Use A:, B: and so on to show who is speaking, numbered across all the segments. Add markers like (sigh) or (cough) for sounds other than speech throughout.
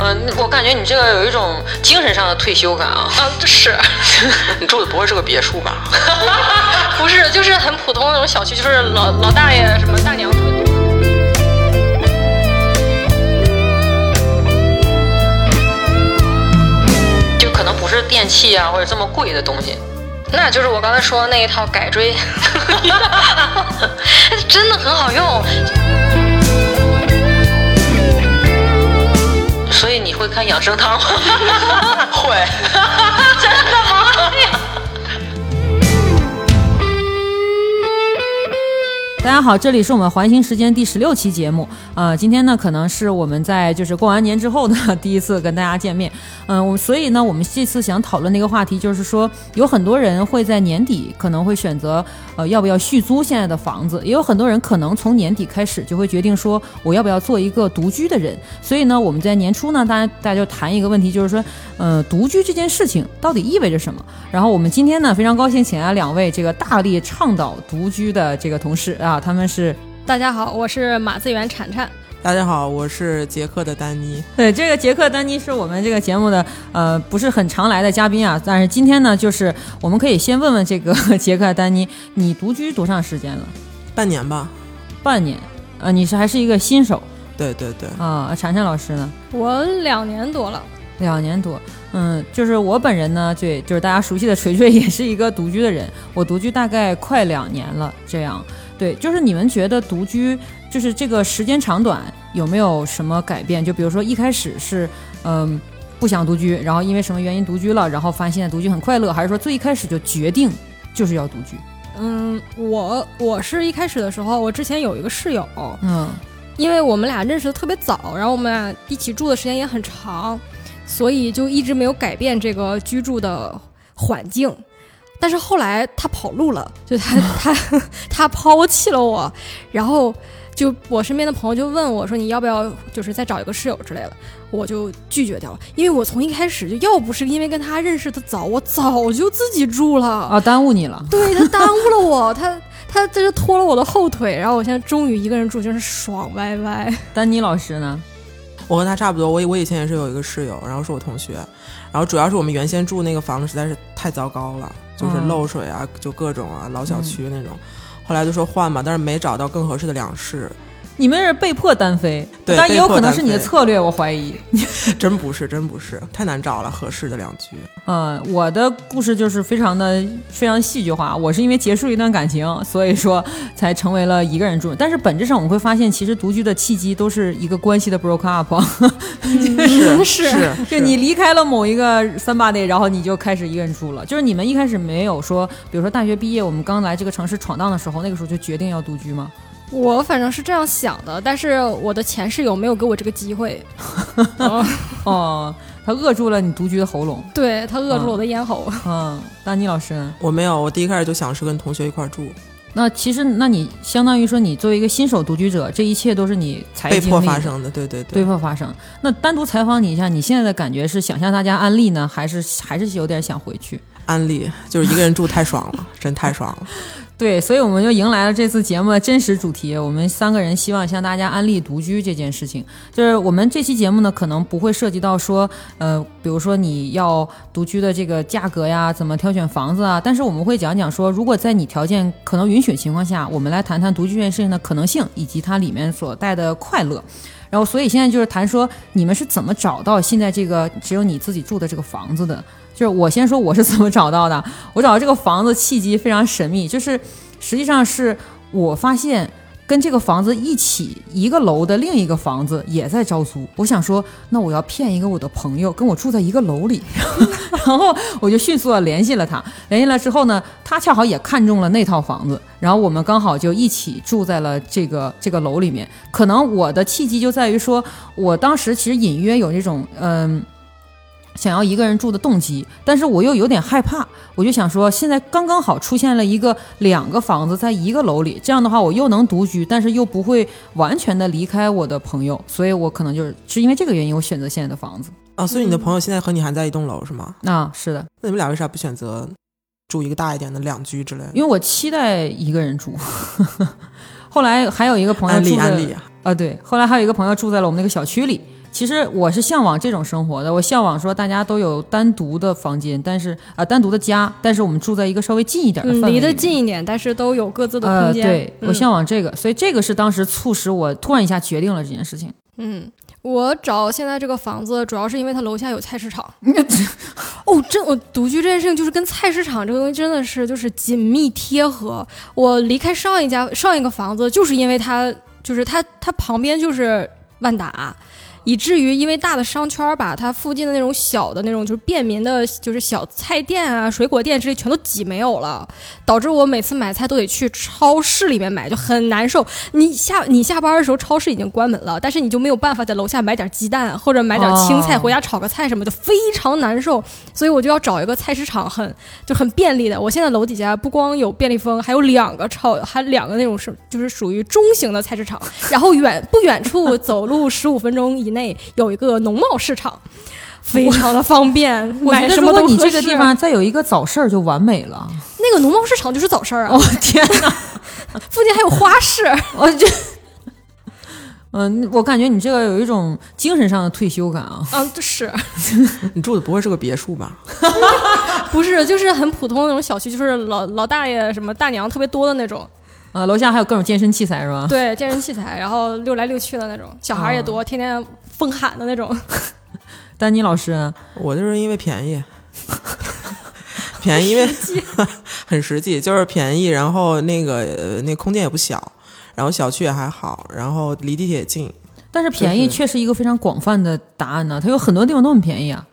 A: 嗯
B: 我感觉你这个有一种精神上的退休感啊。
A: 啊，这 (laughs) 是，
C: 你住的不会是个别墅吧？
A: (laughs) 不是，就是很普通的那种小区，就是老老大爷什么大娘特多。
B: 就可能不是电器啊或者这么贵的东西。
A: 那就是我刚才说的那一套改锥， (laughs) 真的很好用。
B: 所以你会看养生汤吗？
C: 会，
A: 真的吗？
D: 大家好，这里是我们环形时间第十六期节目。呃，今天呢，可能是我们在就是过完年之后呢，第一次跟大家见面。嗯、我所以呢，我们这次想讨论的一个话题就是说，有很多人会在年底可能会选择呃要不要续租现在的房子，也有很多人可能从年底开始就会决定说我要不要做一个独居的人。所以呢，我们在年初呢，大家大家就谈一个问题，就是说，呃，独居这件事情到底意味着什么？然后我们今天呢，非常高兴请来两位这个大力倡导独居的这个同事啊，他们是
A: 大家好，我是马自源铲铲。
E: 大家好，我是捷克的丹妮。
D: 对，呃这个杰克丹尼是我们这个节目的呃不是很常来的嘉宾啊，但是今天呢，就是我们可以先问问这个杰克丹尼，你独居多长时间了？
E: 半年吧，
D: 半年，呃，你是还是一个新手
E: 对对对，
D: 啊？婵婵老师呢？
F: 我两年多了，
D: 两年多，嗯，就是我本人呢，对，就是大家熟悉的锤锤也是一个独居的人，我独居大概快两年了，这样，对，就是你们觉得独居就是这个时间长短有没有什么改变？就比如说一开始是，嗯，不想独居，然后因为什么原因独居了，然后发现现在独居很快乐，还是说最一开始就决定就是要独居？
F: 嗯，我我是一开始的时候，我之前有一个室友，
D: 嗯，
F: 因为我们俩认识的特别早，然后我们俩一起住的时间也很长，所以就一直没有改变这个居住的环境。但是后来他跑路了，就他他 (laughs) 他抛弃了我，然后就我身边的朋友就问我说你要不要就是再找一个室友之类的，我就拒绝掉了，因为我从一开始就要不是因为跟他认识的早，我早就自己住了啊
D: (laughs) 啊，耽误你了，
F: 对他耽误了我，他他这是拖了我的后腿，然后我现在终于一个人住，真是爽歪歪。
D: 丹尼老师呢？
E: 我和他差不多。我我以前也是有一个室友，然后是我同学，然后主要是我们原先住那个房子实在是太糟糕了，就是
D: 嗯
E: 漏水啊，就各种啊，老小区那种。后来就说换吧，但是没找到更合适的两室， (laughs)
D: 你们是被迫单飞，
E: 对
D: 但也有
E: 被迫
D: 可能是你的
E: 单飞
D: 策略，我怀疑。
E: 真不是，真不是，太难找了合适的两居。
D: 嗯，我的故事就是非常的非常戏剧化。我是因为结束一段感情，所以说才成为了一个人住。但是本质上我们会发现，其实独居的契机都是一个关系的 broke up， (laughs)
E: 是
F: (laughs) 是
E: 是，
D: 就你离开了某一个 somebody，然后你就开始一个人住了。就是你们一开始没有说，比如说大学毕业，我们刚来这个城市闯荡的时候，那个时候就决定要独居
E: (laughs)
D: 吗？
F: 我反正是这样想的，但是我的前室友没有给我这个机会，哦
D: 哦，他扼住了你独居的喉咙。
F: 对他扼住了我的咽喉。
D: 嗯，丹尼老师呢，
E: 我没有，我第一开始就想是跟同学一块儿住，
D: 那其实那你相当于说，你作为一个新手独居者，这一切都是你才
E: 被
D: 经
E: 迫
D: 历
E: 发
D: 的
E: 生的，对对对
D: 对。话发生。那单独采访你一下，你现在的感觉是想向大家安利呢，还是还是有点想回去？
E: 安利就是一个人住太爽了，真太爽了。
D: 对，所以我们就迎来了这次节目的真实主题。我们三个人希望向大家安利独居这件事情。就是我们这期节目呢，可能不会涉及到说，呃，比如说你要独居的这个价格呀，怎么挑选房子啊。但是我们会讲讲说，如果在你条件可能允许的情况下，我们来谈谈独居这件事情的可能性以及它里面所带的快乐。然后，所以现在就是谈说你们是怎么找到现在这个只有你自己住的这个房子的。就是我先说我是怎么找到的，我找到这个房子契机非常神秘，就是实际上是我发现跟这个房子一起一个楼的另一个房子也在招租，我想说那我要骗一个我的朋友跟我住在一个楼里， (laughs) 然后我就迅速的联系了他，联系了之后呢，他恰好也看中了那套房子，然后我们刚好就一起住在了这个这个楼里面。可能我的契机就在于说，我当时其实隐约有这种嗯。想要一个人住的动机，但是我又有点害怕，我就想说，现在刚刚好出现了一个两个房子在一个楼里，这样的话我又能独居，但是又不会完全的离开我的朋友，所以我可能就是是因为这个原因，我选择现在的房子。
E: 啊，所以你的朋友现在和你还在一栋楼是吗？
D: 啊，是的，
E: 那你们俩为啥不选择住一个大一点的两居之类的？
D: 因为我期待一个人住。 (laughs) 后来还有一个朋友
E: 安
D: 住
E: 利
D: 在
E: 安利啊，
D: 啊，对，后来还有一个朋友住在了我们那个小区里。其实我是向往这种生活的，我向往说大家都有单独的房间，但是啊、呃单独的家，但是我们住在一个稍微近一点的
F: 嗯
D: 范围，
F: 离
D: 里
F: 得
D: 面
F: 近一点，但是都有各自的
D: 呃，
F: 空间。
D: 对我
F: 嗯
D: 向往这个，所以这个是当时促使我突然一下决定了这件事情。
F: 嗯，我找现在这个房子，主要是因为它楼下有
D: (laughs)
F: 菜市场。哦，真我独居这件事情，就是跟菜市场这个东西真的是就是紧密贴合。我离开上一家上一个房子，就是因为它就是它它旁边就是万达。以至于因为大的商圈儿把它附近的那种小的那种就是便民的，就是小菜店啊、水果店之类全都挤没有了，导致我每次买菜都得去超市里面买，就很难受。你下你下班的时候，超市已经关门了，但是你就没有办法在楼下买点鸡蛋或者买点青菜
D: 哦
F: 回家炒个菜什么的，非常难受。所以我就要找一个菜市场很就很便利的。我现在楼底下不光有便利蜂，还有两个超，还两个那种是就是属于中型的菜市场。然后远不远处走路十五分钟以内有一个农贸市场，非常的方便，
D: 我觉得
F: 买什
D: 如
F: 么
D: 果
F: 都
D: 你
F: 合
D: 这个地
F: 适
D: 方再有一个早市儿就完美
F: (laughs)
D: 了。
F: 那个农贸市场就是早市儿啊，
D: 哦天哪，
F: 附近还有花市。
D: 我这，嗯、我感觉你这个有一种精神上的退休感啊。
F: 嗯，是
E: 你住的不会是个别墅吧？
F: 不是就是很普通的那种小区，就是老老大爷什么大娘特别多的那种，
D: 啊，楼下还有各种健身器材是吧？
F: 对，健身器材，然后溜来溜去的那种，小孩儿也
D: 啊
F: 多，天天疯喊的那种。
D: 丹妮老师呢，
E: 我就是因为
F: (laughs)
E: 便宜，便宜，因为 (laughs) 很实际，就是便宜。然后那个呃，那空间也不小，然后小区也还好，然后离地铁也近。
D: 但是便宜
E: 就是
D: 确实一个非常广泛的答案呢、它有很多地方都很便宜啊。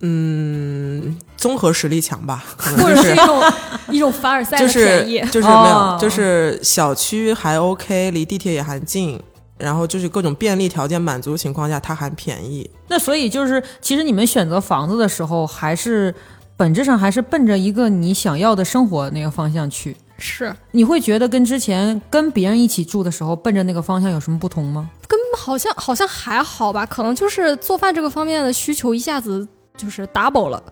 E: 嗯，综合实力强吧，可能
F: (laughs) 或者
E: 就是
F: 一种一种凡尔赛
E: 就
F: 的
E: 是
F: 便宜。
E: 就是没有，
D: 哦
E: 就是小区还 OK，离地铁也还近，然后就是各种便利条件满足情况下，它还便宜。
D: 那所以就是，其实你们选择房子的时候，还是本质上还是奔着一个你想要的生活那个方向去。
F: 是，
D: 你会觉得跟之前跟别人一起住的时候，奔着那个方向有什么不同吗？
F: 好像好像还好吧，可能就是做饭这个方面的需求一下子就是 double 了。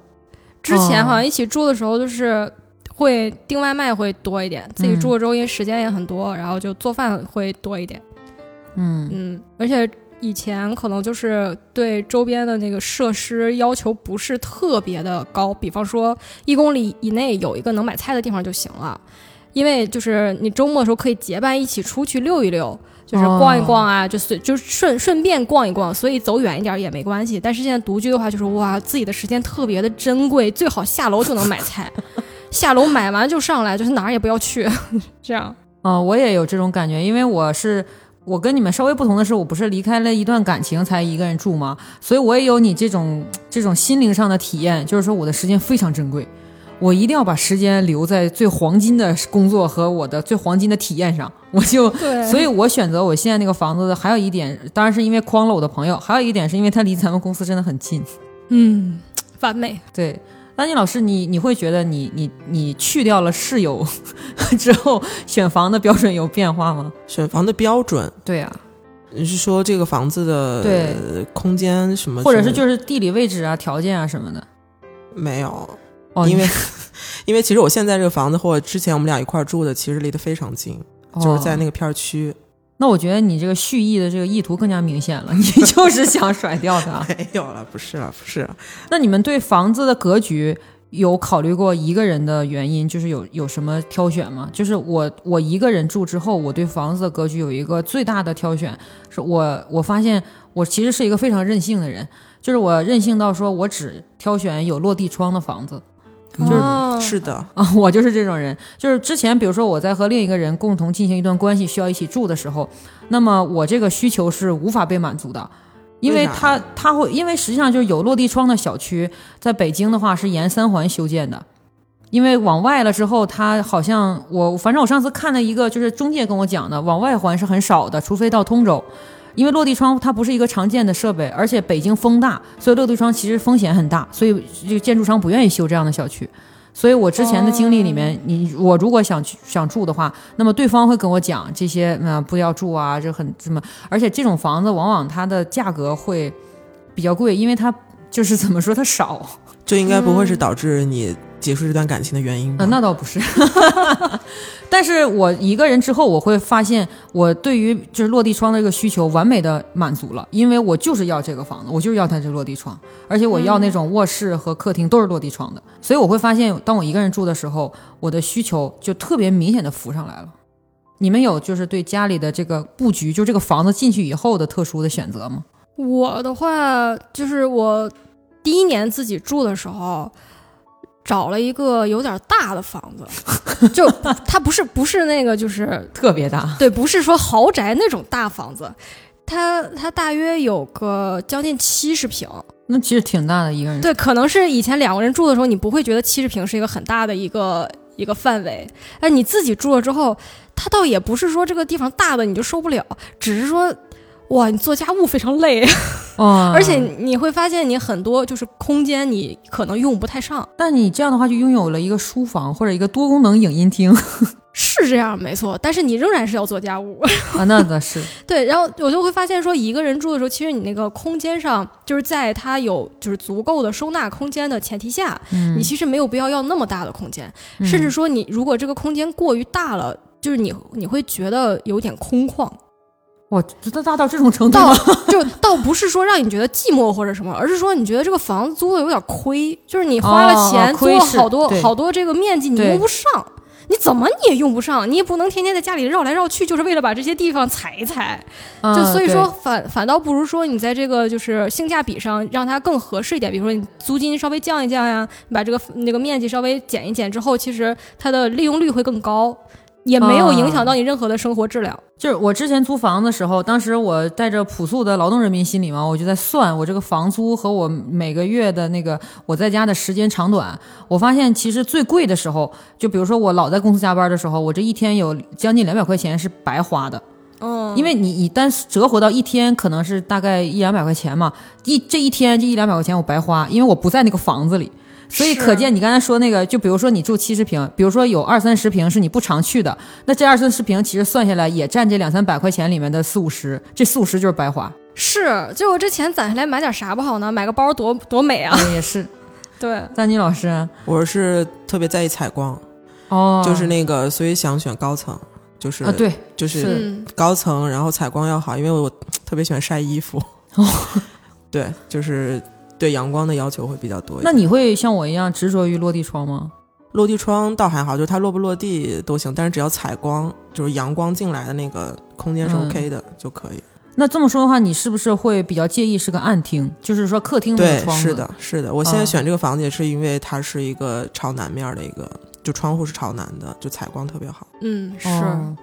F: 之前
D: 哦
F: 好像一起住的时候，就是会订外卖会多一点，自己
D: 嗯
F: 住了之后因为时间也很多，然后就做饭会多一点。
D: 嗯，
F: 嗯，而且以前可能就是对周边的那个设施要求不是特别的高，比方说一公里以内有一个能买菜的地方就行了，因为就是你周末的时候可以结伴一起出去溜一溜。就是逛一逛啊，就随就顺顺便逛一逛，所以走远一点也没关系。但是现在独居的话，就是哇，自己的时间特别的珍贵，最好下楼就能买菜， (laughs) 下楼买完就上来，就是哪儿也不要去， (laughs) 这样。
D: 啊、我也有这种感觉，因为我是。我跟你们稍微不同的是，我不是离开了一段感情才一个人住吗？所以我也有你这种这种心灵上的体验，就是说我的时间非常珍贵，我一定要把时间留在最黄金的工作和我的最黄金的体验上。 (laughs) 我就
F: 对
D: 所以我选择我现在那个房子的还有一点，当然是因为诓了我的朋友，还有一点是因为它离咱们公司真的很近。
F: 嗯，完美。
D: 对，丹妮老师，你你会觉得你你你去掉了室友 (laughs) 之后，选房的标准有变化吗？
E: 选房的标准，
D: 对啊，
E: 你是说这个房子的
D: 对
E: 呃空间什么？
D: 或者是就是地理位置啊、条件啊什么的。
E: 没有，
D: 哦，
E: 因为
D: 你
E: (laughs) 因为其实我现在这个房子或者之前我们俩一块儿住的，其实离得非常近，就是在
D: 哦
E: 那个片儿区。
D: 那我觉得你这个蓄意的这个意图更加明显了，你就是想甩掉它。
E: (laughs) 没有了，不是了，不是了。
D: 那你们对房子的格局有考虑过一个人的原因，就是有有什么挑选吗？就是我我一个人住之后，我对房子的格局有一个最大的挑选，是我我发现我其实是一个非常任性的人，就是我任性到说我只挑选有落地窗的房子。
E: 就是、
F: 哦
E: 是的，
D: (laughs) 啊，我就是这种人。就是之前，比如说我在和另一个人共同进行一段关系，需要一起住的时候，那么我这个需求是无法被满足的，因
E: 为
D: 为
E: 啥
D: 他他会，因为实际上就是有落地窗的小区，在北京的话是沿三环修建的。因为往外了之后，它好像我反正我上次看了一个，就是中介跟我讲的，往外环是很少的，除非到通州，因为落地窗它不是一个常见的设备，而且北京风大，所以落地窗其实风险很大，所以这个建筑商不愿意修这样的小区。所以我之前的经历里面，你我如果想去想住的话，那么对方会跟我讲这些，嗯、不要住啊，这很什么，而且这种房子往往它的价格会比较贵，因为它就是怎么说它少，
E: 就应该不会是导致你结束这段感情的原因
D: 嗯
E: 吧。
D: 呃，那倒不是， (laughs) 但是我一个人之后，我会发现我对于就是落地窗的这个需求完美的满足了，因为我就是要这个房子，我就是要它这落地窗，而且我要那种卧室和客厅都是落地窗的，所以我会发现，当我一个人住的时候，我的需求就特别明显的浮上来了。你们有就是对家里的这个布局，就这个房子进去以后的特殊的选择吗？
F: 我的话就是我第一年自己住的时候，找了一个有点大的房子，就它不是不是那个就是
D: 特别大，
F: 对，不是说豪宅那种大房子，它它大约有个将近七十平，
D: 那其实挺大的一个人。
F: 对，可能是以前两个人住的时候，你不会觉得七十平是一个很大的一个一个范围，但你自己住了之后，它倒也不是说这个地方大的你就受不了，只是说。哇，你做家务非常累，
D: 哦，
F: 而且你会发现你很多就是空间你可能用不太上，
D: 但你这样的话就拥有了一个书房或者一个多功能影音厅
F: 是这样没错，但是你仍然是要做家 (laughs) 务。
D: 啊，那倒是。
F: 对，然后我就会发现说，一个人住的时候，其实你那个空间上，就是在它有就是足够的收纳空间的前提下，
D: 嗯
F: 你其实没有必要要那么大的空间，甚至说你如果这个空间过于大了，就是你你会觉得有点空旷，
D: (laughs) 哇，这都大到这种程度 (laughs)
F: 倒
D: 吗？
F: 就倒不是说让你觉得寂寞或者什么，而是说你觉得这个房子租的有点亏，就是你花了
D: 哦
F: 钱
D: 哦
F: 租
D: 亏
F: 了
D: 是
F: 好多
D: 对
F: 好多这个面积，你
D: 对
F: 用不上。你怎么你也用不上，你也不能天天在家里绕来绕去，就是为了把这些地方踩一踩。就
D: 啊
F: 所以
D: 对
F: 说反反倒不如说你在这个就是性价比上让它更合适一点，比如说你租金稍微降一降呀，你把这个那个面积稍微减一减之后，其实它的利用率会更高，也
D: 嗯
F: 没有影响到你任何的生活质量。
D: 就是我之前租房的时候，当时我带着朴素的劳动人民心理嘛，我就在算我这个房租和我每个月的那个我在家的时间长短。我发现其实最贵的时候，就比如说我老在公司加班的时候，我这一天有将近两百块钱是白花的。
F: 嗯
D: 因为你你单折合到一天可能是大概一两百块钱嘛，一这一天这一两百块钱我白花，因为我不在那个房子里，所以
F: 是
D: 可见你刚才说那个，就比如说你住七十平，比如说有二三十平是你不常去的，那这二三十平其实算下来也占这两三百块钱里面的四五十，这四五十就是白花，
F: 是，就我这钱攒下来买点啥不好呢？买个包多多美啊！
D: 哦也是。
F: 对，
D: (laughs) 丹妮老师，
E: 我是特别在意采光，
D: 哦，
E: 就是那个，所以想选高层，就是、
D: 啊，对，
E: 就是
D: 是
F: 嗯，
E: 高层，然后采光要好，因为我特别喜欢晒衣服。
D: 哦
E: 对，就是对阳光的要求会比较多一点。
D: 那你会像我一样执着于落地窗吗？
E: 落地窗倒还好，就是它落不落地都行，但是只要采光，就是阳光进来的那个空间是
D: 嗯
E: OK 的、就可以。
D: 那这么说的话，你是不是会比较介意是个暗厅，就是说客厅没有
E: 对，
D: 嗯窗户？嗯
E: 是的，是的。我现在选这个房子也是因为它是一个朝南面儿的一个，就窗户是朝南的，就采光特别好。
F: 嗯，是。
D: 哦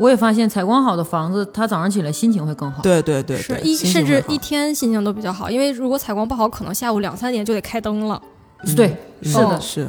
D: 我也发现采光好的房子，它早上起来心情会更好。
E: 对对对
F: 是
E: 对，
F: 一
E: 心情
F: 甚
E: 会
F: 至
E: 好
F: 一天心情都比较好，因为如果采光不好，可能下午两三点就得开灯了。
E: 嗯
D: 对
E: 嗯
D: 是的
E: 是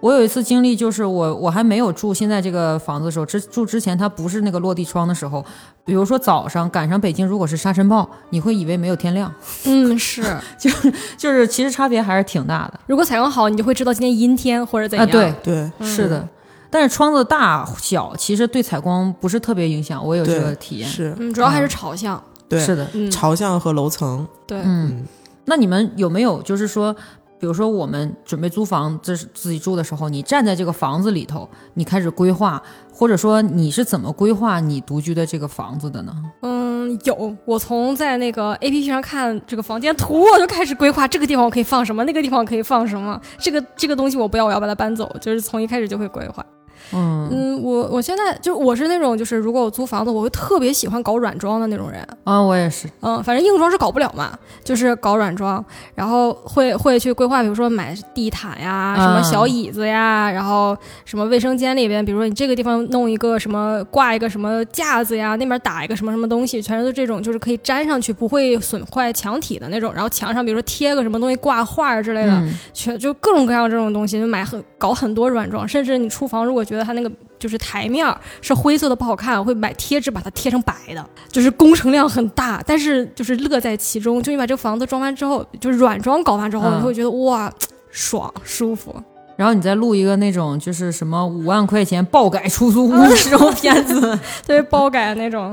D: 我有一次经历，就是我我还没有住现在这个房子的时候，之住之前它不是那个落地窗的时候，比如说早上赶上北京如果是沙尘暴，你会以为没有天亮，
F: (laughs) 嗯，是。
D: (laughs) 就是其实差别还是挺大的
F: 如果采光好，你就会知道今天阴天或者怎
D: 啊。
F: 样。嗯
D: 对，，
E: 对，
D: 是的。但是窗子大小其实对采光不是特别影响，我有这
E: 对
D: 个体验。
E: 是
F: 嗯，主要还是朝向。
E: 对
D: 是的，
F: 嗯，
E: 朝向和楼层，
F: 对，
D: 嗯。
E: 嗯，
D: 那你们有没有就是说，比如说我们准备租房，这是自己住的时候，你站在这个房子里头，你开始规划，或者说你是怎么规划你独居的这个房子的呢？
F: 嗯，有。我从在那个 A P P 上看这个房间图，我就开始规划这个地方我可以放什么，那个地方我可以放什么，这个这个东西我不要，我要把它搬走，就是从一开始就会规划。
D: 嗯
F: 嗯，我我现在就我是那种，就是如果我租房子，我会特别喜欢搞软装的那种人。
D: 啊，我也是，
F: 嗯，反正硬装是搞不了嘛，就是搞软装，然后会会去规划，比如说买地毯呀，什么小
D: 嗯
F: 椅子呀，然后什么卫生间里边，比如说你这个地方弄一个什么挂一个什么架子呀，那边打一个什么什么东西，全是这种就是可以粘上去不会损坏墙体的那种，然后墙上比如说贴个什么东西挂画儿之类的，
D: 嗯
F: 全就各种各样这种东西，就买很搞很多软装，甚至你厨房如果觉得它那个就是台面儿是灰色的不好看，我会买贴纸把它贴成白的，就是工程量很大，但是就是乐在其中。就你把这个房子装完之后，就是软装搞完之后，
D: 嗯
F: 你会觉得哇，爽舒服。
D: 然后你再录一个那种就是什么五万块钱爆改出租屋这种片子，(laughs)
F: 特别包改那种。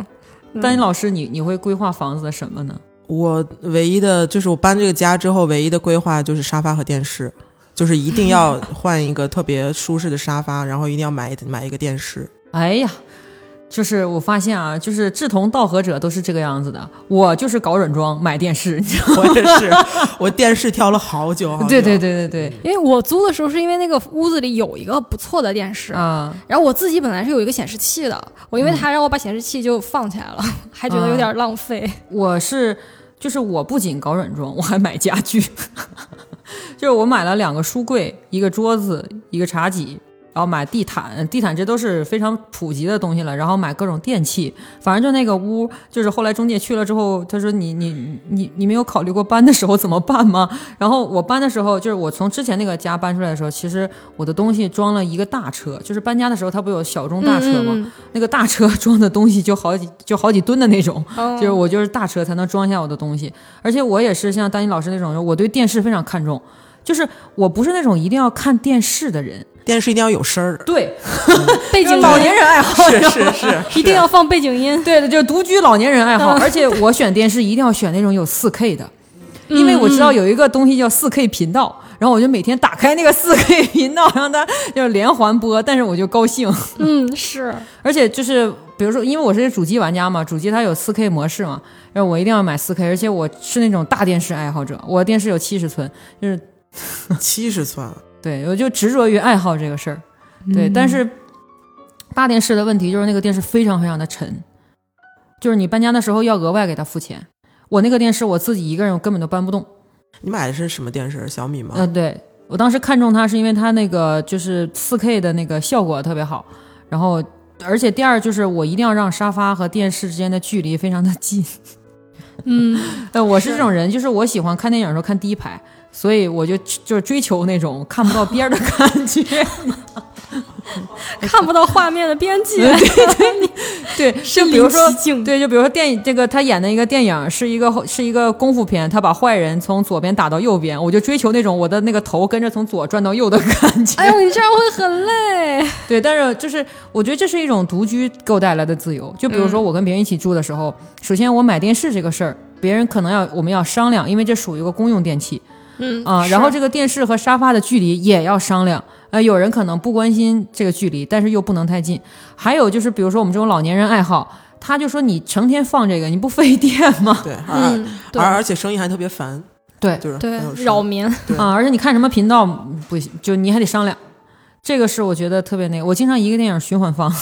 F: 嗯
D: 丹妮老师，你你会规划房子的什么呢？
E: 我唯一的就是我搬这个家之后唯一的规划就是沙发和电视，就是一
D: (laughs)
E: 定要换一个特别舒适的沙发，然后一定要买买一个电视。
D: 哎呀，就是我发现啊，就是志同道合者都是这个样子的。我就是搞软装买电视，你 (laughs) 知道吗？
E: (laughs) 我也是，我电视挑了好久好久。
D: 对对对对对，
F: 因为我租的时候是因为那个屋子里有一个不错的电视，
D: 啊，
F: 然后我自己本来是有一个显示器的，我
D: 嗯
F: 因为他让我把显示器就放起来了，还觉得有点浪费。
D: 我是就是我不仅搞软装，我还买家具， (laughs) 就是我买了两个书柜、一个桌子、一个茶几。然后买地毯，地毯这都是非常普及的东西了。然后买各种电器，反正就那个屋，就是后来中介去了之后，他说你你你你你没有考虑过搬的时候怎么办吗？然后我搬的时候，就是我从之前那个家搬出来的时候，其实我的东西装了一个大车，就是搬家的时候它不有小中大车吗？
F: 嗯嗯
D: 那个大车 (laughs) 装的东西就好几就好几吨的那种，(laughs)
F: 哦
D: 就是我就是大车才能装下我的东西。而且我也是像丹妮老师那种人，我对电视非常看重，就是我不是那种一定要看电视的人。
E: 电视一定要有声儿。
D: (laughs) 对，
F: 背景音
D: 老年人爱好，
E: 是是是，
F: (laughs) 一定要放背景音，
D: 对的，就是独居老年人爱 (laughs) 好。而且我选电视一定要选那种有4 K 的，因为我知道有一个东西叫4 K 频道，然后我就每天打开那个4 K 频道，让它就是连环播，但是我就高兴。
F: 嗯是，
D: 而且就是比如说，因为我是主机玩家嘛，主机它有 4K 模式嘛，然后我一定要买 4K，而且我是那种大电视爱好者，我电视有七十寸，就是
E: 七十寸，
D: 对我就执着于爱好这个事儿。对，
F: 嗯
D: 但是大电视的问题就是那个电视非常非常的沉，就是你搬家的时候要额外给他付钱。我那个电视我自己一个人我根本都搬不动。
E: 你买的是什么电视？小米吗？
D: 嗯、对我当时看中它是因为它那个就是4 K 的那个效果特别好，然后而且第二就是我一定要让沙发和电视之间的距离非常的近。 (laughs)
F: 嗯
D: 呃，我是这种人，就是我喜欢看电影的时候看第一排，所以我就就是追求那种看不到边儿的感觉。 (laughs)
F: 看不到画面的边 (laughs) 界，
D: 对，就
F: 身
D: 比如
F: 临
D: 说
F: 其境
D: 对，就比如说电影这个他演的一个电影是一个是一个功夫片，他把坏人从左边打到右边，我就追求那种我的那个头跟着从左转到右的感觉。
F: (laughs) 哎呦你这样会很累，
D: 对，但是就是我觉得这是一种独居给我带来的自由。就比如说我跟别人一起住的时候，首先我买电视这个事儿，别人可能要我们要商量，因为这属于一个公用电器。
F: 嗯
D: 啊，
F: 是
D: 然后这个电视和沙发的距离也要商量。呃，有人可能不关心这个距离，但是又不能太近。还有就是，比如说我们这种老年人爱好，他就说你成天放这个，你不费电吗？
E: 对，而、
F: 嗯对
E: 而而且声音还特别烦，
D: 对
E: 就是
F: 对
E: 很有声
F: 扰民，
E: 对
D: 啊，而且你看什么频道嗯不行，就你还得商量。这个是我觉得特别那个，我经常一个电影循环放。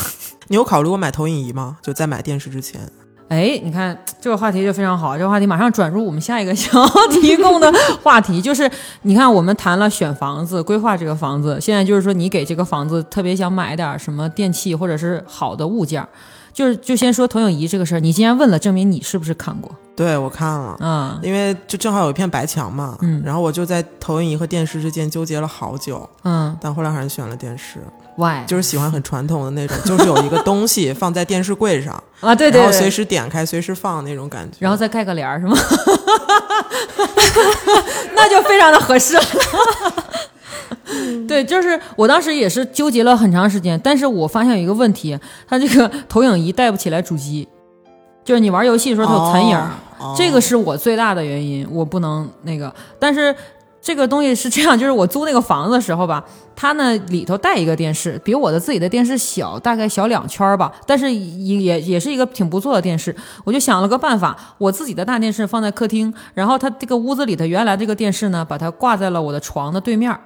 E: 你有考虑过买投影仪吗？就在买电视之前，
D: 哎，你看这个话题就非常好，这个话题马上转入我们下一个想要提供的话题，就是你看我们谈了选房子、规划这个房子，现在就是说你给这个房子特别想买点儿什么电器或者是好的物件儿，就是就先说投影仪这个事儿，你既然问了，证明你是不是看过
E: 对我看了。
D: 啊？
E: 因为就正好有一片白墙嘛，
D: 嗯
E: 然后我就在投影仪和电视之间纠结了好久，
D: 嗯
E: 但后来还是选了电视，
D: ，why？
E: 就是喜欢很传统的那种，就是有一个东西放在电视柜上，
D: 啊， (laughs) 对对
E: 然后随
D: 对。
E: 时点开、随时放那种感觉。
D: 然后再盖个帘儿是吗？ (laughs) 那就非常的合适了。
E: 嗯
D: 对，就是我当时也是纠结了很长时间，但是我发现有一个问题，它这个投影仪带不起来主机，就是你玩游戏的时候它有残影儿，
E: 哦
D: 这个是我最大的原因，我不能那个。但是这个东西是这样，就是我租那个房子的时候吧，它呢里头带一个电视，比我的自己的电视小，大概小两圈儿吧，但是也也也是一个挺不错的电视。我就想了个办法，我自己的大电视放在客厅，然后它这个屋子里头原来这个电视呢，把它挂在了我的床的对面儿。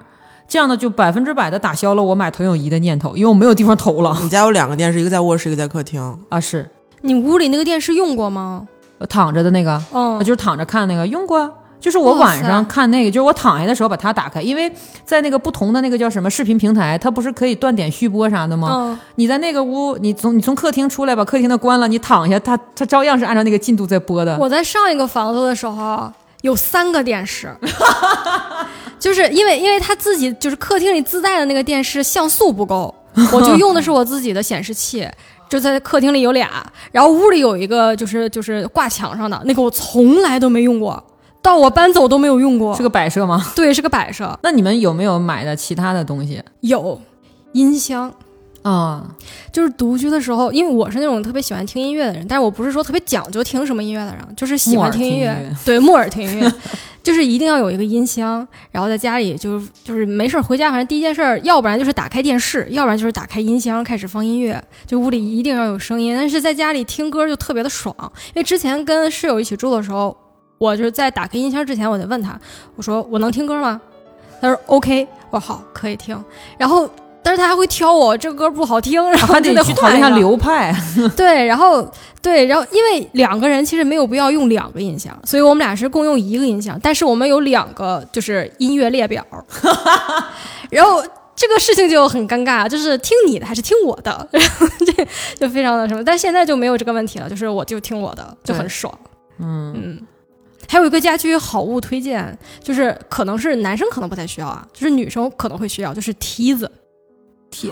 D: 这样呢，就百分之百的打消了我买投影仪的念头，因为我没有地方投了
E: 你家有两个电视，一个在卧室，一个在客厅。
D: 啊。是
F: 你屋里那个电视用过吗？
D: 我躺着的那个，
F: 嗯
D: 我就是躺着看那个用过啊，就是我
F: 哇塞
D: 晚上看那个，就是我躺下的时候把它打开，因为在那个不同的那个叫什么视频平台，它不是可以断点续播啥的吗？
F: 嗯
D: 你在那个屋，你从你从客厅出来，把客厅的关了，你躺下，它它照样是按照那个进度在播的。
F: 我在上一个房子的时候有三个电视， (laughs) 就是因为因为他自己就是客厅里自带的那个电视像素不够，我就用的是我自己的显示器。 (laughs) 就在客厅里有俩，然后屋里有一个，就是就是挂墙上的那个，我从来都没用过，到我搬走都没有用过。
D: 是个摆设吗？ (laughs)
F: 对，是个摆设，
D: 那你们有没有买的其他的东西？
F: 有音箱， (laughs)
D: 啊，
F: 就是独居的时候，因为我是那种特别喜欢听音乐的人，但是我不是说特别讲究听什么音乐的人，就是喜欢听音乐，
D: 木耳听音乐
F: 对木耳听音乐， (laughs) 就是一定要有一个音箱，然后在家里就是就是没事儿回家，反正第一件事儿，要不然就是打开电视，要不然就是打开音箱开始放音乐，就屋里一定要有声音。但是在家里听歌就特别的爽，因为之前跟室友一起住的时候，我就是在打开音箱之前，我得问他，我说我能听歌吗？他说 OK，我说好可以听，然后。但是他还会挑我这歌不好听，然后
D: 还
F: 就
D: 得啊去讨
F: 换
D: 论一
F: 一
D: 下
F: 个
D: 流派。啊
F: 对，然后对，然后因为两个人其实没有必要用两个音箱，所以我们俩是共用一个音箱，但是我们有两个就是音乐
D: (laughs)
F: 列表，然后这个事情就很尴尬，就是听你的还是听我的，然后这就非常的什么，但现在就没有这个问题了，就是我就听我的，就很
D: 对
F: 爽，
D: 嗯，
F: 嗯。还有一个家居好物推荐，就是可能是男生可能不太需要啊，就是女生可能会需要，就是梯子。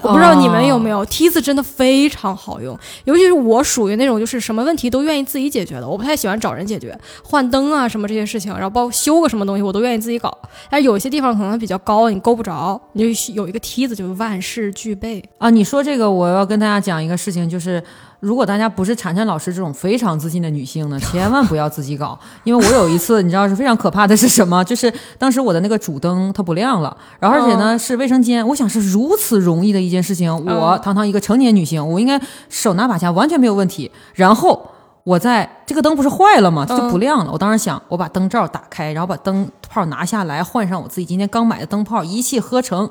F: 我不知道你们有没有，梯子真的非常好用，尤其是我属于那种就是什么问题都愿意自己解决的，我不太喜欢找人解决，换灯啊什么这些事情，然后包括修个什么东西我都愿意自己搞。但是有一些地方可能比较高，你够不着，你就有一个梯子，就是万事俱备。
D: 啊，你说这个，我要跟大家讲一个事情，就是如果大家不是婵婵老师这种非常自信的女性呢，千万不要自己搞，因为我有一次，你知道是非常可怕的是什么？就是当时我的那个主灯它不亮了，然后而且呢、是卫生间，我想是如此容易的一件事情，我
F: 嗯
D: 堂堂一个成年女性，我应该手拿把掐，完全没有问题。然后。我在这个灯不是坏了吗？它就不亮了。我当时想，我把灯罩打开，然后把灯泡拿下来，换上我自己今天刚买的灯泡，一气呵成。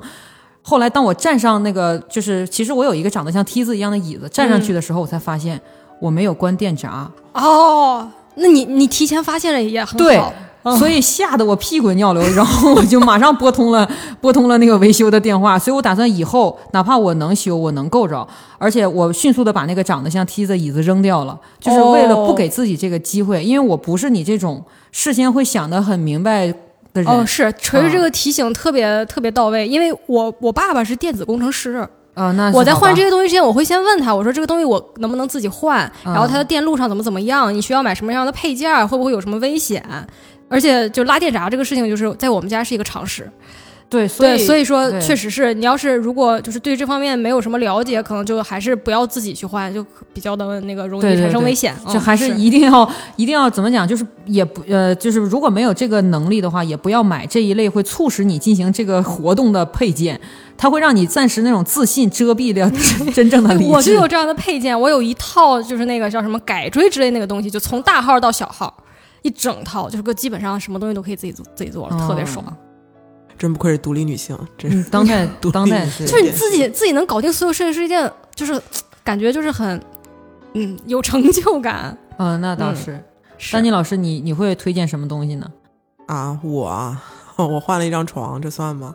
D: 后来当我站上那个，就是其实我有一个长得像梯子一样的椅子，站上
F: 嗯
D: 去的时候，我才发现我没有关电闸，
F: 哦，那你你提前发现了也很
D: 对
F: 好。，
D: 所以吓得我屁滚尿流，然后我就马上拨通了拨通了那个维修的电话，所以我打算以后哪怕我能修，我能够着，而且我迅速的把那个长得像梯子椅子扔掉了，就是为了不给自己这个机会，因为我不是你这种事先会想得很明白的人，
F: 哦，是锤锤
D: 嗯
F: 这个提醒特别、特别到位，因为我我爸爸是电子工程师，
D: 啊，那是
F: 我在
D: 好吧
F: 换这些东西之前，我会先问他，我说这个东西我能不能自己换，
D: 嗯
F: 然后它的电路上怎么怎么样，你需要买什么样的配件儿，会不会有什么危险？而且就拉电闸这个事情，就是在我们家是一个常识。
D: 对，所
F: 对，
D: 以
F: 所以说
D: 对
F: 确实是你要是如果就是对这方面没有什么了解，可能就还是不要自己去换，就比较的那个容
D: 对
F: 易
D: 对
F: 产生
D: 对
F: 危险。
D: 就
F: 嗯
D: 还
F: 是
D: 是一定要、 (laughs) 一定要怎么讲，就是也不呃，就是如果没有这个能力的话，也不要买这一类会促使你进行这个活动的配件，它会让你暂时那种自信遮蔽
F: (laughs)
D: 了真真正的理智。
F: 我就有这样的配件，我有一套就是那个叫什么改锥之类那个东西，就从大号到小号一整套，就是个基本上什么东西都可以自己做自己做了，特别
D: 哦
F: 爽。
E: 真不愧是独立女性，真是
D: 嗯当
E: (laughs)
D: 代
E: 独立
D: 当代
E: 女性
F: 就是你自己自己能搞定所有事情是一件，就是感觉就是很，嗯，有成就感。
D: 嗯、那倒
F: 嗯
D: 是。
F: 是
D: 丹尼老师，你你会推荐什么东西呢？
E: 啊，我 (laughs) 啊我换了一张床，这算吗？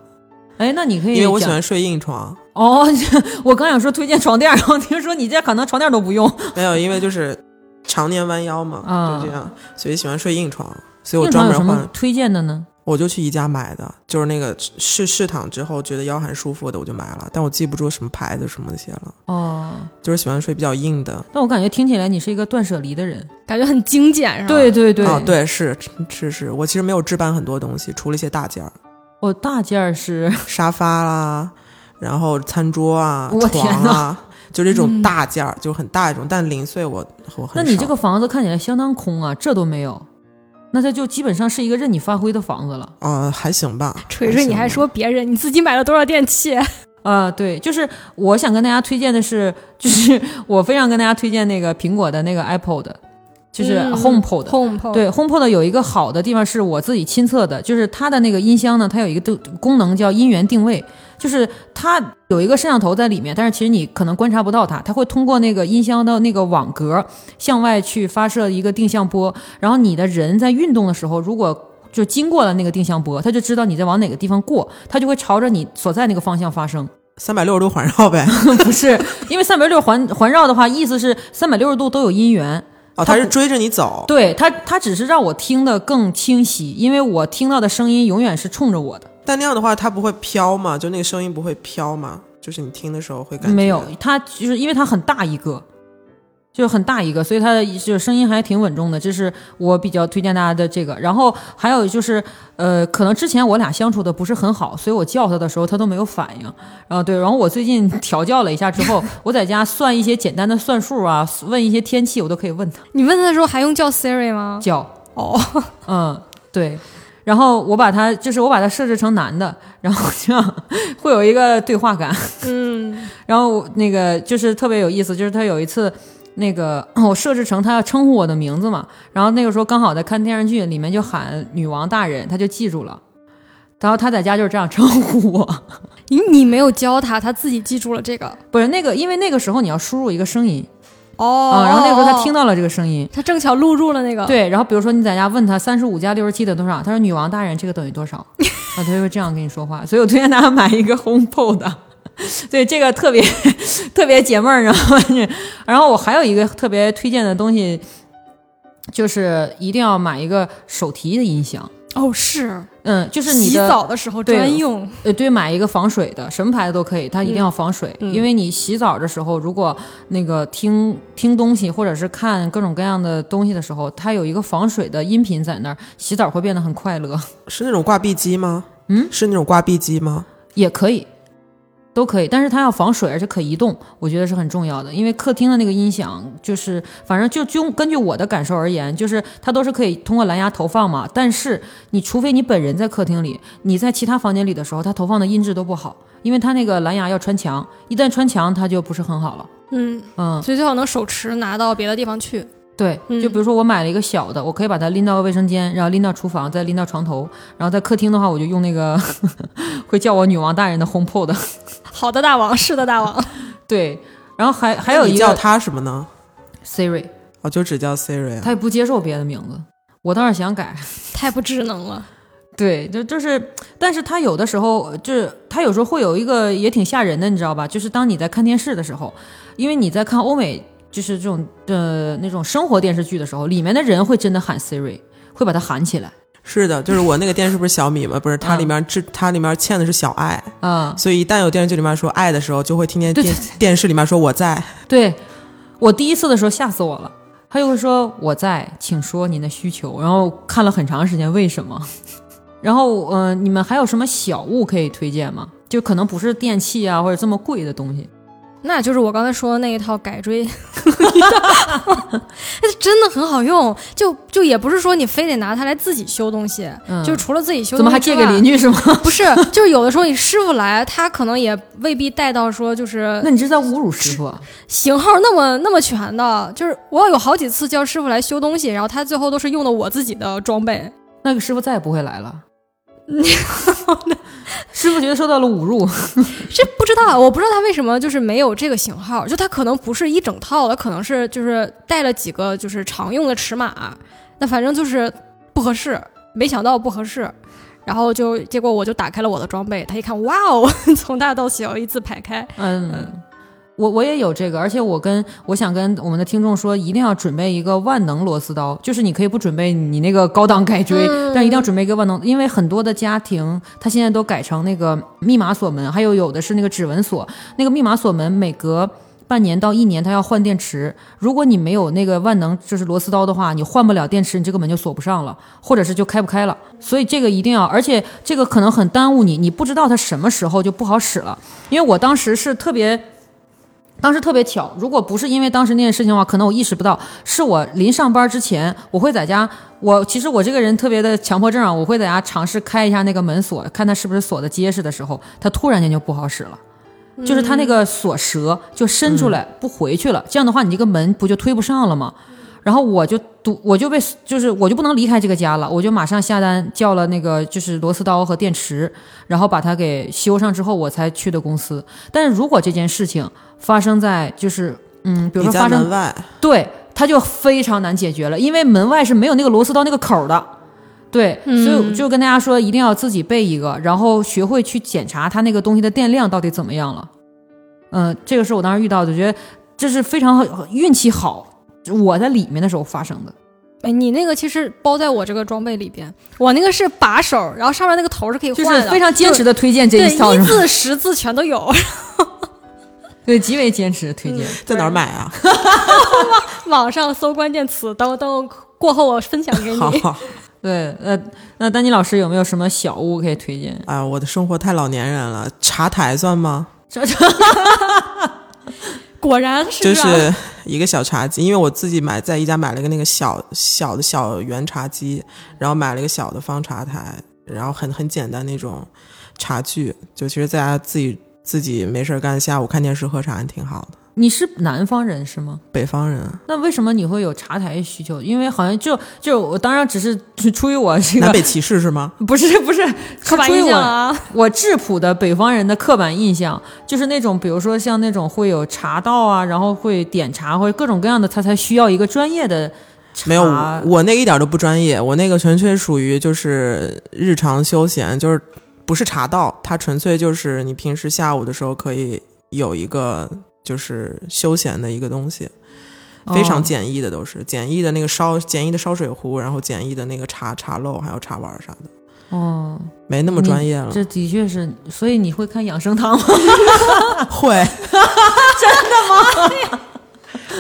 D: 哎，那你可以
E: 因为我喜
D: 讲
E: 欢睡硬床，
D: 哦， (laughs) 我刚想说推荐床垫儿，然后听说你这可能床垫儿都不
E: (laughs)
D: 用，
E: 没有，因为就是常年弯腰嘛，
D: 啊
E: 就这样，所以喜欢睡硬床，所以我
D: 硬
E: 专
D: 床有
E: 门
D: 什
E: 换
D: 么
E: 了，
D: 推荐的呢？
E: 我就去宜家买的，就是那个试试躺之后觉得腰还舒服的，我就买了，但我记不住什么牌子什么那些了，
D: 哦，
E: 就是喜欢睡比较硬的。
D: 但我感觉听起来你是一个断舍离的人。
F: 感觉很精简，是吧？
D: 对对对，
E: 啊，对，是是是，我其实没有置办很多东西，除了一些大件儿，
D: 我哦大件儿是
E: 沙发啦，然后餐桌啊
D: 我，天
E: 床
D: 哪嗯
E: 啊，就这种大件儿，就很大一种，但零碎我我很
D: 那你
E: 少
D: 这个房子看起来相当空啊，这都没有，那它就基本上是一个任你发挥的房子了。
E: 呃还行吧，
F: 锤锤，你
E: 行
F: 还
E: 吧
F: 说别人，你自己买了多少电器？
D: 啊、对，就是我想跟大家推荐的是，就是 (laughs) 我非常跟大家推荐那个苹果的那个 Apple 的，就是
E: 嗯
D: HomePod 的。
F: HomePod，
D: 对，HomePod 有一个好的地方是我自己亲测的，就是它的那个音箱呢，它有一个定功能叫音源定位，就是它有一个摄像头在里面，但是其实你可能观察不到它，它会通过那个音箱的那个网格向外去发射一个定向波，然后你的人在运动的时候，如果就经过了那个定向波，它就知道你在往哪个地方过，它就会朝着你所在那个方向发声。 (laughs)
E: 三百六十度环绕呗。
D: 不是，因为三百六环环绕的话，意思是三百六十度都有音源，
E: 哦，
D: 它
E: 他是
D: 不
E: 追着你走，
D: 对它，它只是让我听得更清晰，因为我听到的声音永远是冲着我的。
E: 但那样的话它不会飘嘛，就那个声音不会飘嘛，就是你听的时候会感觉
D: 没有，它就是因为它很大一个，就是很大一个，所以它的就是声音还挺稳重的，这是我比较推荐大家的这个。然后还有就是，呃，可能之前我俩相处的不是很好，所以我叫他的时候他都没有反应。啊，对，然后我最近 (laughs) 调教了一下之后，我在家算一些简单的算术啊，问一些天气我都可以问他
F: 你问他的时候还用叫 Siri 吗？
D: 叫。
F: 哦，
D: 嗯，对。然后我把它，就是我把它设置成男的，然后这样会有一个对话感。
F: 嗯， (laughs)
D: 然后我那个就是特别有意思，就是他有一次。那个我设置成他要称呼我的名字嘛，然后那个时候刚好在看电视剧，里面就喊女王大人，他就记住了。然后他在家就是这样称呼我，
F: 你你没有教他，他自己记住了这个。
D: 不是那个，因为那个时候你要输入一个声音
F: 哦，
D: 啊、然后那个时候他听
F: 到，
D: 到了这个声音，
F: 他正巧录入了那个。，
D: 对，然后比如说你在家问他三十五加六十七等于多少，他说女王大人这个等于多少， (laughs) 啊，他就会这样跟你说话。所以我推荐大家买一个 HomePod，对 (laughs) 这个特别 (laughs) 特别解闷儿，然后你 (laughs) 然后我还有一个特别推荐的东西，就是一定要买一个手提的音响，
F: 哦，是
D: 嗯，就是你
F: 洗
D: 的
F: 澡的时候
D: 对
F: 专用。
D: 呃，对，买一个防水的，什么牌子都可以，它一定要防水，因为你洗澡的时候，如果那个听听东西或者是看各种各样的东西的时候，它有一个防水的音频在那儿，洗澡会变得很快乐，
E: 是那种挂壁机吗？
D: 嗯，
E: 是那种挂壁机吗？
D: 也可以，都可以，但是它要防水，而且可移动，我觉得是很重要的，因为客厅的那个音响就是，反正就就根据我的感受而言，就是它都是可以通过蓝牙投放嘛，但是你除非你本人在客厅里，你在其他房间里的时候，它投放的音质都不好。因为它那个蓝牙要穿墙，一旦穿墙，它就不是很好了。
F: 嗯，
D: 嗯，
F: 所以最好能手持拿到别的地方去。
D: 对，
F: 嗯
D: 就比如说我买了一个小的，我可以把它拎到卫生间，然后拎到厨房，再拎到床头，然后在客厅的话，我就用那个 (laughs) 会叫我女王大人的 HomePod。
F: 好的，大王，是的，大王。
D: 对，然后还还有
E: 你
D: 一
E: 叫
D: 个
E: 他什么呢？
D: Siri，
E: 我就只叫 Siri 啊
D: 他。也不接受别的名字，我倒是想改。
F: (laughs) 太不智能了。
D: 对，就就是，但是他有的时候就是他有时候会有一个也挺吓人的，你知道吧？就是当你在看电视的时候，因为你在看欧美就是这种呃那种生活电视剧的时候，里面的人会真的喊 Siri，会把它喊起来
E: 是的，就是我那个电视不是小米吗？不是，它
D: 嗯
E: 里面这它里面嵌的是小爱，
D: 啊、
E: 所以一旦有电视剧里面说爱的时候，就会听见
D: 对
E: 电电视里面说我在。
D: 对我第一次的时候吓死我了，他就会说我在，请说您的需求。然后看了很长时间，为什么？ (laughs) 然后呃，你们还有什么小物可以推荐吗？就可能不是电器啊，或者这么贵的东西。
F: 那就是我刚才说的那一套改锥， (laughs) 它真的很好用。就就也不是说你非得拿它来自己修东西，
D: 嗯
F: 就除了自己修
D: 怎么还
F: 东西之
D: 借
F: 外，
D: 给邻居是吗？ (laughs)
F: 不是，就是有的时候你师傅来，他可能也未必带到说就是
D: 那你这是在侮辱师傅啊？
F: 型号那么那么全的。就是我有好几次叫师傅来修东西，然后他最后都是用的我自己的装备。
D: 那个师傅再也不会来了。 (laughs) 师傅觉得受到了侮辱，
F: 这不知道，我不知道他为什么就是没有这个型号，就他可能不是一整套的，可能是就是带了几个就是常用的尺码，那反正就是不合适，没想到不合适，然后就结果我就打开了我的装备，他一看，哇哦， (laughs) 从大到小依次排开，
D: 嗯，我我也有这个，而且我跟我想跟我们的听众说，一定要准备一个万能螺丝刀，就是你可以不准备你那个高档改锥，但一定要准备一个万能，因为很多的家庭它现在都改成那个密码锁门，还有有的是那个指纹锁，那个密码锁门每隔。半年到一年，它要换电池。如果你没有那个万能就是螺丝刀的话，你换不了电池，你这个门就锁不上了，或者是就开不开了。所以这个一定要，而且这个可能很耽误你，你不知道它什么时候就不好使了。因为我当时是特别。当时特别巧，如果不是因为当时那件事情的话，可能我意识不到，是我临上班之前，我会在家，我其实我这个人特别的强迫症啊，我会在家尝试开一下那个门锁，看它是不是锁的结实的时候，它突然间就不好使了，就是它那个锁舌就伸出来、不回去了，这样的话你这个门不就推不上了吗？然后我就堵，我就被就是我就不能离开这个家了，我就马上下单叫了那个就是螺丝刀和电池，然后把它给修上之后，我才去的公司。但是如果这件事情发生在就是嗯，比如
E: 你
D: 说
E: 在
D: 发
E: 门
D: 生
E: 外，
D: 对，它就非常难解决了，因为门外是没有那个螺丝刀那个口儿的。对，所以我就跟大家说，一定要自己备一个，然后学会去检查它那个东西的电量到底怎么样了。嗯、这个是我当时遇到的，觉得这是非常运气好，我在里面的时候发生的。
F: 哎，你那个其实包在我这个装备里边，我那个是把手，然后上面那个头是可以
D: 就
F: 换的， (laughs)
D: 是非常坚持的推荐这
F: 对
D: 一套，
F: 一
D: 是吧？
F: 字十字全都有，
D: 对，极为坚持推荐。
E: 在哪儿买啊？
F: 嗯网上搜关键词，等我等我过后我分享给
E: (laughs) 好
F: 你。
E: 好
D: 对，呃，那丹妮老师有没有什么小物可以推荐？
E: 啊，我的生活太老年人了。茶台算吗？
D: 这这
F: 果然是
D: 啊
E: 就
F: 这样
E: 是一个小茶几，因为我自己买在宜家买了个那个小小的小圆茶几，然后买了一个小的方茶台，然后很很简单那种茶具，就其实在家自己自己没事儿干，下午看电视喝茶还挺好的。
D: 你是南方人是吗？
E: 北方人，啊
D: 那为什么你会有茶台需求？因为好像就就我当然只是 (laughs) 出出于我这
E: 南
D: 个
E: 北歧视是吗？
D: 不是不是
F: 刻
D: 是
F: 板
D: 出于
F: 印象
D: 我
F: 啊，
D: 我质朴的北方人的刻板印象，就是那种比如说像那种会有茶道啊，然后会点茶或者各种各样的，他才需要一个专业的茶。
E: 没有，我我那个一点都不专业，我那个纯粹属于就是日常休闲，就是不是茶道，它纯粹就是你平时下午的时候可以有一个就是休闲的一个东西，非常
D: 哦
E: 简易的都是、简易的那个烧简易的烧水壶，然后简易的那个茶茶漏还有茶碗啥的，
D: 哦，
E: 没那么专业了。
D: 这的确是，所以你会看养生堂吗？
E: 嗯 (laughs) 会真的吗？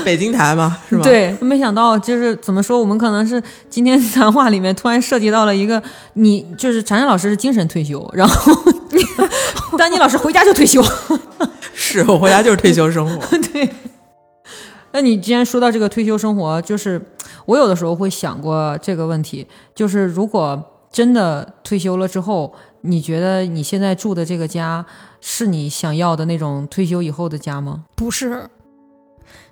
E: 北京台嘛，是吧？，
D: 对，没想到就是怎么说，我们可能是今天谈话里面突然涉及到了一个，你就是禅禅老师是精神退休，然
F: (laughs)
D: 后丹妮老师回家就退休。
E: 是我回家就是退休生活。
D: 对。那你既然说到这个退休生活，就是我有的时候会想过这个问题，就是如果真的退休了之后，你觉得你现在住的这个家是你想要的那种退休以后的家吗？
F: 不是，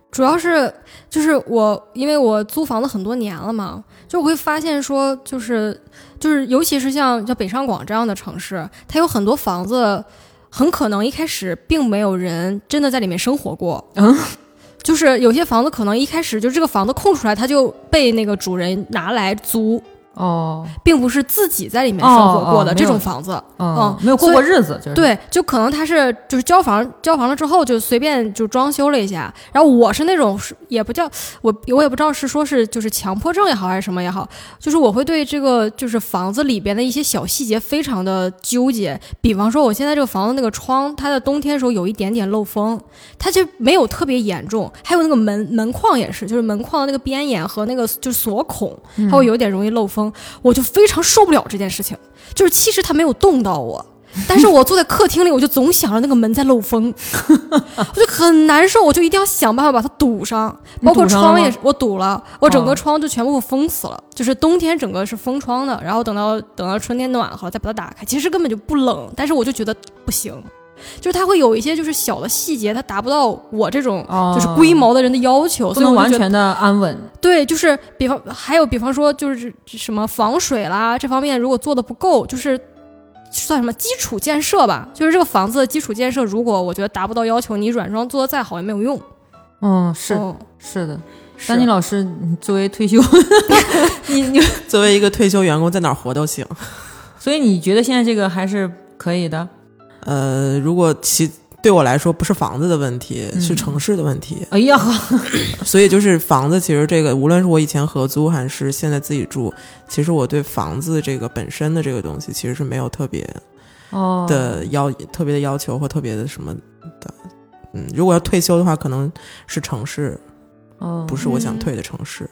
F: 主要是就是我，因为我租房子很多年了嘛，就我会发现说，就是就是，尤其是像像北上广这样的城市，它有很多房子，很可能一开始并没有人真的在里面生活过，
D: 嗯，
F: 就是有些房子可能一开始就这个房子空出来，它就被那个主人拿来租，
D: 哦，
F: 并不是自己在里面生活过的
D: 哦哦没
F: 这
D: 有
F: 种房子，
D: 哦
F: 嗯，
D: 没有过
F: 所以
D: 过日子，就是，
F: 对，就可能他是就是交房交房了之后就随便就装修了一下，然后我是那种是也不叫我我也不知道是说是就是强迫症也好还是什么也好，就是我会对这个就是房子里边的一些小细节非常的纠结。比方说我现在这个房子那个窗，它在冬天的时候有一点点漏风，它就没有特别严重，还有那个门门框也是，就是门框的那个边沿和那个就是锁孔，它
D: 嗯
F: 会有点容易漏风，我就非常受不了这件事情。就是其实它没有动到我，但是我坐在客厅里，我就总想着那个门在漏风， (laughs) 我就很难受，我就一定要想办法把它堵上，
D: 你
F: 包括
D: 堵上了
F: 窗也
D: 吗
F: 是，我堵了，我整
D: 哦
F: 个窗就全部封死了，就是冬天整个是封窗的，然后等到等到春天暖和了再把它打开，其实根本就不冷，但是我就觉得不行，就是它会有一些就是小的细节，它达不到我这种
D: 哦
F: 就是龟毛的人的要求，
D: 不
F: 所以
D: 能
F: 我就
D: 完
F: 觉得
D: 全的安稳。
F: 对，就是比方还有比方说就是什么防水啦这方面，如果做的不够，就是算什么基础建设吧，就是这个房子的基础建设，如果我觉得达不到要求，你软装做的再好也没有用。
D: 嗯，是
F: 哦
D: 是的，
F: 是
E: 啊
D: 丹妮老师你作为退休， (laughs) 你你，
E: 作为一个退休员工，在哪儿活都行。
D: 所以你觉得现在这个还是可以的？
E: 呃，如果其对我来说不是房子的问题，
D: 嗯
E: 是城市的问题。
D: 哎呀， (laughs)
E: 所以就是房子，其实这个无论是我以前合租还是现在自己住，其实我对房子这个本身的这个东西，其实是没有特别
D: 哦，
E: 的要、特别的要求或特别的什么的。嗯，如果要退休的话，可能是城市，
D: 哦，
E: 不是我想退的城市。
D: 嗯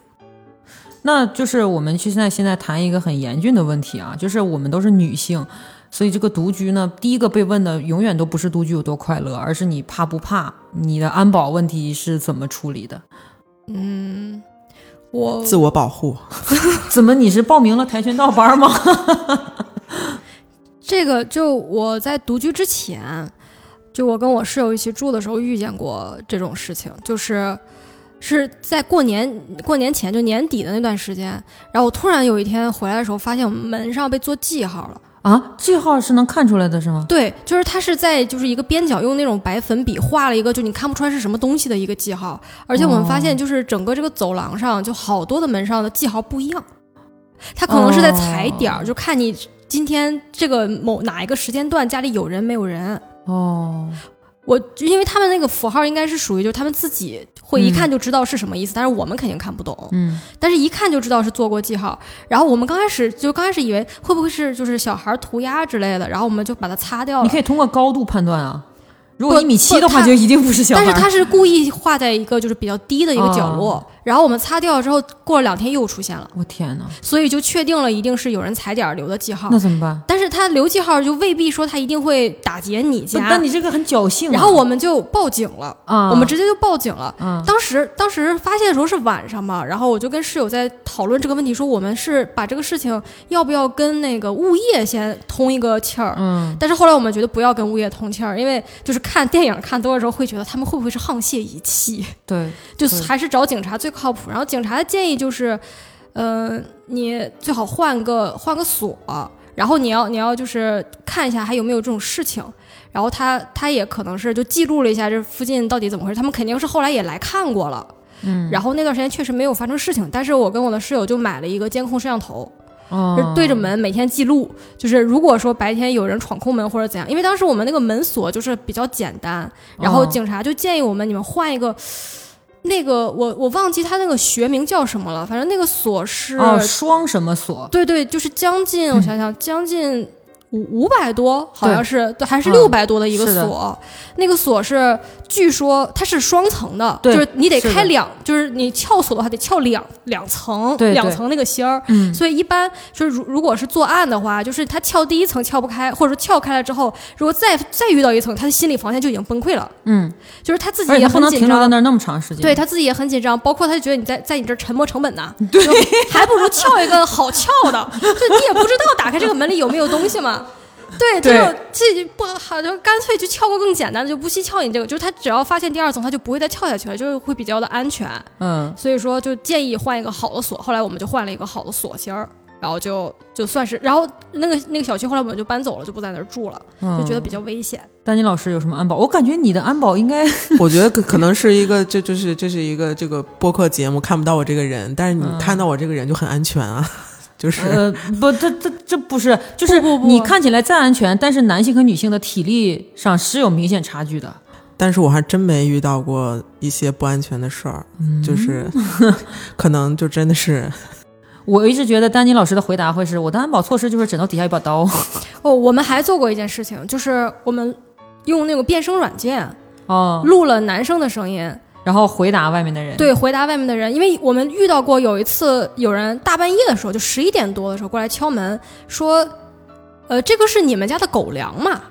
D: 那就是我们去现在现在谈一个很严峻的问题啊，就是我们都是女性，所以这个独居呢，第一个被问的永远都不是独居有多快乐，而是你怕不怕，你的安保问题是怎么处理的？ (laughs)
F: 嗯，
D: 哦
F: 我
E: 自我保护，
D: 怎么你是报名了跆拳道班吗？ (laughs)
F: 这个就我在独居之前，就我跟我室友一起住的时候遇见过这种事情，就是是在过年过年前就年底的那段时间，然后我突然有一天回来的时候，发现我们门上被做记号了。
D: 啊，这号是能看出来的是吗？
F: 对，就是它是在就是一个边角用那种白粉笔画了一个，就你看不出来是什么东西的一个记号。而且我们发现，就是整个这个走廊上，就好多的门上的记号不一样，它可能是在踩点儿，
D: 哦
F: 就看你今天这个某哪一个时间段家里有人没有人。
D: 哦，
F: 我就因为他们那个符号应该是属于，就是他们自己会一
D: 嗯
F: 看就知道是什么意思，但是我们肯定看不懂。
D: 嗯，
F: 但是一看就知道是做过记号。然后我们刚开始就刚开始以为会不会是就是小孩儿涂鸦之类的，然后我们就把它擦掉了。
D: 你可以通过高度判断啊。如果一米七的话，
F: 哦不
D: 就一定不是小孩儿。
F: 但
D: 哦
F: 是他是故意画在一个就是比较低的一个角落，然后我们擦掉之后，过了两天又出现了，
D: 我天哪，
F: 所以就确定了一定是有人踩点儿留的记号
D: 那。怎么办？
F: 但是他留记号就未必说他一定会打劫你
D: 不
F: 家，
D: 但你这个很侥幸啊、
F: 然后我们就报警了，
D: 啊
F: 我们直接就报警了。
D: 啊
F: 当时当时发现的时候是晚上嘛，然后我就跟室友在讨论这个问题，说我们是把这个事情要不要跟那个物业先通一个气儿。
D: 嗯，
F: 但是后来我们觉得不要跟物业通气儿，因为就是看电影看多了之后会觉得他们会不会是沆瀣一气，
D: 对，
F: 就
D: 对
F: 还是找警察最靠谱。然后警察的建议就是，呃，你最好换个换个锁，然后你要你要就是看一下还有没有这种事情。然后他他也可能是就记录了一下这附近到底怎么回事，他们肯定是后来也来看过了。
D: 嗯，
F: 然后那段时间确实没有发生事情，但是我跟我的室友就买了一个监控摄像头，就是
D: 哦，
F: 对着门每天记录，就是如果说白天有人闯空门或者怎样，因为当时我们那个门锁就是比较简单，然后
D: 哦
F: 警察就建议我们你们换一个，那个我我忘记它那个学名叫什么了，反正那个锁是，
D: 哦，嗯双什么锁？
F: 对对，就是将近我想想将近。五五百多，好像是对还是
D: 嗯
F: 六百多的一个
D: 是的
F: 锁，那个锁是据说它是双层的，就
D: 对
F: 是你得
D: 是的
F: 开两，就是你撬锁的话得撬两两层，
D: 对
F: 两
D: 对
F: 层那个芯儿，
D: 嗯，
F: 所以一般就是如如果是作案的话，就是他撬第一层撬不开，或者说撬开了之后，如果再再遇到一层，他的心理防线就已经崩溃了。
D: 嗯，
F: 就是他自己
D: 而且
F: 也
D: 他不
F: 很
D: 能
F: 紧
D: 停留在
F: 张，
D: 那儿那么长时间。
F: 对，他自己也很紧张，包括他就觉得你在在你这儿沉没成本
D: (laughs)
F: 呐，对，还不如撬一个好撬的，就你也不知道打开这个门里有没有东西
D: (laughs)
F: 嘛。对，他
D: 对
F: 就这就不好，就干脆就撬个更简单的，就不惜撬你这个。就是他只要发现第二层，他就不会再撬下去了，就是会比较的安全。
D: 嗯，
F: 所以说就建议换一个好的锁。后来我们就换了一个好的锁芯儿，然后就就算是，然后那个那个小区后来我们就搬走了，就不在那儿住了，
D: 嗯
F: 就觉得比较危险。
D: 丹妮老师有什么安保？我感觉你的安保应
F: (laughs)
D: 该
E: 我觉得可可能是一个，这就是这是一个这个播客节目看不到我这个人，但是
D: 嗯
E: 你看到我这个人就很安全啊， (laughs) 就是、
D: 呃不，这这这不是，就是
F: 不不不
D: 你看起来再安全，但是男性和女性的体力上是有明显差距的。
E: 但是我还真没遇到过一些不安全的事儿，就是可能就真的是
D: 我一直觉得丹妮老师的回答会是我的安保措施就是枕头底下有把
F: (laughs)
D: 刀。
F: 哦，我们还做过一件事情，就是我们用那个变声软件
D: 哦，
F: 录了男生的声音，
D: 然后回答外面的人。，
F: 对，回答外面的人，因为我们遇到过有一次有人大半夜的时候，就十一点多的时候过来敲门，说，呃，这个是你们家的狗粮吗？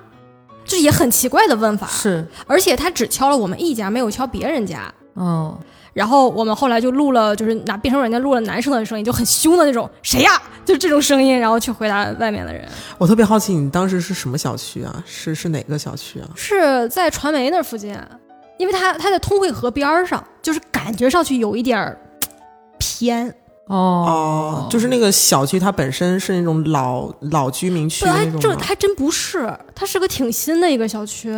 F: 这也很奇怪的问法，
D: 是，
F: 而且他只敲了我们一家，没有敲别人家。
D: 哦，
F: 然后我们后来就录了，就是拿变声软件录了男生的声音，就很凶的那种，谁呀、就是这种声音，然后去回答外面的人。
E: 我特别好奇你当时是什么小区啊？是是哪个小区啊？
F: 是在传媒那儿附近，因为他他在通惠河边儿上，就是感觉上去有一点儿嘖偏。
D: 哦，
E: 就是那个小区，它本身是那种老老居民区
F: 不，还
E: 那种
F: 这
E: 吗？
F: 还真不是，它是个挺新的一个小区，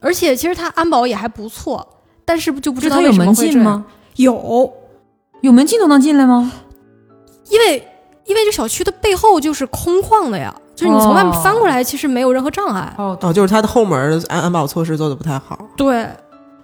F: 而且其实它安保也还不错，但是就不
D: 不
F: 知
D: 是
F: 道
D: 他
F: 为
D: 有
F: 什么
D: 门
F: 会这
D: 禁
F: 样？
D: 吗？
F: 有，
D: 有门禁都能进来吗？
F: 因为因为这小区的背后就是空旷的呀，就是你从外面翻过来，其实没有任何障碍。
D: 哦，
E: 哦，就是它的后门儿安安保措施做的不太好。
F: 对，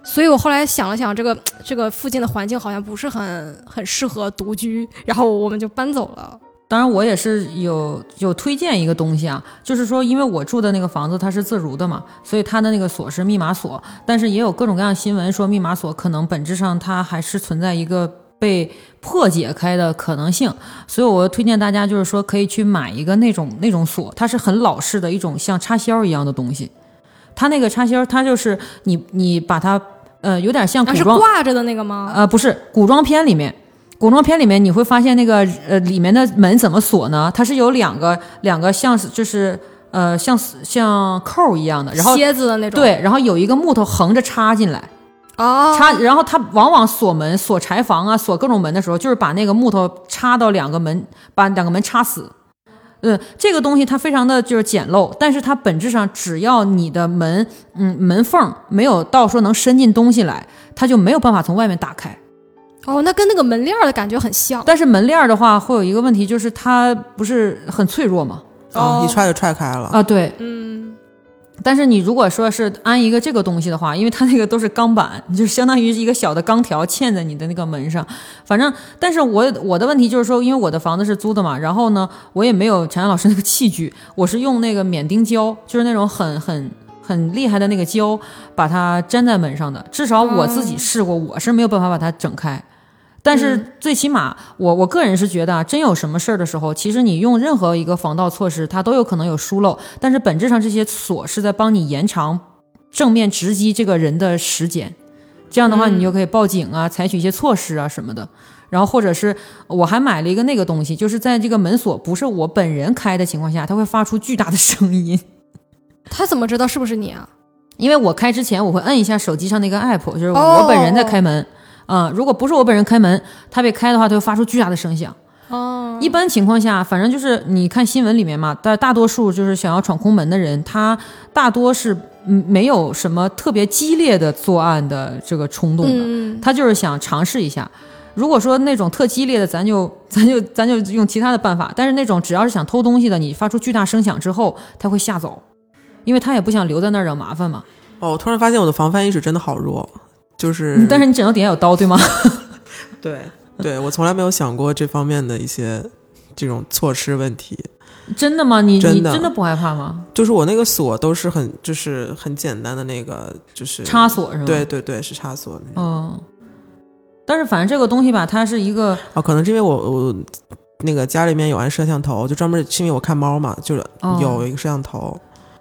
F: 所以我后来想了想，这个这个附近的环境好像不是很很适合独居，然后我们就搬走了。
D: 当然，我也是有有推荐一个东西啊，就是说，因为我住的那个房子它是自如的嘛，所以它的那个锁是密码锁，但是也有各种各样的新闻说密码锁可能本质上它还是存在一个被破解开的可能性，所以我推荐大家就是说可以去买一个那种那种锁，它是很老式的一种像插销一样的东西，它那个插销它就是你你把它呃有点像
F: 那、
D: 古
F: 是
D: 装
F: 挂着的那个吗？
D: 呃，不是古装片里面，古装片里面你会发现那个呃里面的门怎么锁呢？它是有两个两个像是就是呃像像扣儿一样的，然后
F: 蝎子的那种。，
D: 对，然后有一个木头横着插进来，
F: 哦，
D: 插，然后它往往锁门、锁柴房啊、锁各种门的时候，就是把那个木头插到两个门，把两个门插死。嗯，这个东西它非常的就是简陋，但是它本质上只要你的门，嗯，门缝没有到说能伸进东西来，它就没有办法从外面打开。
F: 哦，那跟那个门链儿的感觉很像。
D: 但是门链儿的话，会有一个问题，就是它不是很脆弱嘛？
E: 啊、
F: 哦
E: 一踹就踹开了。
D: 啊，对。
F: 嗯，
D: 但是你如果说是安一个这个东西的话，因为它那个都是钢板， (laughs) 就是相当于一个小的钢条嵌在你的那个门上。反正，但是我我的问题就是说，因为我的房子是租的嘛，然后呢，我也没有陈阳老师那个器具，我是用那个免钉胶，就是那种很很。很厉害的那个胶把它粘在门上的。至少我自己试过，我是没有办法把它整开。但是最起码我我个人是觉得啊，真有什么事儿的时候，其实你用任何一个防盗措施，它都有可能有疏漏，但是本质上这些锁是在帮你延长正面直击这个人的时间。这样的话，你就可以报警啊，采取一些措施啊什么的。然后或者是我还买了一个那个东西，就是在这个门锁不是我本人开的情况下，它会发出巨大的声音。 (laughs)
F: 他怎么知道是不是你啊？
D: 因为我开之前我会摁一下手机上那个 app，就是
F: 哦
D: 我本人在开门。啊、如果不是我本人开门，它被开的话，它会发出巨大的声响。
F: 哦，
D: 一般情况下，反正就是你看新闻里面嘛，但大多数就是想要闯空门的人，他大多是嗯没有什么特别激烈的作案的这个冲动的，
F: 嗯，
D: 他就是想尝试一下。如果说那种特激烈的，咱就 (laughs) 咱就咱就用其他的办法。但是那种只要是想偷东西的，你发出巨大声响之后，他会吓走，因为他也不想留在那儿惹麻烦嘛。
E: 哦，我突然发现我的防范意识真的好弱，就是，
D: (laughs) 嗯但是你枕头底下有刀，对吗？ (laughs)
E: 对对，我从来没有想过这方面的一些这种措施问题。
D: 真的吗？你你
E: 真的
D: 真的不害怕吗？
E: 就是我那个锁都是很就是很简单的那个，就是
D: 插锁是吗？
E: 对，对对，是插锁那种。
D: 嗯。但是反正这个东西吧，它是一个
E: 哦，可能是因为我我那个家里面有安摄像头，就专门是因为我看猫嘛，就是
D: 哦
E: 有一个摄像头。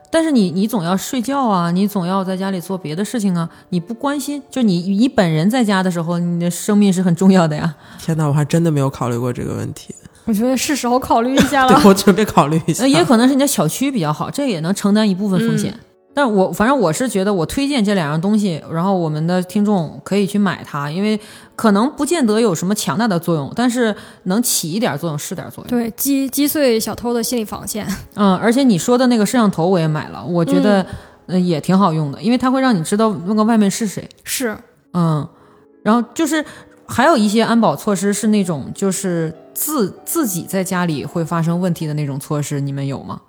D: 但是你你总要睡觉啊，你总要在家里做别的事情啊，你不关心，就你你本人在家的时候，你的生命是很重要的呀。
E: 天哪，我还真的没有考虑过这个问题，
F: 我觉得是时候考虑一下
E: 对
F: 了。
E: 我准备考虑一下。
D: 那啊呃也可能是你的小区比较好，这也能承担一部分风险。但我反正我是觉得，我推荐这两样东西，然后我们的听众可以去买它，因为可能不见得有什么强大的作用，但是能起一点作用是点作用。
F: (laughs) 对，击击碎小偷的心理防线。
D: 嗯，而且你说的那个摄像头我也买了，我觉得、呃也挺好用的，因为它会让你知道那个外面是谁。
F: 是，
D: 嗯，然后就是还有一些安保措施是那种就是自自己在家里会发生问题的那种措施，你们有吗？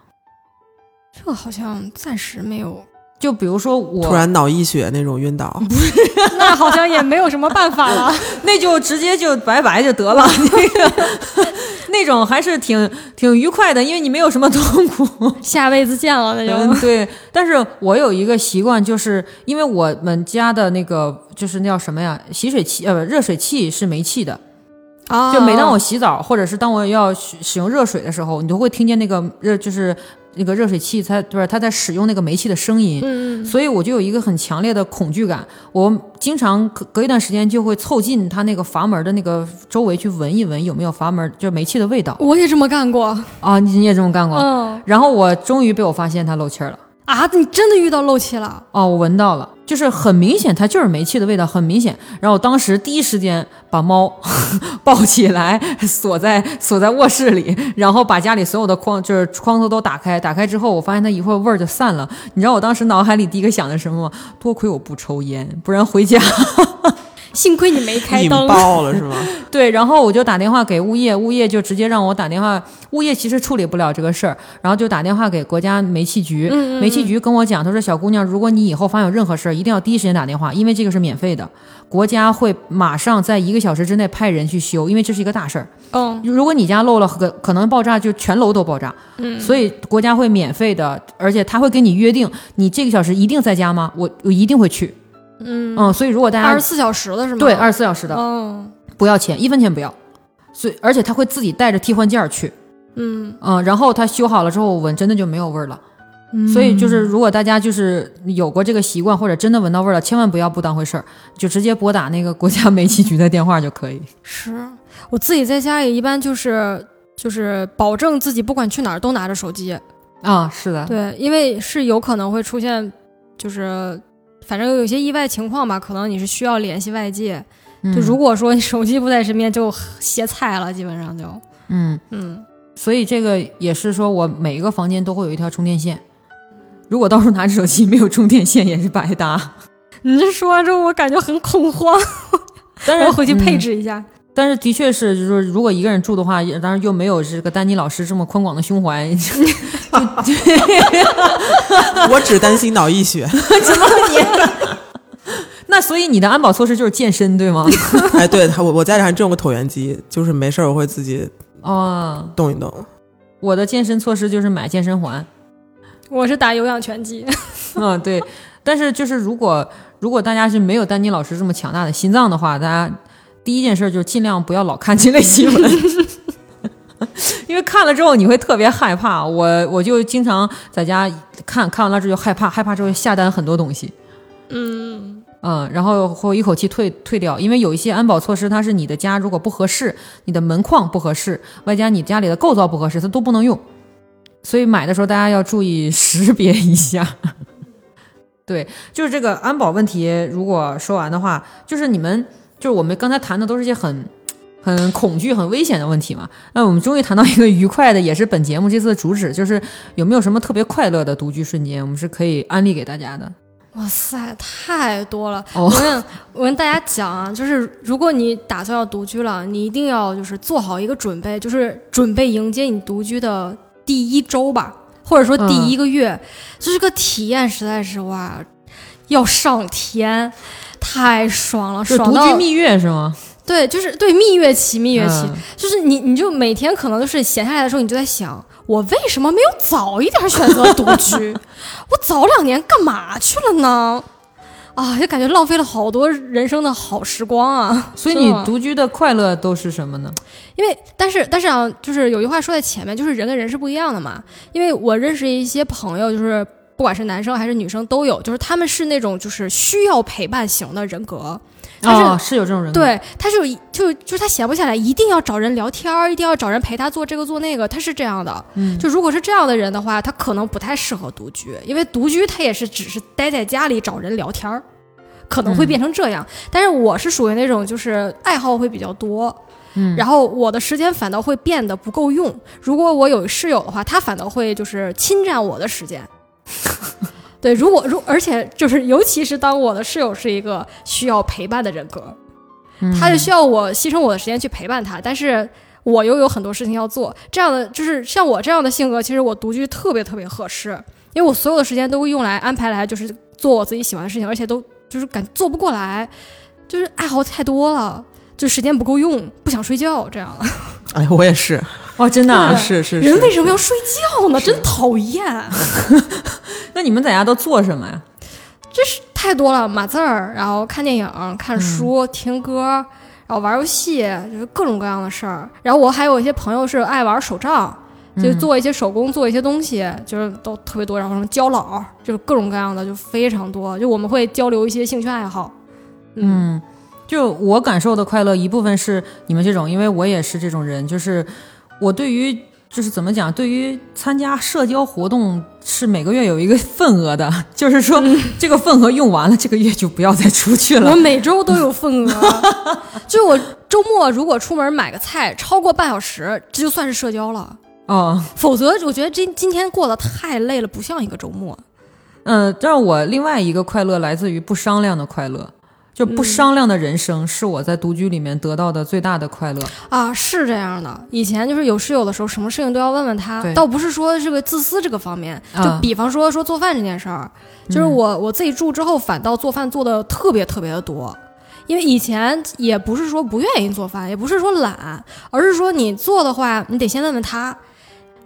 F: 这个哦好像暂时没有，
D: 就比如说我
E: 突然脑溢血那种晕倒，
F: (laughs) 那好像也没有什么办法了。
D: 那就直接就拜拜就
E: (laughs)
D: 得了，那个那种还是挺挺愉快的，因为你没有什么痛
E: (laughs)
D: 苦。
F: (laughs) 下辈子见了，
E: 哎
F: 那
D: 嗯
F: 就。，
D: 对。但是我有一个习惯，就是因为我们家的那个就是那叫什么呀，洗水器呃不热水器是煤气的，
F: 啊
D: 就每当我洗澡或者是当我要使使用热水的时候，你都会听见那个热就是那个热水器它不是它在使用那个煤气的声音。
F: 嗯，嗯
D: 所以我就有一个很强烈的恐惧感。我经常隔隔一段时间就会凑近它那个阀门的那个周围去闻一闻有没有阀门就是煤气的味道
F: 我也这么干过。
D: 啊！你你也这么干过？
F: 嗯
D: 然后我终于被我发现它漏气儿了。
F: 啊，你真的遇到漏气了？
D: 哦，我闻到了，就是很明显，它就是煤气的味道，很明显。然后我当时第一时间把猫 (laughs) 抱起来，锁在锁在卧室里，然后把家里所有的框就是窗户都打开。打开之后，我发现它一会儿味儿就散了。你知道我当时脑海里第一个想的是什么吗？多亏我不抽烟，不然回家。
F: 幸亏你没开
E: 引
F: 灯。
D: (laughs)
E: 爆了是吗？
D: 对，然后我就打电话给物业，物业就直接让我打电话。物业其实处理不了这个事儿，然后就打电话给国家煤气局。
F: 嗯
D: 煤气局跟我讲，他说：“小姑娘，如果你以后发现有任何事儿，一定要第一时间打电话，因为这个是免费的，国家会马上在一个小时之内派人去修，因为这是一个大事儿。
F: 嗯，
D: 如果你家漏了，可可能爆炸，就全楼都爆炸。嗯，所以国家会免费的，而且他会跟你约定，你这个小时一定在家吗？我我一定会去。嗯所以如果大家
F: 二十四小时的是吗？
D: 对二十四小时的，
F: 嗯
D: 不要钱，一分钱不要。所以，而且他会自己带着替换件儿去，
F: 嗯，
D: 嗯，然后他修好了之后，我闻真的就没有味儿了。嗯所以就是，
F: 嗯
D: 如果大家就是有过这个习惯，或者真的闻到味儿了，千万不要不当回事儿，就直接拨打那个国家煤气局的电话就可以。
F: 是我自己在家里一般就是就是保证自己不管去哪儿都拿着手机。
D: (laughs) 啊，是的，
F: 对，因为是有可能会出现，就是反正有些意外情况吧，可能你是需要联系外界。
D: 嗯
F: 就如果说你手机不在身边，就歇菜了，基本上就
D: 嗯，
F: 嗯，
D: 所以这个也是说我每一个房间都会有一条充电线，如果到处拿着手机没有充电线也是白搭。
F: 你这说完之后，我感觉很恐慌，
D: 当嗯
F: 我要回去配
D: 置。
F: 置一下。
D: 但是的确是，就是说如果一个人住的话，也当然又没有这个丹妮老师这么宽广的胸怀，就就 (laughs)
E: 我只担心脑溢血。 (laughs)
D: 那所以你的安保措施就是健身，对吗？
E: 哎，对，我我家里还种个椭圆机，就是没事儿我会自己
D: 哦，
E: 动一动。
D: 我的健身措施就是买健身环， (laughs)
F: 我是打有氧拳击，
D: 嗯，对。但是就是如果如果大家是没有丹妮老师这么强大的心脏的话，大家第一件事就是尽量不要老看这类新闻。 (laughs) 因为看了之后你会特别害怕，我我就经常在家看看完了之后就害怕，害怕之后下单很多东西，
F: 嗯，
D: 嗯，然后会一口气退退掉，因为有一些安保措施，它是你的家如果不合适，你的门框不合适，外加你家里的构造不合适，它都不能用。所以买的时候大家要注意识别一下。 (laughs) 对，就是这个安保问题，如果说完的话，就是你们就是我们刚才谈的都是一些很。很恐惧、很危险的问题嘛？那我们终于谈到一个愉快的，也是本节目这次的主旨，就是有没有什么特别快乐的独居瞬间，我们是可以安利给大家的。 (laughs)
F: 哇塞，太多了。
D: 哦
F: 我跟 (laughs) 我跟大家讲啊，就是如果你打算要独居了，你一定要就是做好一个准备，就是准备迎接你独居的第一周吧，或者说第一个月，就这个体验实在是哇，要上天，太爽了，
D: 就是
F: 啊爽
D: 独
F: 到
D: 居蜜月是吗？
F: 对，就是对蜜月期，蜜月期，
D: 嗯
F: 就是你你就每天可能就是闲下来的时候，你就在想，我为什么没有早一点选择独
D: (laughs)
F: 居？我早两年干嘛去了呢？啊，就感觉浪费了好多人生的好时光啊！
D: 所以
F: 真
D: 你
F: 的
D: 独居的快乐都是什么呢？
F: 因为但是但是啊，就是有句话说在前面，就是人跟人是不一样的嘛。因为我认识一些朋友，就是不管是男生还是女生都有，就是他们是那种就是需要陪伴型的人格，但啊是
D: 哦，是有这种人格，
F: 对，他是有一就就是他闲不下来，一定要找人聊天儿，一定要找人陪他做这个做那个，他是这样的。
D: 嗯
F: 就如果是这样的人的话，他可能不太适合独居，因为独居他也是只是待在家里找人聊天儿，可能会
D: 嗯
F: 变成这样。但是我是属于那种就是爱好会比较多。
D: 嗯
F: 然后我的时间反倒会变得不够用。如果我有室友的话，他反倒会就是侵占我的时间。 (laughs) 对，如果如而且就是，尤其是当我的室友是一个需要陪伴的人格，
D: 嗯
F: 他就需要我牺牲我的时间去陪伴他，但是我又有很多事情要做。这样的就是像我这样的性格，其实我独居特别特别合适，因为我所有的时间都会用来安排来就是做我自己喜欢的事情，而且都就是感做不过来，就是爱好太多了。就时间不够用，不想睡觉，这样、
E: 哎，我也是，
D: 哦，真的啊、
E: 我是是
F: 人为
E: 是，
F: 什么要睡觉呢？真讨厌，
D: 那你们在家都做什么呀？
F: 这是太多了。码字儿，然后看电影、看书、听歌，然后玩游戏，就是各种各样的事儿。然后我还有一些朋友是爱玩手账，就
D: 嗯
F: 做一些手工，做一些东西，就是都特别多。然后什么交老，就是各种各样的，就非常多。就我们会交流一些兴趣爱好。嗯，
D: 嗯，就我感受的快乐，一部分是你们这种，因为我也是这种人，就是我对于就是怎么讲，对于参加社交活动是每个月有一个份额的，就是说、
F: 嗯
D: 这个份额用完了，这个月就不要再出去
F: 我
D: 了。
F: 每周都有份额， (laughs) 就我周末如果出门买个菜超过半小时，这就算是社交了。
D: 哦，
F: 否则，我觉得今今天过得太累了，不像一个周末。
D: 嗯，让我另外一个快乐来自于不商量的快乐。就不商量的人生是我在独居里面得到的最大的快乐。
F: 啊，是这样的。以前就是有室友的时候，什么事情都要问问他
D: 对，
F: 倒不是说这个自私这个方面，
D: 啊
F: 就比方说说做饭这件事儿，
D: 嗯
F: 就是我、我自己住之后，反倒做饭做的特别特别的多。因为以前也不是说不愿意做饭，也不是说懒，而是说你做的话，你得先问问他，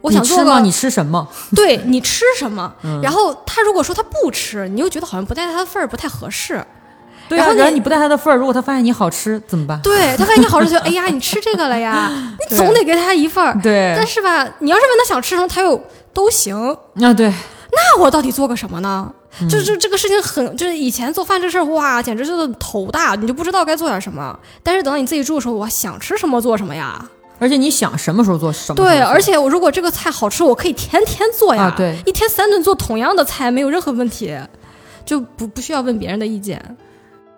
F: 我想
D: 你
F: 做
D: 吃
F: 个
D: 吗？你嗯吃什么？
F: 对你吃什么，然后他如果说他不吃，你又觉得好像不带他的份儿，不太合适。
D: 对啊，
F: 然后你
D: 然后你不带他的份儿，如果他发现你好吃怎么办？
F: 对他发现你好吃，就哎呀，你吃这个
D: (laughs)
F: 了呀，你总得给他一份儿。
D: 对
F: 但是吧，你要是问他想吃什么，他又都行。
D: 啊，对，
F: 那我到底做个什么呢？
D: 嗯
F: 就就这个事情很，就是以前做饭这事儿，哇，简直就是头大，你就不知道该做点什么。但是等到你自己住的时候，我想吃什么做什么呀。
D: 而且你想什么时候做什么时候做？
F: 对，而且我如果这个菜好吃，我可以天天做
D: 嗯
F: 呀，
D: 啊对
F: 一天三顿做同样的菜没有任何问题，就不不需要问别人的意见。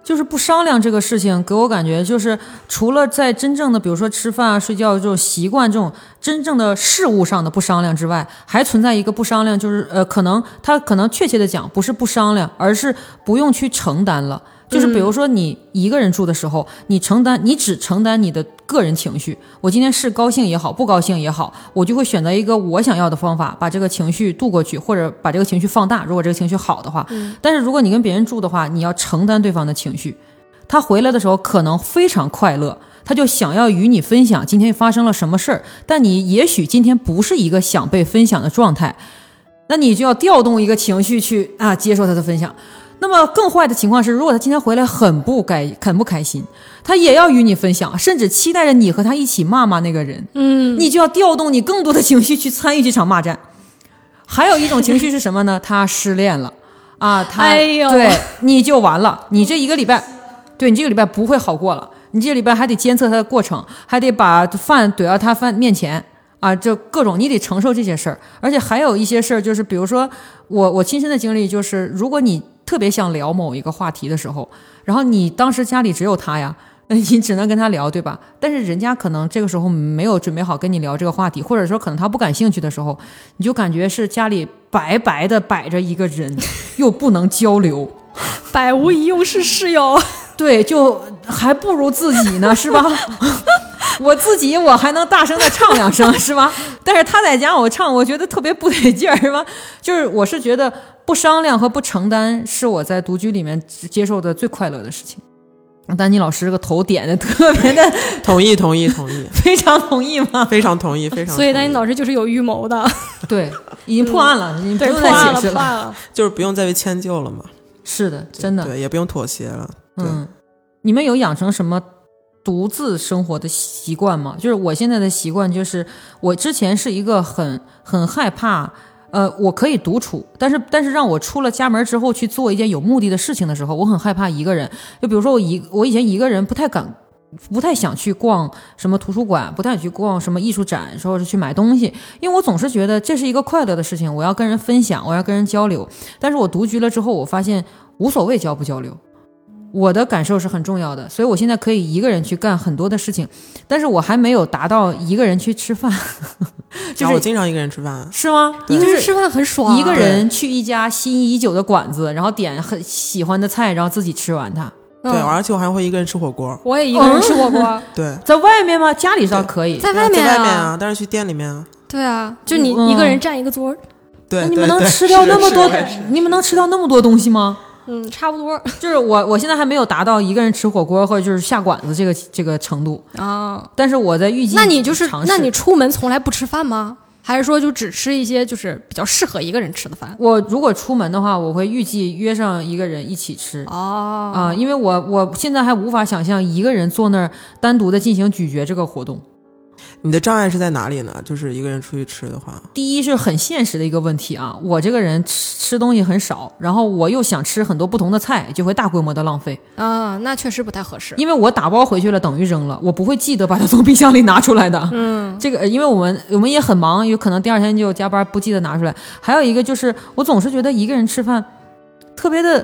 D: 就是不商量这个事情，给我感觉就是除了在真正的比如说吃饭啊、睡觉这种习惯这种真正的事物上的不商量之外，还存在一个不商量，就是呃，可能他可能确切的讲不是不商量，而是不用去承担了。就是比如说你一个人住的时候，你承担，你只承担你的个人情绪。我今天是高兴也好，不高兴也好，我就会选择一个我想要的方法，把这个情绪度过去，或者把这个情绪放大。如果这个情绪好的话，但是如果你跟别人住的话，你要承担对方的情绪。他回来的时候可能非常快乐，他就想要与你分享今天发生了什么事儿，但你也许今天不是一个想被分享的状态。那你就要调动一个情绪去啊接受他的分享。那么更坏的情况是，如果他今天回来很不该很不开心，他也要与你分享，甚至期待着你和他一起骂骂那个人。
F: 嗯，
D: 你就要调动你更多的情绪去参与这场骂战。还有一种情绪是什么呢？他失恋了啊，他、
F: 哎呦
D: 对你就完了，你这一个礼拜，对你这个礼拜不会好过了，你这个礼拜还得监测他的过程，还得把饭怼到他饭面前。啊，这各种你得承受这些事儿，而且还有一些事儿，就是比如说我我亲身的经历，就是如果你特别想聊某一个话题的时候，然后你当时家里只有他呀，那你只能跟他聊，对吧？但是人家可能这个时候没有准备好跟你聊这个话题，或者说可能他不感兴趣的时候，你就感觉是家里白白的摆着一个人，又不能交流，
F: 百无一用是室友，
D: 对，就还不如自己呢，是吧？ (laughs) 我自己我还能大声的唱两声，是吧？但是他在家我唱，我觉得特别不得劲儿，是吧？就是我是觉得不商量和不承担是我在独居里面接受的最快乐的事情。丹妮老师这个头点的特别的，
E: 同意同意同意
D: 非常同意吗？
E: 非常
D: (laughs)
E: 同意非常同意。
F: 所以丹妮老师就是有预谋的，
D: 对，已经破案了，已经不
F: (laughs) 对，
D: 用
F: 破
D: 再
F: 案
D: 解
F: 了，
D: 释
F: 破
D: 了。
F: 案了。
E: 就是不用再被迁就了嘛，
D: 是的，真的，
E: 对，也不用妥协了。对，
D: 嗯，你们有养成什么独自生活的习惯吗？就是我现在的习惯就是，我之前是一个很很害怕，呃，我可以独处，但是但是让我出了家门之后去做一件有目的的事情的时候，我很害怕一个人。就比如说我一我以前一个人不太敢。不太想去逛什么图书馆，不太想去逛什么艺术展，或者是去买东西，因为我总是觉得这是一个快乐的事情，我要跟人分享，我要跟人交流。但是我独居了之后，我发现无所谓交不交流，我的感受是很重要的，所以我现在可以一个人去干很多的事情，但是我还没有达到一个人去吃饭， (laughs) 就
E: 然后我
D: 是
E: 经常一个人吃饭，
D: 是吗？
F: 一
D: 就
F: 个人
D: 是
F: 吃饭很爽，啊
D: 一个人去一家心仪已久的馆子，然后点很喜欢的菜，然后自己吃嗯完它，
F: 嗯
E: 对，而且我还会一个人吃火锅，
F: 我也一个人吃火锅，
E: 对，
D: 在外面吗？家里倒可以，
F: 在
E: 在
F: 面
E: 外面
F: 啊，
E: 啊，但是去店里面啊，
F: 对啊，就你
D: 嗯
F: 一个人占一个桌儿，
E: 对，
D: 那你们
E: 对
D: 能
E: 对
D: 吃掉
E: 是
D: 那么
E: 是
D: 多
E: 是，
D: 你们能吃掉那么多东西吗？
F: 嗯，差不 (laughs) 多
D: 就是我，我现在还没有达到一个人吃火锅或者就是下馆子这个这个程度，
F: 啊。
D: 但是我在预计，
F: 那你就是，
D: 尝试
F: 那你出门从来不吃饭吗？还是说就只吃一些就是比较适合一个人吃的饭？
D: 我如果出门的话，我会预计约上一个人一起吃。
F: 哦，
D: 啊、因为我我现在还无法想象一个人坐那儿单独的进行咀嚼这个活动。
E: 你的障碍是在哪里呢？就是一个人出去吃的话，
D: 第一是很现实的一个问题啊，我这个人吃吃东西很少，然后我又想吃很多不同的菜，就会大规模的浪费，
F: 啊，那确实不太合适。
D: 因为我打包回去了等于扔了，我不会记得把它从冰箱里拿出来的。
F: 嗯，
D: 这个，呃因为我们我们也很忙，有可能第二天就加班，不记得拿出来。还有一个就是，我总是觉得一个人吃饭特别的，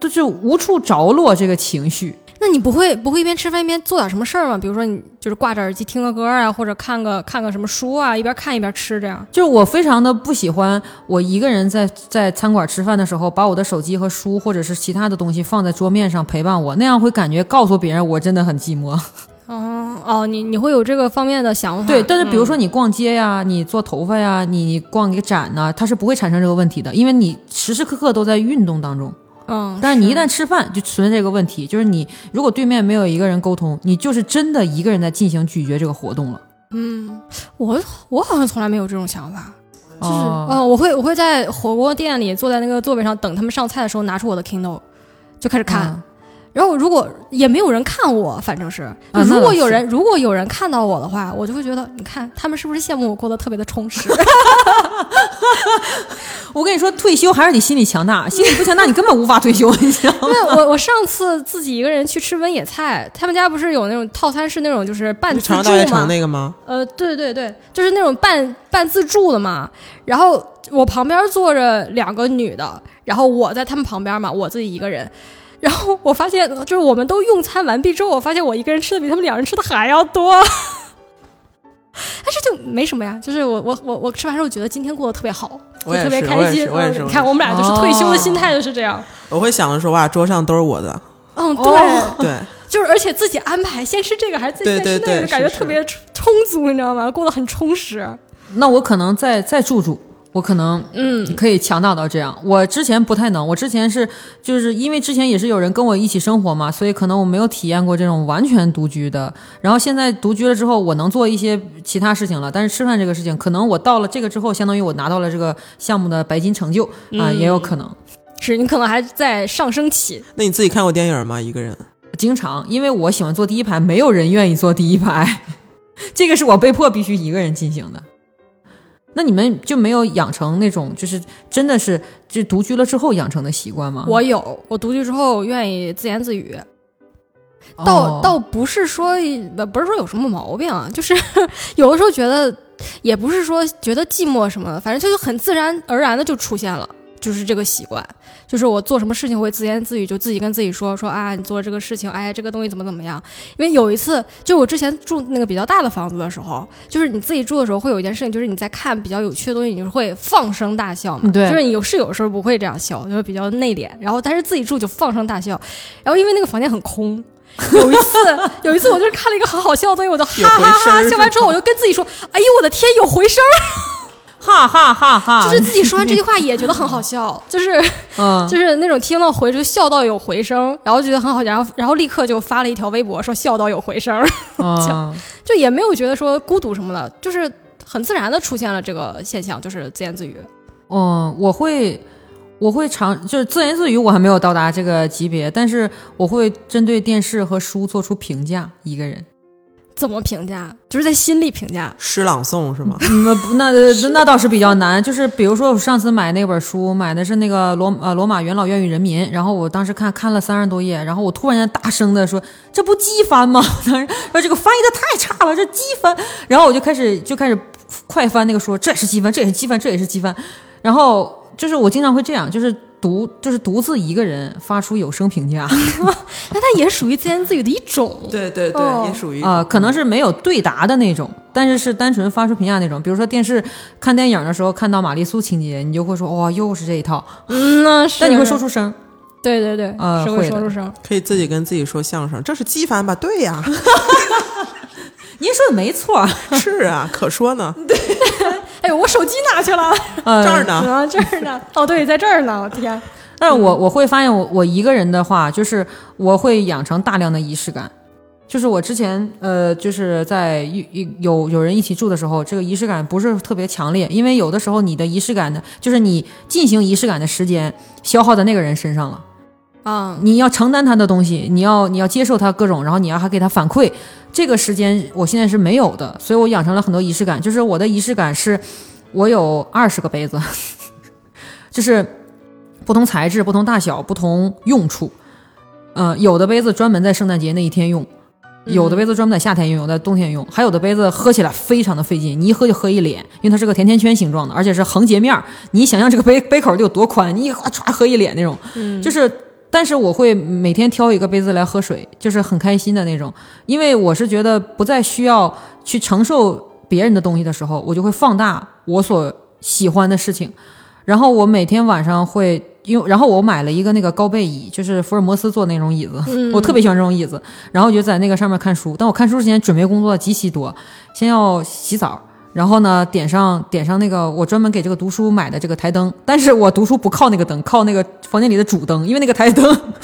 D: 就是无处着落这个情绪。
F: 那你不会不会一边吃饭一边做点什么事儿吗？比如说你就是挂着耳机听个歌啊，或者看个看个什么书啊，一边看一边吃这样。
D: 就是我非常的不喜欢我一个人在在餐馆吃饭的时候，把我的手机和书或者是其他的东西放在桌面上陪伴我，那样会感觉告诉别人我真的很寂寞。
F: 哦哦，你你会有这个方面的想法？
D: 对，但是
F: 嗯
D: 比如说你逛街呀、你做头发呀、你逛一个展呐、它是不会产生这个问题的，因为你时时刻刻都在运动当中。
F: 嗯，
D: 但是你一旦吃饭，就存在这个问题，就是你如果对面没有一个人沟通，你就是真的一个人在进行咀嚼这个活动了。
F: 嗯，我我好像从来没有这种想法。就是，
D: 哦
F: 嗯、我会我会在火锅店里坐在那个座位上等他们上菜的时候，拿出我的 Kindle 就开始
D: 嗯
F: 看。
D: 啊
F: 然后如果也没有人看我，反正是，
D: 那
F: 如
D: 倒
F: 果
D: 是
F: 有人如果有人看到我的话，我就会觉得，你看他们是不是羡慕我过得特别的
D: (laughs)
F: 充实？
D: 我跟你说，退休还是得心理强大，心理不强大你根本无法退休，你知道吗？ (laughs)
F: 因为我我上次自己一个人去吃温野菜，他们家不是有那种套餐是那种就是半
E: 就
F: 自助
E: 长
F: 吗？
E: 安大悦城那个吗？
F: 呃，对对对，就是那种半半自助的嘛。然后我旁边坐着两个女的，然后我在她们旁边嘛，我自己一个人。然后我发现，就是我们都用餐完毕之后，我发现我一个人吃的比他们两人吃的还要多。 (laughs) 但是就没什么呀，就是我我我我吃完之后觉得今天过得特别好，就
E: 我也
F: 特别
E: 是我
F: 开
E: 也
F: 心。
E: 是我也
F: 嗯
E: 是
F: 你
E: 我
F: 看
E: 也
F: 我们俩就是退休的心
D: 哦
F: 态就是这样。
E: 我会想着说哇，桌上都是我的，
F: 嗯，对，
D: 哦
E: 对， (laughs)
F: 就是而且自己安排，先吃这个还是
E: 对
F: 先吃
E: 对
F: 那个，
E: 对
F: 感觉
E: 是
F: 特别充充足，你知道吗？过得很充实。
D: 那我可能再再住住，我可能
F: 嗯，
D: 可以强大到这样。我之前不太能，我之前是就是因为之前也是有人跟我一起生活嘛，所以可能我没有体验过这种完全独居的。然后现在独居了之后，我能做一些其他事情了，但是吃饭这个事情，可能我到了这个之后，相当于我拿到了这个项目的白金成就啊、也有可能。
F: 是你可能还在上升期，
E: 那你自己看过电影吗？一个人？
D: 经常因为我喜欢坐第一排，没有人愿意坐第一排， (laughs) 这个是我被迫必须一个人进行的。那你们就没有养成那种就是真的是就独居了之后养成的习惯吗？
F: 我有，我独居之后愿意自言自语，倒、
D: 哦
F: 倒不是说呃不是说有什么毛病啊，就是 (laughs) 有的时候觉得也不是说觉得寂寞什么的，反正就是很自然而然的就出现了，就是这个习惯，就是我做什么事情会自言自语，就自己跟自己说说啊，你做这个事情，哎，这个东西怎么怎么样。因为有一次，就我之前住那个比较大的房子的时候，就是你自己住的时候会有一件事情，就是你在看比较有趣的东西，你就会放声大笑嘛。
D: 对
F: 就是你有室友的时候不会这样笑，就是比较内敛，然后但是自己住就放声大笑，然后因为那个房间很空。有一次，有一次我就是看了一个很好笑的东西，我就哈哈
E: 有回
F: 哈
E: 声儿
F: 笑完之后，我就跟自己说：“哎呦我的天，有回声儿！”
D: 哈哈哈哈，
F: (laughs)
E: 啊
F: 就是自己说完这句话也觉得很好
E: (laughs)
F: 笑，就是
D: 嗯，
F: (laughs) 就是那种听到回就笑到有回声，然后觉得很好笑，然后然后立刻就发了一条微博说笑到有回声，
D: 嗯
F: 就也没有觉得说孤独什么的，就是很自然的出现了这个现象，就是自言自语。
D: 嗯，我会，我会尝，就是自言自语，我还没有到达这个级别，但是我会针对电视和书做出评价。一个人，
F: 怎么评价？就是在心里评价。
E: 诗朗诵是吗？
D: 那嗯不那呃那倒是比较难。就是比如说，我上次买那本书，买的是那个罗呃罗马元老院与人民，然后我当时看看了三十多页，然后我突然间大声的说：“这不机翻吗？” (laughs) 当时说这个翻译的太差了，这机翻。然后我就开始就开始快翻那个说：“这也是机翻，这也是机翻，这也是机翻。”然后就是我经常会这样，就是独就是独自一个人发出有声评价。
F: 那它也属于自言自语的一种。
E: 对对对，
F: 哦
E: 也属于
D: 呃，可能是没有对答的那种，但是是单纯发出评价那种。比如说电视看电影的时候看到玛丽苏情节，你就会说哇、又是这一套，
F: 嗯，那是。
D: 但你会说出声。
F: 对对对，
D: 呃
F: 是
D: 会
F: 会
D: 的
F: 说出声。
E: 可以自己跟自己说相声，这是机翻吧？对呀，
D: 您说的没错儿，
E: 是啊，可说呢，
F: 哎呦，我手机哪去了？
E: 这儿呢，
F: 啊，这儿呢。哦，对，在这儿呢。我天，
D: 呃但是我我会发现我我一个人的话，就是我会养成大量的仪式感。就是我之前呃，就是在一一有有人一起住的时候，这个仪式感不是特别强烈，因为有的时候你的仪式感的，就是你进行仪式感的时间消耗在那个人身上了。
F: 啊、
D: 你要承担他的东西，你要你要接受他各种，然后你要还给他反馈。这个时间我现在是没有的，所以我养成了很多仪式感。就是我的仪式感是，我有二十个杯子， (laughs) 就是不同材质、不同大小、不同用处。呃，有的杯子专门在圣诞节那一天用，有的杯子专门在夏天用，有的在冬天用，还有的杯子喝起来非常的费劲，你一喝就喝一脸，因为它是个甜甜圈形状的，而且是横截面儿。你想象这个杯 (laughs) 杯口得有多宽，你一哗唰喝一脸那种，就是。但是我会每天挑一个杯子来喝水，就是很开心的那种，因为我是觉得不再需要去承受别人的东西的时候，我就会放大我所喜欢的事情。然后我每天晚上会因为，然后我买了一个那个高背椅，就是福尔摩斯做那种椅子，我特别喜欢这种椅子。然后我就在那个上面看书，但我看书之前准备工作极其多，先要洗澡。然后呢，点上点上那个我专门给这个读书买的这个台灯，但是我读书不靠那个灯，靠那个房间里的主灯，因为那个台灯 (laughs)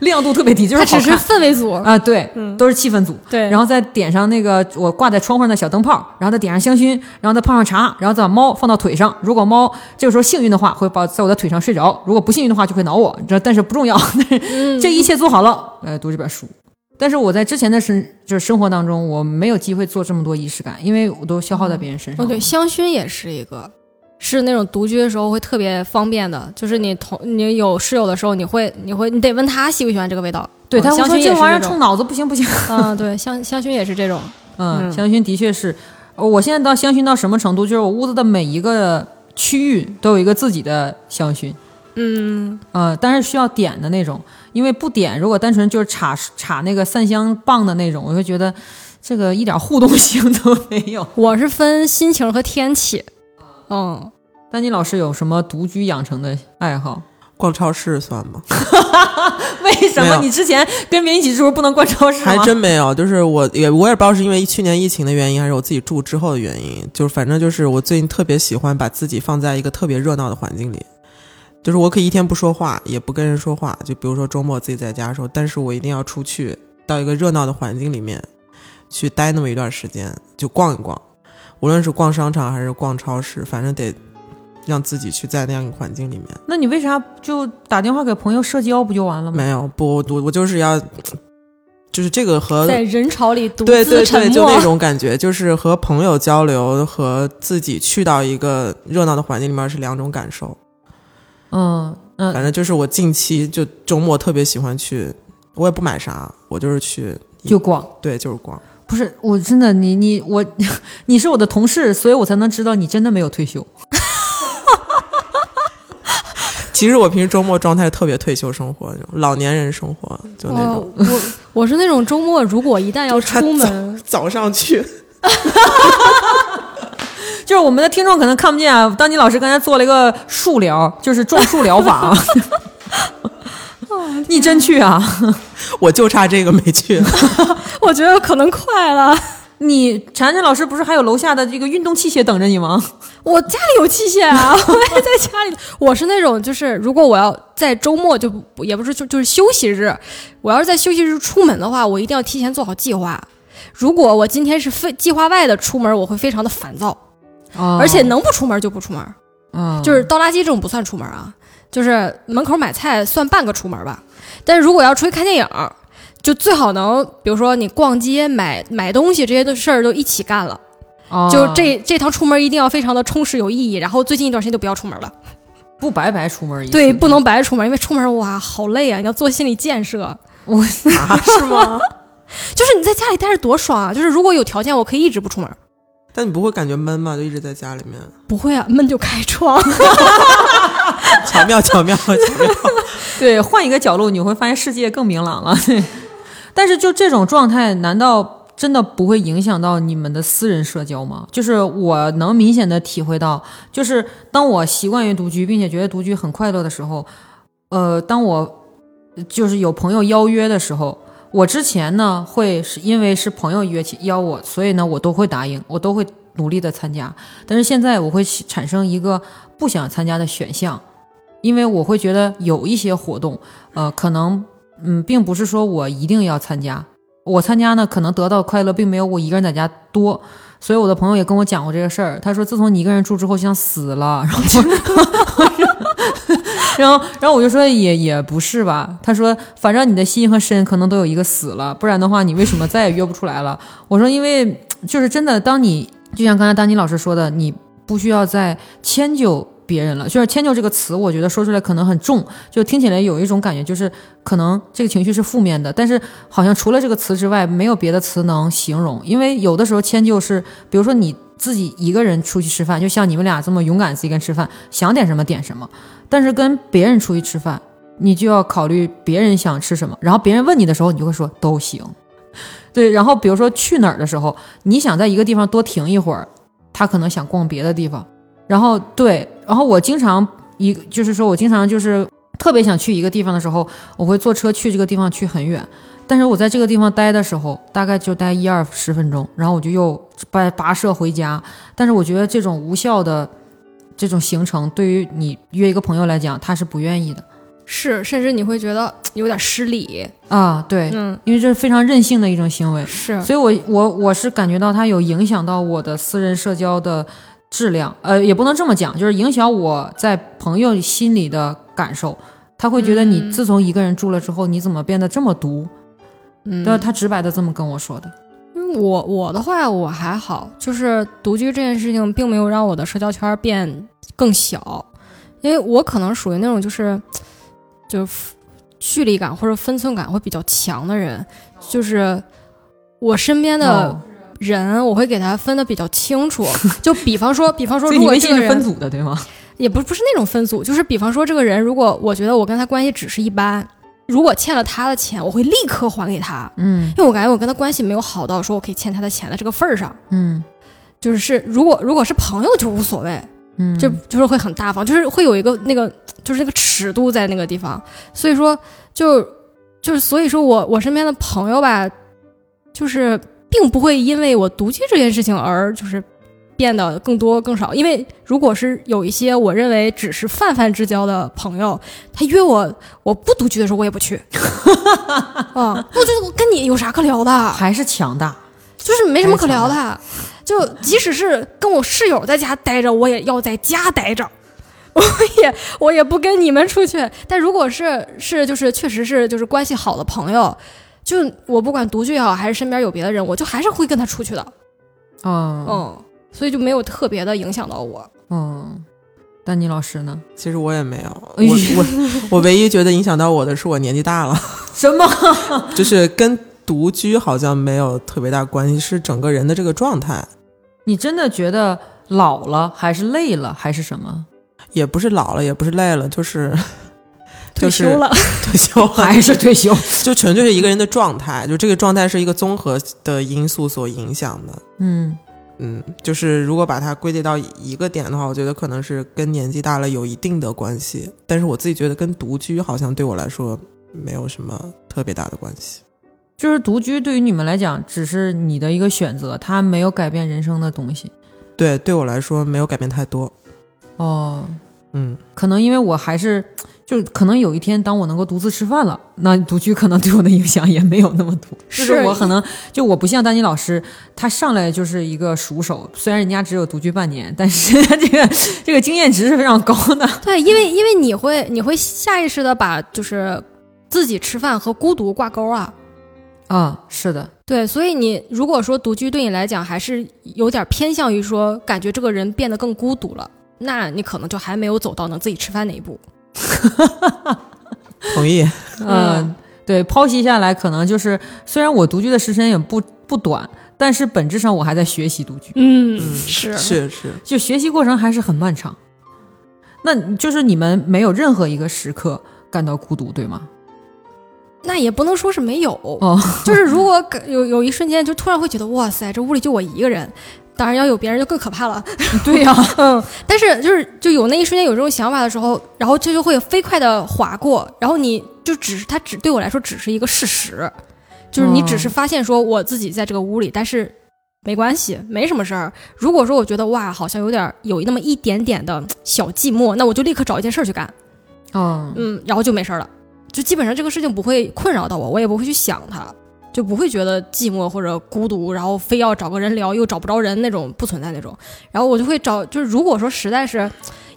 D: 亮度特别低，就是
F: 它
D: 好
F: 只是
D: 看
F: 氛围组。
D: 啊、对，都是气氛组。
F: 嗯对
D: 然后再点上那个我挂在窗户上的小灯泡，然后再点上香薰，然后再泡上茶，然后再把猫放到腿上。如果猫这个时候幸运的话，会把在我的腿上睡着；如果不幸运的话，就会挠我。这但是不重要， (laughs) 这一切做好了，呃，读这本书。但是我在之前的生就是生活当中，我没有机会做这么多仪式感，因为我都消耗在别人身上了。
F: 哦，对，香薰也是一个，是那种独居的时候会特别方便的，就是你同你有室友的时候，你会你会你得问他喜不喜欢这个味道。
D: 对，
F: 嗯
D: 他会
F: 香薰
D: 说
F: 也
D: 这
F: 是
D: 玩意儿
F: 这
D: 冲
F: 种。
D: 脑子不行不行。 (laughs)
F: 嗯，对，香香薰也是这种。
D: 嗯，
F: 嗯
D: 香薰的确是，呃我现在到香薰到什么程度？就是我屋子的每一个区域都有一个自己的香薰。嗯，呃，但是需要点的那种，因为不点，如果单纯就是插插那个散香棒的那种，我就觉得这个一点互动性都没有。 (laughs)
F: 我是分心情和天气。嗯，
D: 丹妮老师有什么独居养成的爱好？ (laughs)
E: 逛超市算吗？
D: 为什
E: 没
D: 么
E: 有
D: 你之前跟别人一起住不能逛超市吗？
E: (laughs) 还真没有，就是我也我也不知道是因为去年疫情的原因，还是我自己住之后的原因，就是反正就是我最近特别喜欢把自己放在一个特别热闹的环境里，就是我可以一天不说话，也不跟人说话，就比如说周末自己在家的时候，但是我一定要出去到一个热闹的环境里面去待那么一段时间，就逛一逛，无论是逛商场还是逛超市，反正得让自己去在那样一个环境里面。
D: 那你为啥就打电话给朋友社交不就完了吗？
E: 没有，不，我我就是要，就是这个和
F: 在人潮里独
E: 呃对
F: 自
E: 对对，
F: 沉
E: 就
F: 默
E: 那。种感觉，就是和朋友交流和自己去到一个热闹的环境里面是两种感受。
D: 嗯嗯，
E: 反正就是我近期就周末特别喜欢去，我也不买啥，我就是去
D: 就逛。
E: 对，就是逛。
D: 不是，我真的你你我， (laughs) 你是我的同事，所以我才能知道你真的没有退休。
E: 其实我平时周末状态特别退休生活，那种老年人生活就那
F: 我
E: 种。
F: 我我是那种周末如果一旦要
E: (laughs) 他
F: 哦出
E: (laughs)
F: 门，
E: 早早上去，
D: 就是我们的听众可能看不见啊，当你老师刚才做了一个树疗，就是种树疗法
F: (laughs)
D: 啊。你真去啊？
E: 我就差这个没去。
F: 我觉得可能快了。
D: 你婵婵老师不是还有楼下的这个运动器械等着你吗？
F: 我家里有器械啊，我也在家里。我是那种，就是如果我要在周末就不也不是就就是休息日，我要是在休息日出门的话，我一定要提前做好计划。如果我今天是非计划外的出门，我会非常的烦躁，
D: 啊
F: 而且能不出门就不出门，
D: 啊，
F: 就是倒垃圾这种不算出门啊，就是门口买菜算半个出门吧。但是如果要出去看电影，就最好能，比如说你逛街、买买东西这些的事儿都一起干了。
D: 啊
F: 就这这趟出门一定要非常的充实有意义，然后最近一段时间就不要出门了，
D: 不白白出门一次
F: 对，不能白出门，因为出门哇好累啊，你要做心理建设。 (laughs)
D: 我
E: 啊，是吗？
F: 就是你在家里待着多爽啊！就是如果有条件，我可以一直不出门，
E: (laughs) 但你不会感觉闷吗？就一直在家里面，
F: 不会啊，闷就开窗。
E: 巧妙巧妙巧妙。 (laughs)
D: (laughs) 对，换一个角度，你会发现世界更明朗了。 (laughs) 但是就这种状态，难道真的不会影响到你们的私人社交吗？就是我能明显的体会到，就是当我习惯于独居，并且觉得独居很快乐的时候，呃，当我就是有朋友邀约的时候。我之前呢，会是因为是朋友约起邀我，所以呢，我都会答应，我都会努力的参加。但是现在我会产生一个不想参加的选项，因为我会觉得有一些活动，呃，可能嗯，并不是说我一定要参加，我参加呢，可能得到的快乐并没有我一个人在家多。所以我的朋友也跟我讲过这个事儿，他说自从你一个人住之后像死了，然后 (laughs) 然后然后我就说也也不是吧，他说反正你的心和身可能都有一个死了，不然的话你为什么再也约不出来了？我说因为就是真的，当你就像刚才丹妮老师说的，你不需要再迁就别人了。就是迁就这个词，我觉得说出来可能很重，就听起来有一种感觉，就是可能这个情绪是负面的。但是好像除了这个词之外，没有别的词能形容。因为有的时候迁就是，比如说你自己一个人出去吃饭，就像你们俩这么勇敢自己一个人吃饭，想点什么点什么。但是跟别人出去吃饭，你就要考虑别人想吃什么，然后别人问你的时候，你就会说都行。对，然后比如说去哪儿的时候，你想在一个地方多停一会儿，他可能想逛别的地方。然后对，然后我经常一就是说我经常就是特别想去一个地方的时候，我会坐车去这个地方去很远。但是我在这个地方待的时候，大概就待一二十分钟，然后我就又跋跋涉回家。但是我觉得这种无效的这种行程，对于你约一个朋友来讲，他是不愿意的
F: (laughs) 是，甚至你会觉得有点失礼。
D: 啊。对，
F: 嗯，
D: 因为这是非常任性的一种行为。
F: 是
D: 所以我我我是感觉到它有影响到我的私人社交的质量，呃，也不能这么讲，就是影响我在朋友心里的感受。他会觉得你自从一个人住了之后，你怎么变得这么毒？
F: 嗯
D: 对啊吧，他直白的这么跟我说的。
F: 因为嗯我我的话我还好，就是独居这件事情并没有让我的社交圈变更小，因为我可能属于那种就是就是距离感或者分寸感会比较强的人，就是我身边的
D: 哦，
F: 人，我会给他分的比较
D: (laughs)
F: 清楚。就比方说，比方说，
D: 所以
F: 如
D: 你
F: 果
D: 微
F: 这
D: 信
F: 个
D: 是分
F: 人
D: 组的，对吗？
F: 也不不是那种分组，就是比方说这个人，如果我觉得我跟他关系只是一般，如果欠了他的钱，我会立刻还给他。
D: 嗯
F: 因为我感觉我跟他关系没有好到说我可以欠他的钱的这个份儿上，
D: 嗯
F: 就是是如果如果是朋友就无所谓，
D: 嗯，
F: 就就是会很大方，就是会有一个那个就是那个尺度在那个地方，所以说就就是所以说我我身边的朋友吧，就是并不会因为我独居这件事情而就是变得更多更少，因为如果是有一些我认为只是泛泛之交的朋友，他约我我不独居的时候我也不去， (laughs) 啊，我觉得我跟你有啥可聊的，
D: 还是强大。
F: 就是没什么可聊的。啊就即使是跟我室友在家待着，我也要在家待着， (laughs) 我也我也不跟你们出去。但如果是是就是确实是就是关系好的朋友，就我不管独居也好，还是身边有别的人，我就还是会跟他出去的。
D: 哦
F: 嗯，所以就没有特别的影响到我。
D: 哦，丹尼老师呢？
E: 其实我也没有，
D: 哎
E: 我我我唯一觉得影响到我的是我年纪大了，
D: 什么？
E: 就是跟独居好像没有特别大关系，是整个人的这个状态，
D: (laughs) 你真的觉得老了，还是累了，还是什么？
E: 也不是老了，也不是累了，就是
F: (laughs) 退
E: 就是
F: 休了，
E: 退
F: (laughs)
E: 休
D: (laughs)
E: 了，
D: 还是退休？
E: 就纯粹是一个人的状态，就这个状态是一个综合的因素所影响的。
D: 嗯
E: 嗯，就是如果把它归结到一个点的话，我觉得可能是跟年纪大了有一定的关系，但是我自己觉得跟独居好像对我来说没有什么特别大的关系。，
D: 就是独居对于你们来讲，只是你的一个选择，它没有改变人生的东西。
E: 对，对我来说没有改变太多。
D: 哦，
E: 嗯，
D: 可能因为我还是，就可能有一天当我能够独自吃饭了，那独居可能对我的影响也没有那么多。就是是我可能就我不像丹尼老师，他上来就是一个熟手，虽然人家只有独居半年，但是他这个这个经验值是非常高的。
F: 对，因为因为你会你会下意识的把就是自己吃饭和孤独挂钩啊。
D: 啊，是的，
F: 对，所以你如果说独居对你来讲还是有点偏向于说，感觉这个人变得更孤独了，那你可能就还没有走到能自己吃饭那一步。
E: 同意。
D: 嗯，对，剖析下来，可能就是虽然我独居的时间也不不短，但是本质上我还在学习独居，
F: 嗯，是
E: 是是，
D: 就学习过程还是很漫长。那就是你们没有任何一个时刻感到孤独，对吗？
F: 那也不能说是没有，
D: 哦，
F: (laughs) 就是如果感有有一瞬间就突然会觉得，哇塞，这屋里就我一个人。当然要有别人就更可怕了， (laughs) 对呀、嗯，但是就是就有那一瞬间有这种想法的时候，然后这就会飞快的划过，然后你就只是它只对我来说只是一个事实，就是你只是发现说我自己在这个屋里，但是没关系，没什么事儿。如果说我觉得哇，好像有点有那么一点点的小寂寞，那我就立刻找一件事儿去干，
D: 哦，
F: 嗯，然后就没事儿了，就基本上这个事情不会困扰到我，我也不会去想它，就不会觉得寂寞或者孤独，然后非要找个人聊又找不着人那种不存在那种。然后我就会找，就是如果说实在是，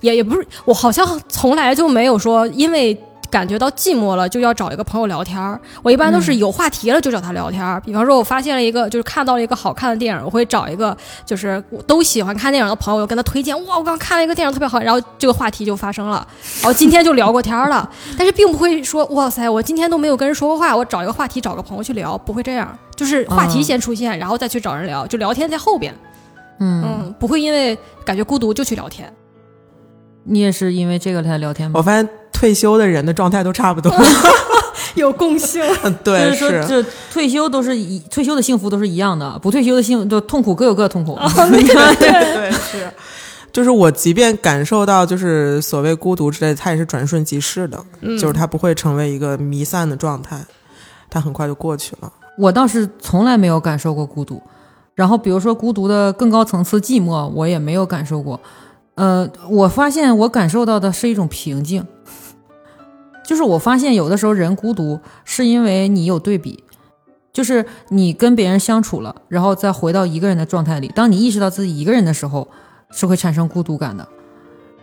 F: 也也不是我好像从来就没有说因为。感觉到寂寞了，就要找一个朋友聊天儿。我一般都是有话题了就找他聊天儿。比方说，我发现了一个，就是看到了一个好看的电影，我会找一个就是我都喜欢看电影的朋友，我跟他推荐。哇，我刚看了一个电影特别好，然后这个话题就发生了。然后哦今天就聊过天儿了，但是并不会说哇塞，我今天都没有跟人说过话，我找一个话题，找个朋友去聊，不会这样，就是话题
D: 嗯
F: 先出现，然后再去找人聊，就聊天在后边，
D: 嗯，
F: 嗯，不会因为感觉孤独就去聊天。
D: 你也是因为这个来聊天吗
E: 我？发现退休的人的状态都差不多。 (laughs)
F: 有共性，
E: 对，
D: 就是说，
E: (laughs)
D: 这退休都是一退休的幸福都是一样的，不退休的幸就痛苦各有各的痛苦。
E: 对是。 (laughs) 就是我，即便感受到就是所谓孤独之类的，它也是转瞬即逝的，
F: 嗯
E: 就是它不会成为一个弥散的状态，它很快就过去了。
D: 我倒是从来没有感受过孤独，然后比如说孤独的更高层次寂寞，我也没有感受过。呃，我发现我感受到的是一种平静， (laughs) 就是我发现有的时候人孤独是因为你有对比，就是你跟别人相处了，然后再回到一个人的状态里，当你意识到自己一个人的时候，是会产生孤独感的。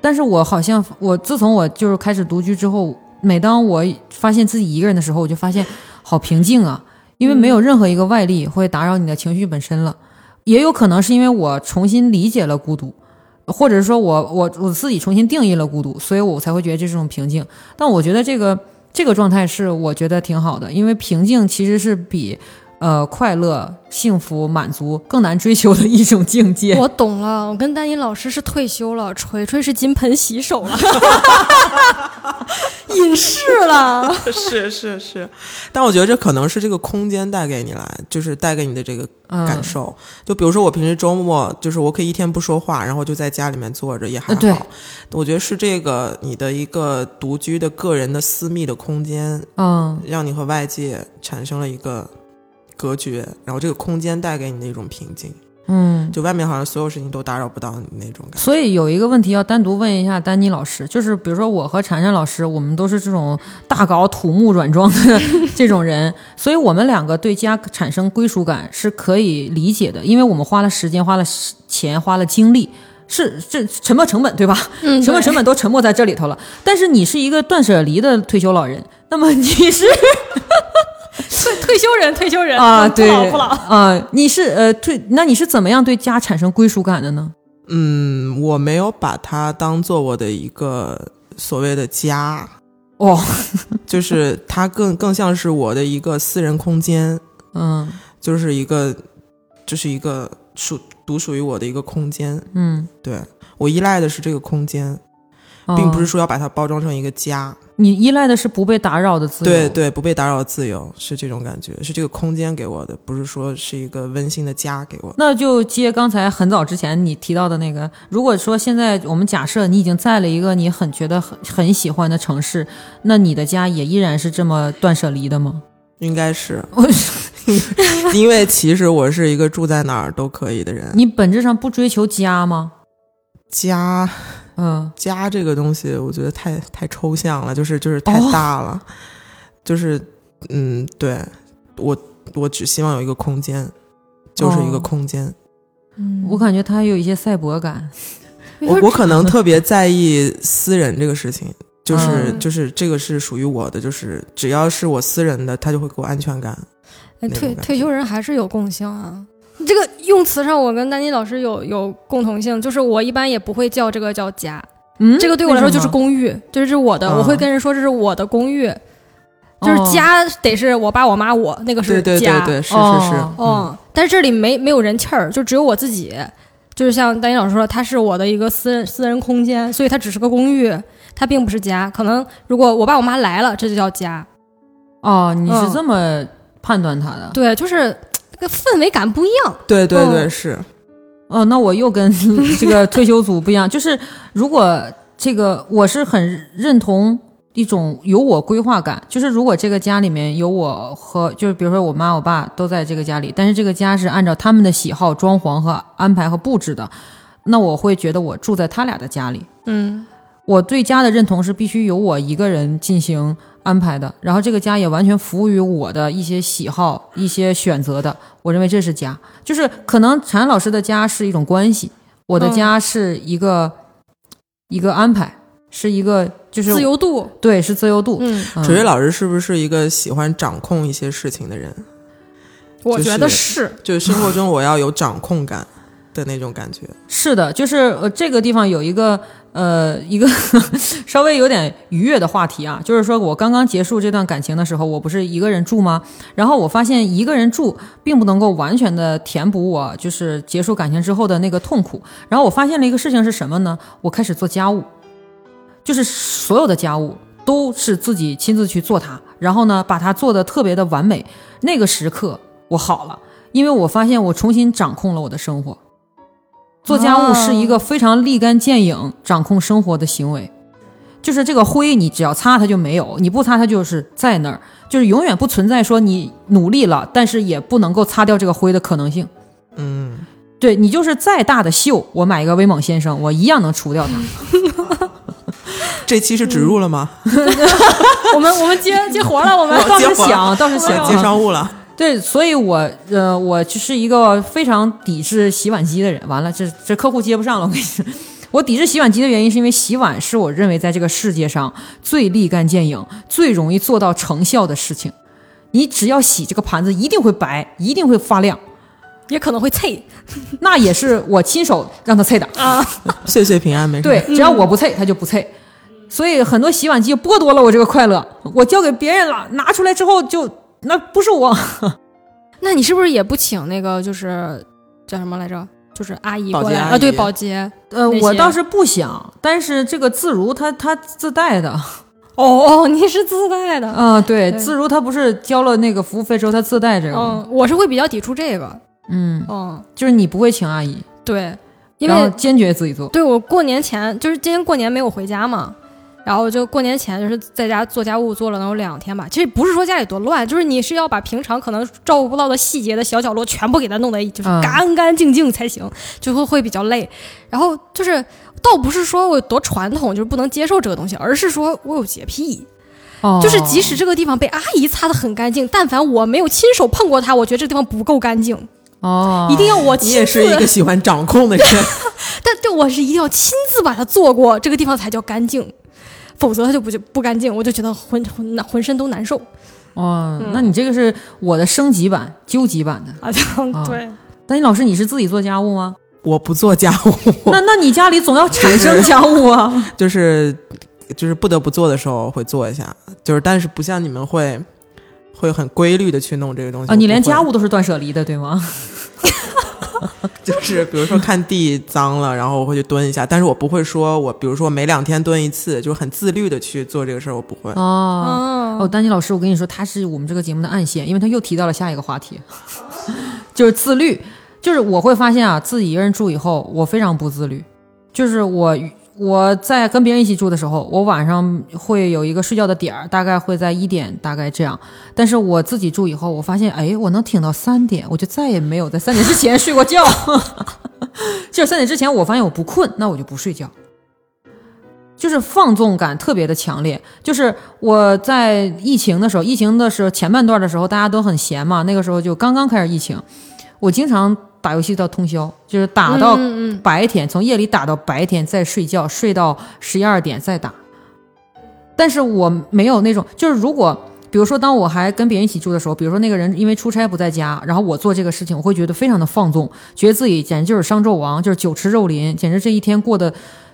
D: 但是我好像我自从我就是开始独居之后，每当我发现自己一个人的时候，我就发现好平静啊，因为没有任何一个外力会打扰你的情绪本身了。也有可能是因为我重新理解了孤独，或者是说我我我自己重新定义了孤独，所以我才会觉得这是种平静。但我觉得这个这个状态是我觉得挺好的，因为平静其实是比呃快乐、幸福、满足更难追求的一种境界。
F: 我懂了，我跟丹妮老师是退休了，锤锤是金盆洗手了， (laughs) 隐士了。
E: (laughs) 是是是，但我觉得这可能是这个空间带给你来，就是带给你的这个
D: 嗯
E: 感受。就比如说我平时周末，就是我可以一天不说话，然后就在家里面坐着也还
D: 呃对
E: 好。我觉得是这个你的一个独居的个人的私密的空间，
D: 嗯，
E: 让你和外界产生了一个隔绝，然后这个空间带给你的一种平静。
D: 嗯，
E: 就外面好像所有事情都打扰不到你那种感觉。
D: 所以有一个问题要单独问一下丹妮老师，就是比如说我和婵婵老师，我们都是这种大搞土木软装的这种人，所以我们两个对家产生归属感是可以理解的，因为我们花了时间、花了时钱、花了精力。是，这沉没成本对吧？
F: 嗯
D: 沉没
F: 对
D: 成本都沉没在这里头了。但是你是一个断舍离的退休老人，那么你
F: (laughs)
D: 是
F: (laughs) 退退休人，退休人嗯
D: 啊，
F: 不
D: 对
F: 老不老。
D: 啊，你是呃退，那你是怎么样对家产生归属感的呢？
E: 嗯，我没有把它当做我的一个所谓的家，
D: 哦，
E: 就是它更更像是我的一个私人空间，
D: 嗯
E: 就是一个，就是一个属独属于我的一个空间。
D: 嗯，
E: 对我依赖的是这个空间，
D: 哦
E: 并不是说要把它包装成一个家。
D: 你依赖的是不被打扰的自由。
E: 对对，不被打扰的自由是这种感觉，是这个空间给我的，不是说是一个温馨的家给我的。
D: 那就接刚才很早之前你提到的那个，如果说现在我们假设你已经在了一个你很觉得很很喜欢的城市，那你的家也依然是这么断舍离的吗？ (laughs)
E: 应该是
D: 我
E: 因为其实我是一个住在哪儿都可以的人。
D: 你本质上不追求家吗？
E: 家
D: 嗯，
E: 家这个东西，我觉得太太抽象了，就是就是太
D: 哦
E: 大了，就是嗯，对我我只希望有一个空间，就是一个
D: 哦
E: 空间。
F: 嗯
D: 我感觉它有一些赛博感。
E: 我我可能特别在意私人这个事情，就是、
F: 嗯
E: 就是这个是属于我的，就是只要是我私人的，他就会给我安全感。
F: 哎
E: 那种
F: 退
E: 感
F: 退休人还是有共性啊。这个用词上，我跟丹妮老师有有共同性，就是我一般也不会叫这个叫家，
D: 嗯，
F: 这个对我来说就是
D: 公，
F: 公寓，这是我的，
E: 啊
F: 我会跟人说这是我的公寓，就是
D: 哦
F: 家得是我爸我妈我那个是
E: 对
F: 家，
E: 对对对，是是是，
D: 哦
E: 嗯，
F: 哦，但是这里没没有人气儿，就只有我自己。就是像丹妮老师说，它是我的一个私人私人空间，所以它只是个公寓，它并不是家。可能如果我爸我妈来了，这就叫家。
D: 哦，你是
F: 嗯
D: 这么判断它的？
F: 对，就是那个氛围感不一样。
E: 对对对、
F: 嗯
E: 是，
D: 哦，那我又跟这个退休族不一样，就是如果这个我是很认同一种有我规划感，就是如果这个家里面有我和就是比如说我妈我爸都在这个家里，但是这个家是按照他们的喜好装潢和安排和布置的，那我会觉得我住在他俩的家里。
F: 嗯，
D: 我对家的认同是必须由我一个人进行安排的，然后这个家也完全服务于我的一些喜好、一些选择的。我认为这是家，就是可能婵婵老师的家是一种关系，我的
F: 嗯
D: 家是一个、一个安排，是一个就是
F: 自由度。
D: 对，是自由度。
F: 嗯，
D: 嗯
E: 锤锤老师是不是一个喜欢掌控一些事情的人？
F: 我觉得。
E: 就是就是生活中我要有掌控感的那种感觉。
D: 是的，就是呃，这个地方有一个呃一个 (laughs) 稍微有点愉悦的话题啊，就是说我刚刚结束这段感情的时候，我不是一个人住吗？然后我发现一个人住并不能够完全的填补我就是结束感情之后的那个痛苦。然后我发现了一个事情是什么呢？我开始做家务，就是所有的家务都是自己亲自去做它，然后呢把它做的特别的完美。那个时刻我好了，因为我发现我重新掌控了我的生活。做家务是一个非常立竿见影掌控生活的行为，就是这个灰你只要擦它就没有，你不擦它就是在那儿，就是永远不存在说你努力了，但是也不能够擦掉这个灰的可能性。
E: 嗯，
D: 对你就是再大的锈，我买一个威猛先生，我一样能除 (laughs) 掉它。
E: 这期是植入了吗？
F: 我们我们接接活了，我们
D: 倒是
E: 结婚
D: 想，
E: (laughs)
D: 倒是
E: 写
D: 想，啊
E: 接商务 (laughs) 了。
D: 对，所以我呃，我就是一个非常抵制洗碗机的人。完了，这这客户接不上了，我跟你说。我抵制洗碗机的原因是因为洗碗是我认为在这个世界上最立竿见影、最容易做到成效的事情。你只要洗这个盘子，一定会白，一定会发亮，
F: 也可能会脆
D: 那也是我亲手让它脆的。
F: 啊。
E: 岁岁平安，没事。
D: 对，，只
F: 嗯
D: 要我不脆，它就不脆。所以很多洗碗机剥夺了我这个快乐，我交给别人了，拿出来之后就那不是我。
F: 那你是不是也不请那个就是叫什么来着？就是阿姨
E: 保
F: 过
E: 洁
F: 来
E: 阿
F: 啊？对，
E: 姨
F: 保洁。
D: 呃，
F: 那
D: 我
F: 些
D: 倒是不想，但是这个自如他他自带的，
F: 哦哦，你是自带的。
D: 啊、对，
F: 对
D: 自如他不是交了那个服务费之后，他自带这个吗，
F: 嗯，我是会比较抵触这个。
D: 嗯，
F: 嗯，
D: 就是你不会请阿姨，
F: 对，因
D: 然后
F: 为
D: 坚决自己做，
F: 对我过年前就是今年过年没有回家嘛，然后就过年前就是在家做家务做了能有两天吧。其实不是说家里多乱，就是你是要把平常可能照顾不到的细节的小角落全部给它弄得就是
D: 嗯
F: 干干净净才行，就会会比较累。然后就是倒不是说我有多传统，就是不能接受这个东西，而是说我有洁癖。
D: 哦
F: 就是即使这个地方被阿姨擦得很干净，但凡我没有亲手碰过它，我觉得这地方不够干净，
D: 哦，
F: 一定要我
E: 你
F: 亲
E: 也是
F: 自
E: 一。个喜欢掌
D: (laughs)
E: 控的人，
F: 但对我是一定要亲自把它做过，这个地方才叫干净，否则它就不就不干净，我就觉得浑浑浑身都难受
D: 哦，
F: 嗯
D: 那你这个是我的升级版、究极版的。
F: 啊！就
D: 哦
F: (laughs) 对，
D: 但你老师，你是自己做家务吗？
E: 我不做家务，
D: 那那你家里总要产生家务啊。
E: (laughs) 就是就是不得不做的时候会做一下，就是但是不像你们会会很规律的去弄这个东西
D: 啊，你连
E: 我不会
D: 家务都是断舍离的，对吗？
E: (laughs) 就是比如说看地脏了，然后我会去蹲一下，但是我不会说我比如说每两天蹲一次，就是很自律的去做这个事儿，我不会。
D: 哦。哦，
F: 哦，
D: 丹妮老师，我跟你说，他是我们这个节目的暗线，因为他又提到了下一个话题， (laughs) 就是自律。就是我会发现啊，自己一个人住以后，我非常不自律。就是我我在跟别人一起住的时候，我晚上会有一个睡觉的点儿，大概会在一点，大概这样。但是我自己住以后，我发现，哎，我能挺到三点，我就再也没有在三点之前睡过觉。 (laughs) 就是三点之前，我发现我不困，那我就不睡觉。就是放纵感特别的强烈，就是我在疫情的时候，疫情的时候前半段的时候，大家都很闲嘛，那个时候就刚刚开始疫情，我经常打游戏到通宵，就是打到
F: 嗯嗯
D: 白天，从夜里打到白天再睡觉，睡到十一二点再打。但是我没有那种，就是如果比如说当我还跟别人一起住的时候，比如说那个人因为出差不在家，然后我做这个事情，我会觉得非常的放纵，觉得自己简直就是商纣王，就是酒池肉林，简直这一天过得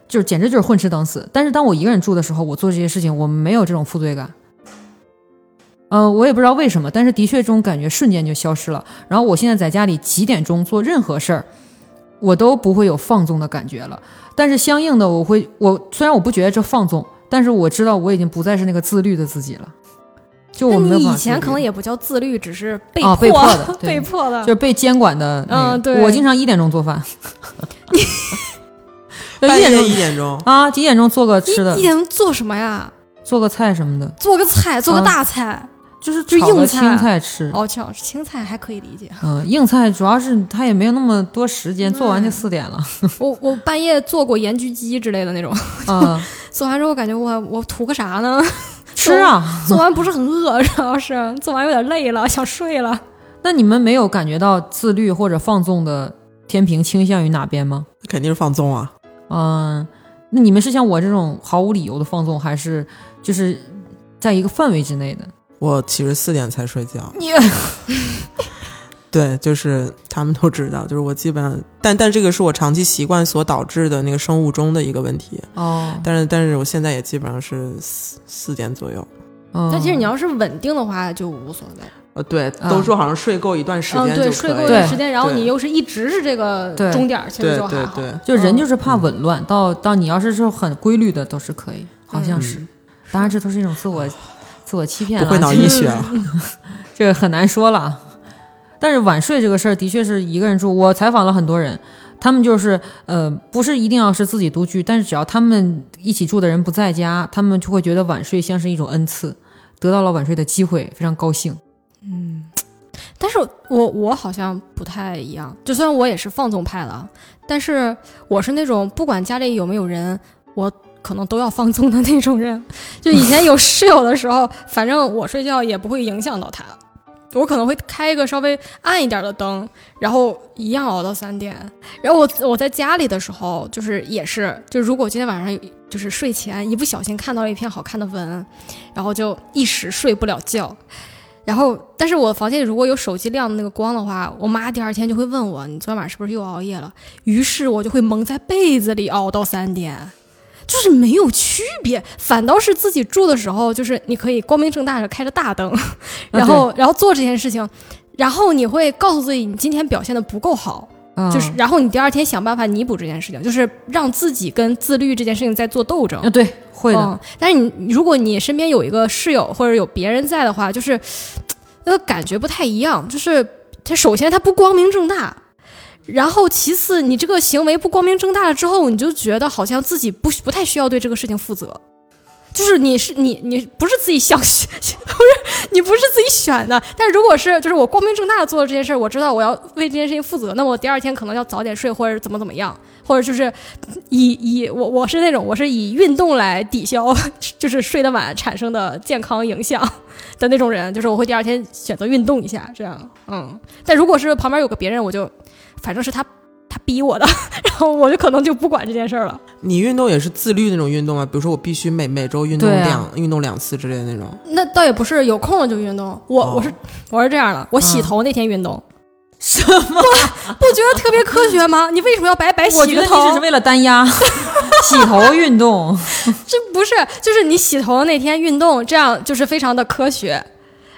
D: 就是简直就是混吃等死。但是当我一个人住的时候，我做这些事情，我没有这种负罪感。呃，我也不知道为什么，但是的确这种感觉瞬间就消失了。然后我现在在家里几点钟做任何事儿，我都不会有放纵的感觉了。但是相应的，我会，我虽然我不觉得这放纵，但是我知道我已经不再是那个自律的自己了。就我
F: 那
D: 没有
F: 你
D: 办法
F: 以
D: 自
F: 前
D: 律
F: 可能也不叫自律，只是被
D: 啊被
F: 迫
D: 迫
F: (laughs)
D: 的对
F: 被迫的
D: 就是被监管的、那个。
F: 嗯对
D: 我经常一点钟做
F: (laughs)
D: 饭，就一
E: 半
D: 点
E: 夜
D: 钟
E: 一点钟，
D: 啊，几点钟做个吃的
F: 一一，天做什么呀？
D: 做个菜什么的，
F: 做个菜，做个
D: 啊
F: 大菜，
D: 就是
F: 就
D: 炒
F: 硬
D: 个
F: 菜
D: 青菜吃。
F: 哦，这样青菜还可以理
D: (laughs)
F: 解。
D: 嗯，硬菜主要是他也没有那么多时
F: 嗯
D: 间，做完就四点了。
F: 我我半夜做过盐焗鸡之类的那种， (laughs)
D: 啊，
F: 做完之后感觉我我图个啥呢？ (laughs)
D: 吃啊！
F: 做完不是很饿，主要是做完有点累了，想睡了。
D: (laughs) 那你们没有感觉到自律或者放纵的天平倾向于哪边吗？
E: (laughs) 肯定是放纵啊。
D: 嗯，那你们是像我这种毫无理由的放纵，还是就是在一个范围之内的？
E: 我其实四点才睡觉，
D: 你
E: 对，就是他们都知道，就是我基本上，但但这个是我长期习惯所导致的那个生物钟的一个问题。
D: 哦，
E: 但是但是我现在也基本上是四四点左右。
D: 嗯，
F: 但其实你要是稳定的话，就无所谓。
E: 呃，对，
D: 啊
E: 都说好像睡够一段时间
F: 嗯，
E: 就可以、
F: 对，睡够一
D: 对
F: 段时间，然后
E: 对
F: 你又是一直是这个
D: 对
F: 终点儿，其实
E: 对
F: 就还
E: 对
F: 好。
E: 对，
D: 就人就是怕紊乱，到到你要是是很规律的都是可以，好像
F: 嗯
D: 是。当然，这都是一种自我自我欺骗
E: 不
D: 了，
E: 会脑
D: 这
E: 溢血啊。
D: 这个很难说了。但是晚睡这个事儿的确是一个人住，我采访了很多人，他们就是呃，不是一定要是自己独居，但是只要他们一起住的人不在家，他们就会觉得晚睡像是一种恩赐，得到了晚睡的机会，非常高兴。
F: 嗯但是我我好像不太一样，就虽然我也是放纵派的啊，但是我是那种不管家里有没有人，我可能都要放纵的那种人。就以前有室友的时候，反正我睡觉也不会影响到他，我可能会开一个稍微暗一点的灯，然后一样熬到三点。然后我我在家里的时候，就是也是，就如果今天晚上有就是睡前一不小心看到了一篇好看的文，然后就一时睡不了觉。然后，但是我房间里如果有手机亮的那个光的话，我妈第二天就会问我，你昨天晚上是不是又熬夜了？于是我就会蒙在被子里熬到三点，就是没有区别。反倒是自己 (laughs) 住的时候，就是你可以光明正大的开着大灯，然后、然后做这件事情。然后你会告诉自己，你今天表现的不够好，
D: 啊
F: 就是，然后你第二天想办法弥补这件事情，就是让自己跟自律这件事情在做斗争
D: 啊，。对，会的，
F: 嗯，但是你如果你身边有一个室友或者有别人在的话，就是那个感觉不太一样。就是他首先他不光明正大，然后其次你这个行为不光明正大了之后，你就觉得好像自己不不太需要对这个事情负责。就是你是你你不是自己想 (laughs) 不是你不是自己选的，但是如果是就是我光明正大的做了这件事儿，我知道我要为这件事情负责，那我第二天可能要早点睡或者怎么怎么样，或者就是以以我我是那种我是以运动来抵消 (laughs) 就是睡得晚产生的健康影响的那种人，就是我会第二天选择运动一下，这样嗯。但如果是旁边有个别人，我就反正是他他逼我的， (laughs) 然后我就可能就不管这件事儿了。
E: 你运动也是自律那种运动吗？比如说我必须每每周运动
D: 对啊
E: 两、运动两次之类的那种。 (laughs)
F: 那倒也不是有空了就运动，我、
E: 哦
F: 我是我是这样的，我洗
E: 嗯
F: 头那天运动，
D: 什么？
F: (laughs) 不觉得特别科学吗？你为什么要白白
D: 我
F: 洗
D: 觉得
F: 个
D: 你
F: 头
D: 只是？为了单压，洗头运
F: (laughs)
D: 动。
F: 这不是，就是你洗头那天运动，这样就是非常的科学。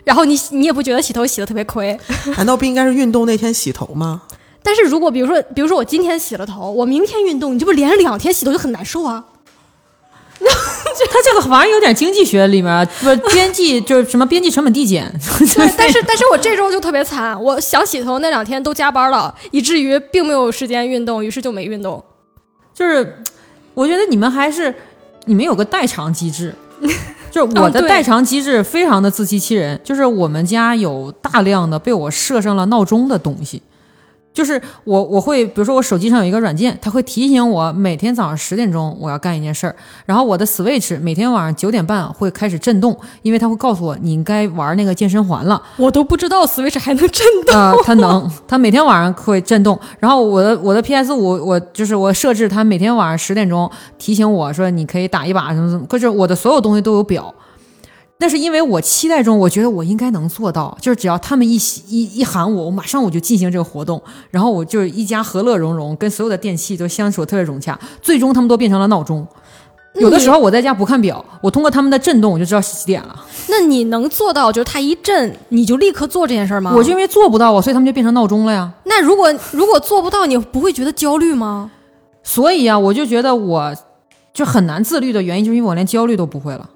F: 然后你你也不觉得洗头洗的特别亏，
E: 难道不应该是运动那天洗头
F: (laughs)
E: 吗？
F: 但是如果比如说，比如说我今天洗了头，我明天运动，你这不连着两天洗头就很难受啊？
D: 他这个玩意儿有点经济学里面儿，不
F: (laughs)
D: 是边际就是什么边际成本递减，
F: 对，但是但是我这周就特别惨，我想洗头那两天都加班了，以至于并没有时间运动，于是就没运动。
D: 就是我觉得你们还是你们有个代偿机制。就是我
F: 嗯
D: 的
F: 对
D: 代偿机制非常的自欺欺人，就是我们家有大量的被我设上了闹钟的东西，就是我我会比如说我手机上有一个软件，它会提醒我每天早上十点钟我要干一件事儿，然后我的 Switch 每天晚上九点半会开始震动，因为它会告诉我你应该玩那个健身环了，
F: 我都不知道 Switch 还能震
D: (laughs)
F: 动。
D: 啊，它能，它每天晚上会震动。然后我的我的 PS 五，我就是我设置它每天晚上十点钟提醒我说你可以打一把什么什么，可是我的所有东西都有表。那是因为我期待中，我觉得我应该能做到，就是只要他们一喜一一喊我，我马上我就进行这个活动，然后我就是一家和乐融融，跟所有的电器都相处得特别融洽。最终他们都变成了闹钟。有的时候我在家不看表，我通过他们的震动我就知道是几点了。
F: (laughs) 那你能做到就是它一震你就立刻做这件事儿吗？
D: 我就因为做不到啊，所以他们就变成闹钟了呀。
F: 那如果如果做不到，你不会觉得焦虑吗？
D: 所以啊，我就觉得我就很难自律的原因，就是因为我连焦虑都不会了。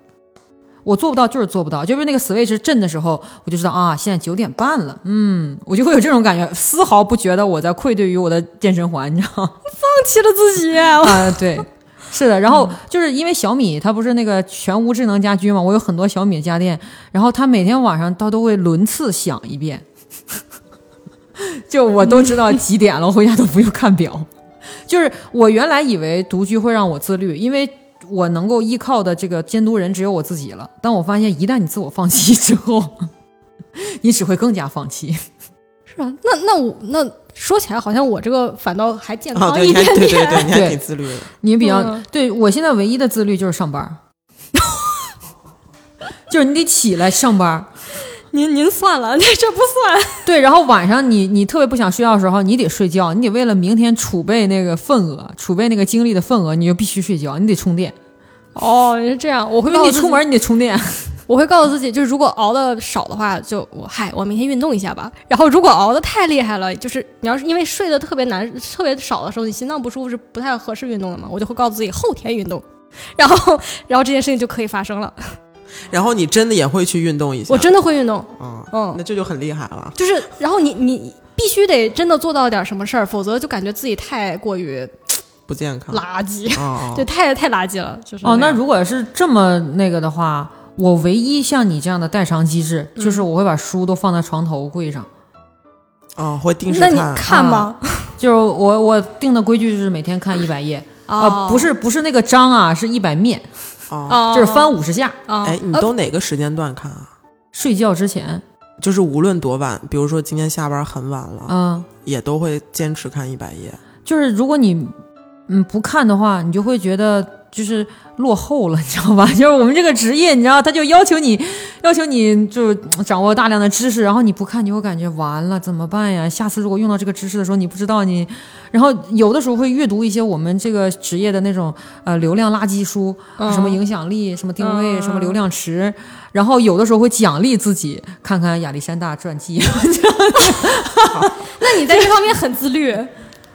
D: 我做不到，就是做不到。就是那个 Switch 震的时候，我就知道啊，现在九点半了，嗯，我就会有这种感觉，丝毫不觉得我在愧对于我的健身环，你知道吗？
F: (laughs) 放弃了自己，
D: 啊，对，是的。然后就是因为小米它不是那个全屋智能家居嘛，我有很多小米家电，然后它每天晚上它都会轮次响一遍， (laughs) 就我都知道几点了，我回家都不用看表。就是我原来以为独居会让我自律，因为。我能够依靠的这个监督人只有我自己了，但我发现一旦你自我放弃之后， (laughs) 你只会更加放弃。
F: 是啊，那那我那说起来好像我这个反倒还健
E: 哦，
F: 康
E: 对，
F: 一
E: 你还
F: 点点。
E: 对对对，你还
D: 对
E: 挺自律的。
D: 你比较、
F: 嗯
D: 对我现在唯一的自律就是上班儿， (laughs) 就是你得起来上班儿。
F: (laughs) 您您算了， (laughs) 这这不算。
D: 对，然后晚上你你特别不想睡觉的时候，你得睡觉，你得为了明天储备那个份额，储备那个精力的份额，你就必须睡觉，你得充电。
F: 哦，你是这样，我会
D: 因
F: 告
D: 为你
F: 诉自己
D: 出，门你得充电，
F: 我会告诉自己，就是如果熬的少的话，就我嗨，我明天运动一下吧。然后如果熬的太厉害了，就是你要是因为睡得特别难、特别少的时候，你心脏不舒服是不太合适运动的嘛，我就会告诉自己后天运动。然后，然后这件事情就可以发生了。
D: 啊
E: 然后你真的也会去运动一下，
F: 我真的会运动，
E: 啊，
F: 嗯
E: 那这就很厉害了。
F: 就是，然后你你必须得真的做到点什么事儿，否则就感觉自己太过于
E: 不健康。
F: 垃圾， (laughs)
E: 哦，
F: 对，太太垃圾了。就是
D: 哦，
F: 那
D: 那
F: 样
D: 如果是这么那个的话，我唯一像你这样的代偿机制，
F: 嗯
D: 就是我会把书都放在床头柜上。
E: 哦，会定时
F: 那
E: 看。
F: 你看吗？
D: 就是我我定的规矩就是每天看一百页，啊、
F: 嗯哦
D: 不是不是那个章啊，是一百面，
E: 哦，
F: 哦，
D: 就是翻五十下。
F: 哦。
E: 哎，你
F: 呃
E: 都哪个时间段看啊？
D: 睡觉之前，
E: 就是无论多晚，比如说今天下班很晚了，
F: 哦
D: 嗯，
E: 也都会坚持看一百页。
D: 就是如果你嗯不看的话，你就会觉得就是落后了，你知道吧？ (laughs) 就是我们这个职业，你知道，他就要求你，要求你就掌握大量的知识，然后你不看，你会感觉完了怎么办呀？下次如果用到这个知识的时候，你不知道你，然后有的时候会阅读一些我们这个职业的那种呃流量垃圾书，什么影响力、什么定位、什么流量池，然后有的时候会奖励自己，看看亚历山大传记。 (laughs)
F: 那你在这方面很自律，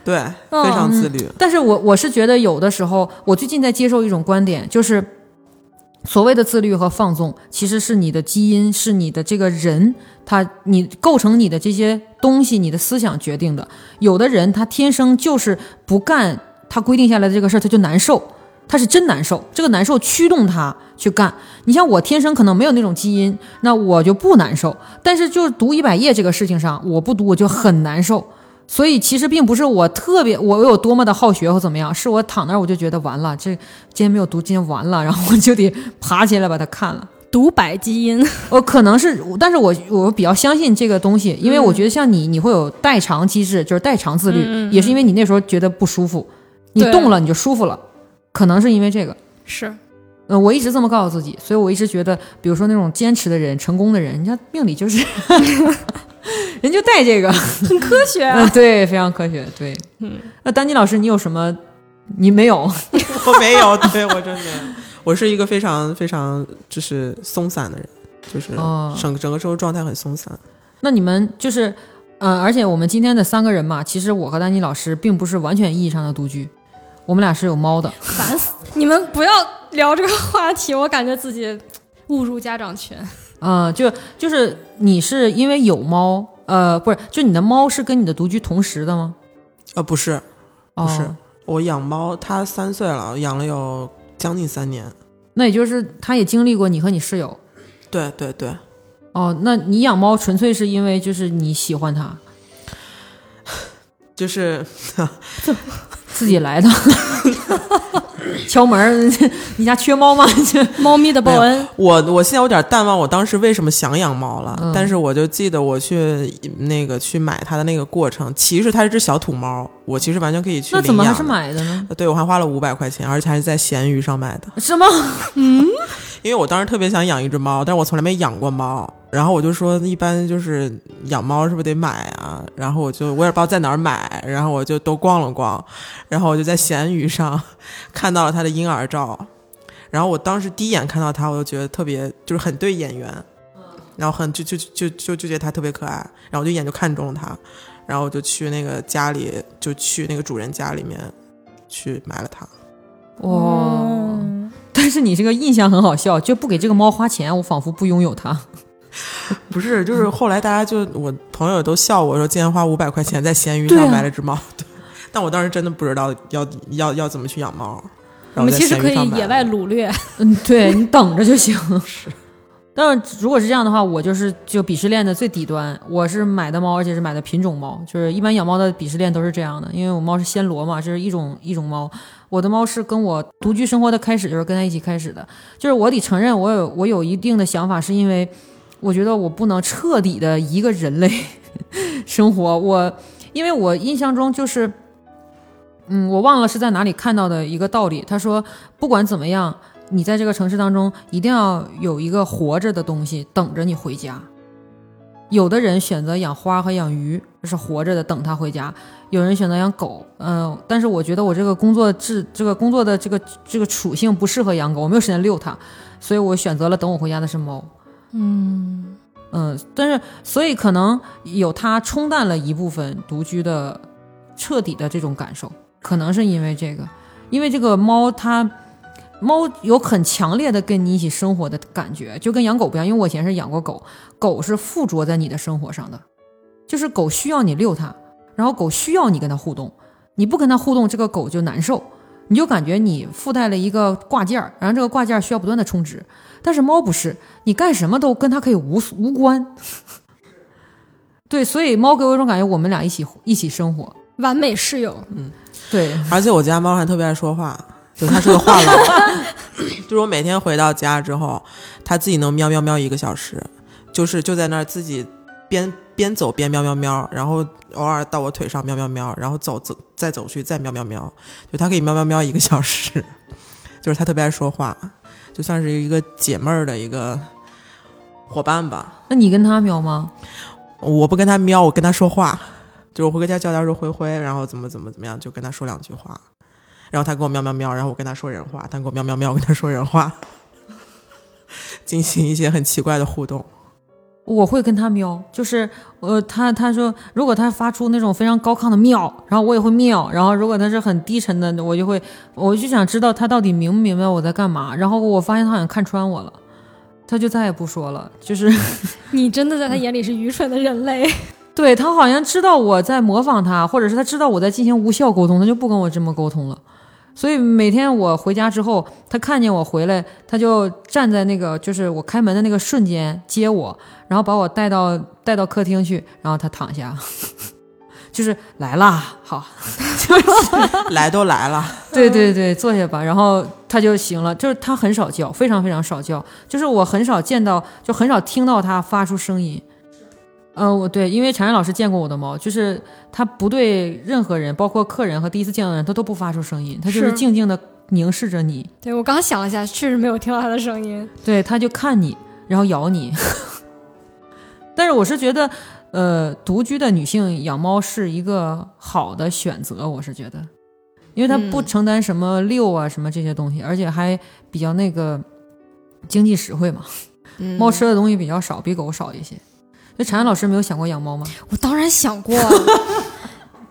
E: 对，
F: 哦
E: 非常自律。
D: 但是我我是觉得有的时候，我最近在接受一种观点，就是所谓的自律和放纵，其实是你的基因，是你的这个人，他你构成你的这些东西，你的思想决定的。有的人他天生就是不干他规定下来的这个事儿，他就难受。他是真难受，这个难受驱动他去干。你像我天生可能没有那种基因，那我就不难受。但是就读一百页这个事情上，我不读我就很难受。所以其实并不是我特别我有多么的好学或怎么样，是我躺那儿我就觉得完了，这今天没有读，今天完了，然后我就得爬起来把它看了。
F: (laughs)
D: (laughs)
F: 独白基因，
D: 我可能是，但是我我比较相信这个东西，因为我觉得像你，你会有代偿机制，就是代偿自律，也是因为你那时候觉得不舒服，你
F: 对
D: 动了你就舒服了，可能是因为这个。
F: 是
D: 呃，我一直这么告诉自己，所以我一直觉得，比如说那种坚持的人、成功的人，人家命里就是， (laughs) 人就带这个。
F: 很科学啊、
D: (laughs) 嗯，对，非常科学，对，嗯。那丹妮老师，你有什么？你没有， (laughs)
E: (laughs) 我没有，对我真没有。我是一个非常非常就是松散的人，就是
D: 哦
E: 整整个生活状态很松散。
D: 那你们就是，呃，而且我们今天的三个人嘛，其实我和丹妮老师并不是完全意义上的独居，我们俩是有猫的。
F: 烦死！你们不要聊这个话题，我感觉自己误入家长群。
D: 嗯，就就是你是因为有猫，呃，不是，就你的猫是跟你的独居同时的吗？
E: 呃，不是，
D: 哦
E: 不是，我养猫，它三岁了，养了有将近三年。
D: 那也就是它也经历过你和你室友。
E: 对对对，
D: 哦，那你养猫纯粹是因为就是你喜欢它，
E: 就是
D: 自己来的， (laughs) 敲门儿， (laughs) 你家缺猫吗？
F: 猫咪的报恩，
E: 我我现在有点淡忘我当时为什么想养猫了，
D: 嗯
E: 但是我就记得我去那个去买它的那个过程，其实它是只小土猫，我其实完全可以去
D: 那怎么
E: 领
D: 还
E: 养
D: 是
E: 的？
D: 买的呢？
E: 对，我还花了五百块钱，而且还是在闲鱼上买的，
D: 是吗？
E: 因为我当时特别想养一只猫，但是我从来没养过猫。然后我就说，一般就是养猫是不是得买啊？然后我就我也不知道在哪儿买，然后我就都逛了逛，然后我就在闲鱼上 (laughs) 看到了它的婴儿照，然后我当时第一眼看到它，我就觉得特别就是很对眼缘，然后很就就就就就觉得它特别可爱，然后我就一眼就看中了它，然后我就去那个家里，就去那个主人家里面去买了它。
D: 哇、哦 (laughs)
F: 嗯
D: 但是你这个印象很好笑，就不给这个猫花钱，我仿佛不拥有它。
E: 不是，就是后来大家就我朋友都笑我说，今天花五百块钱在闲鱼
D: 对
E: 上
D: 啊
E: 买了只猫， (laughs) 对但我当时真的不知道要要要怎么去养猫。
F: 我
E: 然后
F: 们
E: 在
F: 其实
E: 闲鱼
F: 可以
E: 上买
F: 野
E: 了
F: 外掳掠。
D: 嗯，对你等着就行。是，但是如果是这样的话，我就是就鄙视链的最底端，我是买的猫，而且是买的品种猫，就是一般养猫的鄙视链都是这样的，因为我猫是暹罗嘛，这是一种一种猫。我的猫是跟我独居生活的开始就是跟它一起开始的，就是我得承认我有我有一定的想法，是因为我觉得我不能彻底的一个人类 (laughs) 生活，我因为我印象中就是。嗯，我忘了是在哪里看到的一个道理。他说，不管怎么样，你在这个城市当中一定要有一个活着的东西等着你回家。有的人选择养花和养鱼，这是活着的，等它回家；有人选择养狗，嗯、但是我觉得我这个工作制，这个工作的这个这个属性不适合养狗，我没有时间遛它，所以我选择了等我回家的是猫。
F: 嗯，
D: 嗯，但是所以可能有它冲淡了一部分独居的彻底的这种感受，可能是因为这个，因为这个猫它猫有很强烈的跟你一起生活的感觉，就跟养狗不一样，因为我以前是养过狗，狗是附着在你的生活上的，就是狗需要你遛它，然后狗需要你跟它互动，你不跟它互动，这个狗就难受。你就感觉你附带了一个挂件儿，然后这个挂件儿需要不断的充值，但是猫不是，你干什么都跟它可以无无关。 (laughs) 对，所以猫给我一种感觉，我们俩一起一起生活。
F: 完美室友，
D: 对，
E: (laughs) 而且我家猫还特别爱说话，就它是个话痨，就是我每天回到家之后，它自己能喵喵喵一个小时，就是就在那儿自己边边走边喵喵喵，然后偶尔到我腿上喵喵喵，然后走走再走去再喵喵喵，就它可以喵喵喵一个小时， (laughs) 就是她特别爱说话，就算是一个姐妹儿的一个伙伴吧。
D: 那你跟他喵吗？
E: 我不跟她喵，我跟她说话，就是我会跟她叫她说“灰灰”，然后怎么怎么怎么样，就跟她说两句话。然后她跟我喵喵喵，然后我跟她说人话，她跟我喵喵喵，我跟她说人话，进行一些很奇怪的互动。
D: 我会跟他喵，就是呃，他他说如果他发出那种非常高亢的喵，然后我也会喵，然后如果他是很低沉的，我就会我就想知道他到底明不明白我在干嘛。然后我发现他好像看穿我了，他就再也不说了，就是
F: 你真的在他眼里是愚蠢的人类。
D: 对他好像知道我在模仿他，或者是他知道我在进行无效沟通，他就不跟我这么沟通了。所以每天我回家之后，他看见我回来，他就站在那个就是我开门的那个瞬间接我，然后把我带到带到客厅去，然后他躺下， (laughs) 就是来啦，好，
E: 来都来了，
D: 对对对，坐下吧。然后他就行了，就是他很少叫，非常非常少叫，就是我很少见到，就很少听到他发出声音。呃，我对，因为婵婵老师见过我的猫，就是它不对任何人，包括客人和第一次见到的人，它都不发出声音，它就是
F: 是
D: 静静的凝视着你，
F: 对我刚想了一下，确实没有听到他的声音。
D: 对，它就看你，然后咬你。 (laughs) 但是我是觉得，呃，独居的女性养猫是一个好的选择，我是觉得，因为它
F: 嗯
D: 不承担什么遛啊、什么这些东西，而且还比较那个经济实惠嘛。
F: 嗯
D: 猫吃的东西比较少，比狗少一些。那婵婵老师没有想过养猫吗？
F: 我当然
D: (laughs)
F: 想过，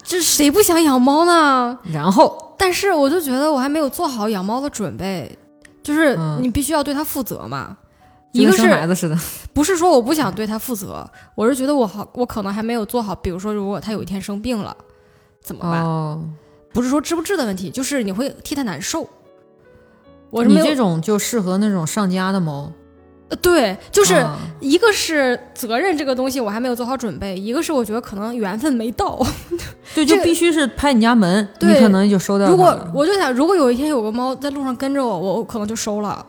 F: 这谁不想养猫呢？
D: 然后，
F: 但是我就觉得我还没有做好养猫的准备，就是
D: 嗯
F: 你必须要对它负责嘛。
D: 就
F: (laughs) 一个
D: 跟生
F: 是
D: 孩子似的，
F: 不是说我不想对它负责，我是觉得我好，我可能还没有做好。比如说，如果它有一天生病了，怎么办？
D: 哦，
F: 不是说治不治的问题，就是你会替它难受。我是
D: 你
F: 没有
D: 这种就适合那种上家的猫，啊
F: 呃对，就、
D: 就是
F: 一个是责任这个东西我还没有做好准备，一个是我觉得可能缘分没到。
D: 对，
F: 这
D: 就
F: 个
D: 必须是拍你家门，你
F: 对
D: 可能就收到它了。
F: 如果我就想，如果有一天有个猫在路上跟着我，我我可能就收了。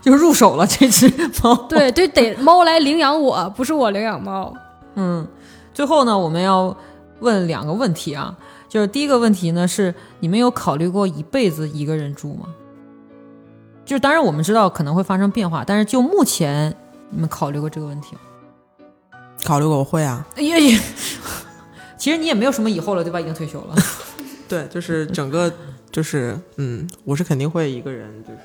D: 就入手了这只猫。
F: (laughs) 对，就得猫来领养我，不是我领养猫。
D: 嗯，最后呢，我们要问两个问题啊，就是第一个问题呢是，你们有考虑过一辈子一个人住吗？就是当然我们知道可能会发生变化，但是就目前你们考虑过这个问题吗？
E: 考虑过我会啊，
D: 哎呀呀，其实你也没有什么以后了，对吧？已经退
F: (laughs)
D: 休了。
E: 对，就是整个就是嗯，我是肯定会一个人，就是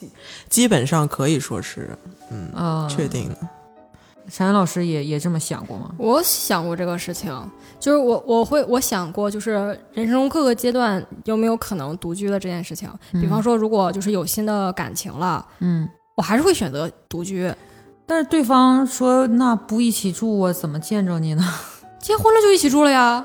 E: 基基本上可以说是嗯、
D: 啊、
E: 确定的。
D: 婵婵老师也也这么想过吗？
F: 我想过这个事情，就是我我会我想过，就是人生中各个阶段有没有可能独居的这件事情。比方说，如果就是有新的感情了，
D: 嗯，
F: 我还是会选择独居。
D: 但是对方说那不一起住，我怎么见着你呢？
F: 结婚了就一起住了呀，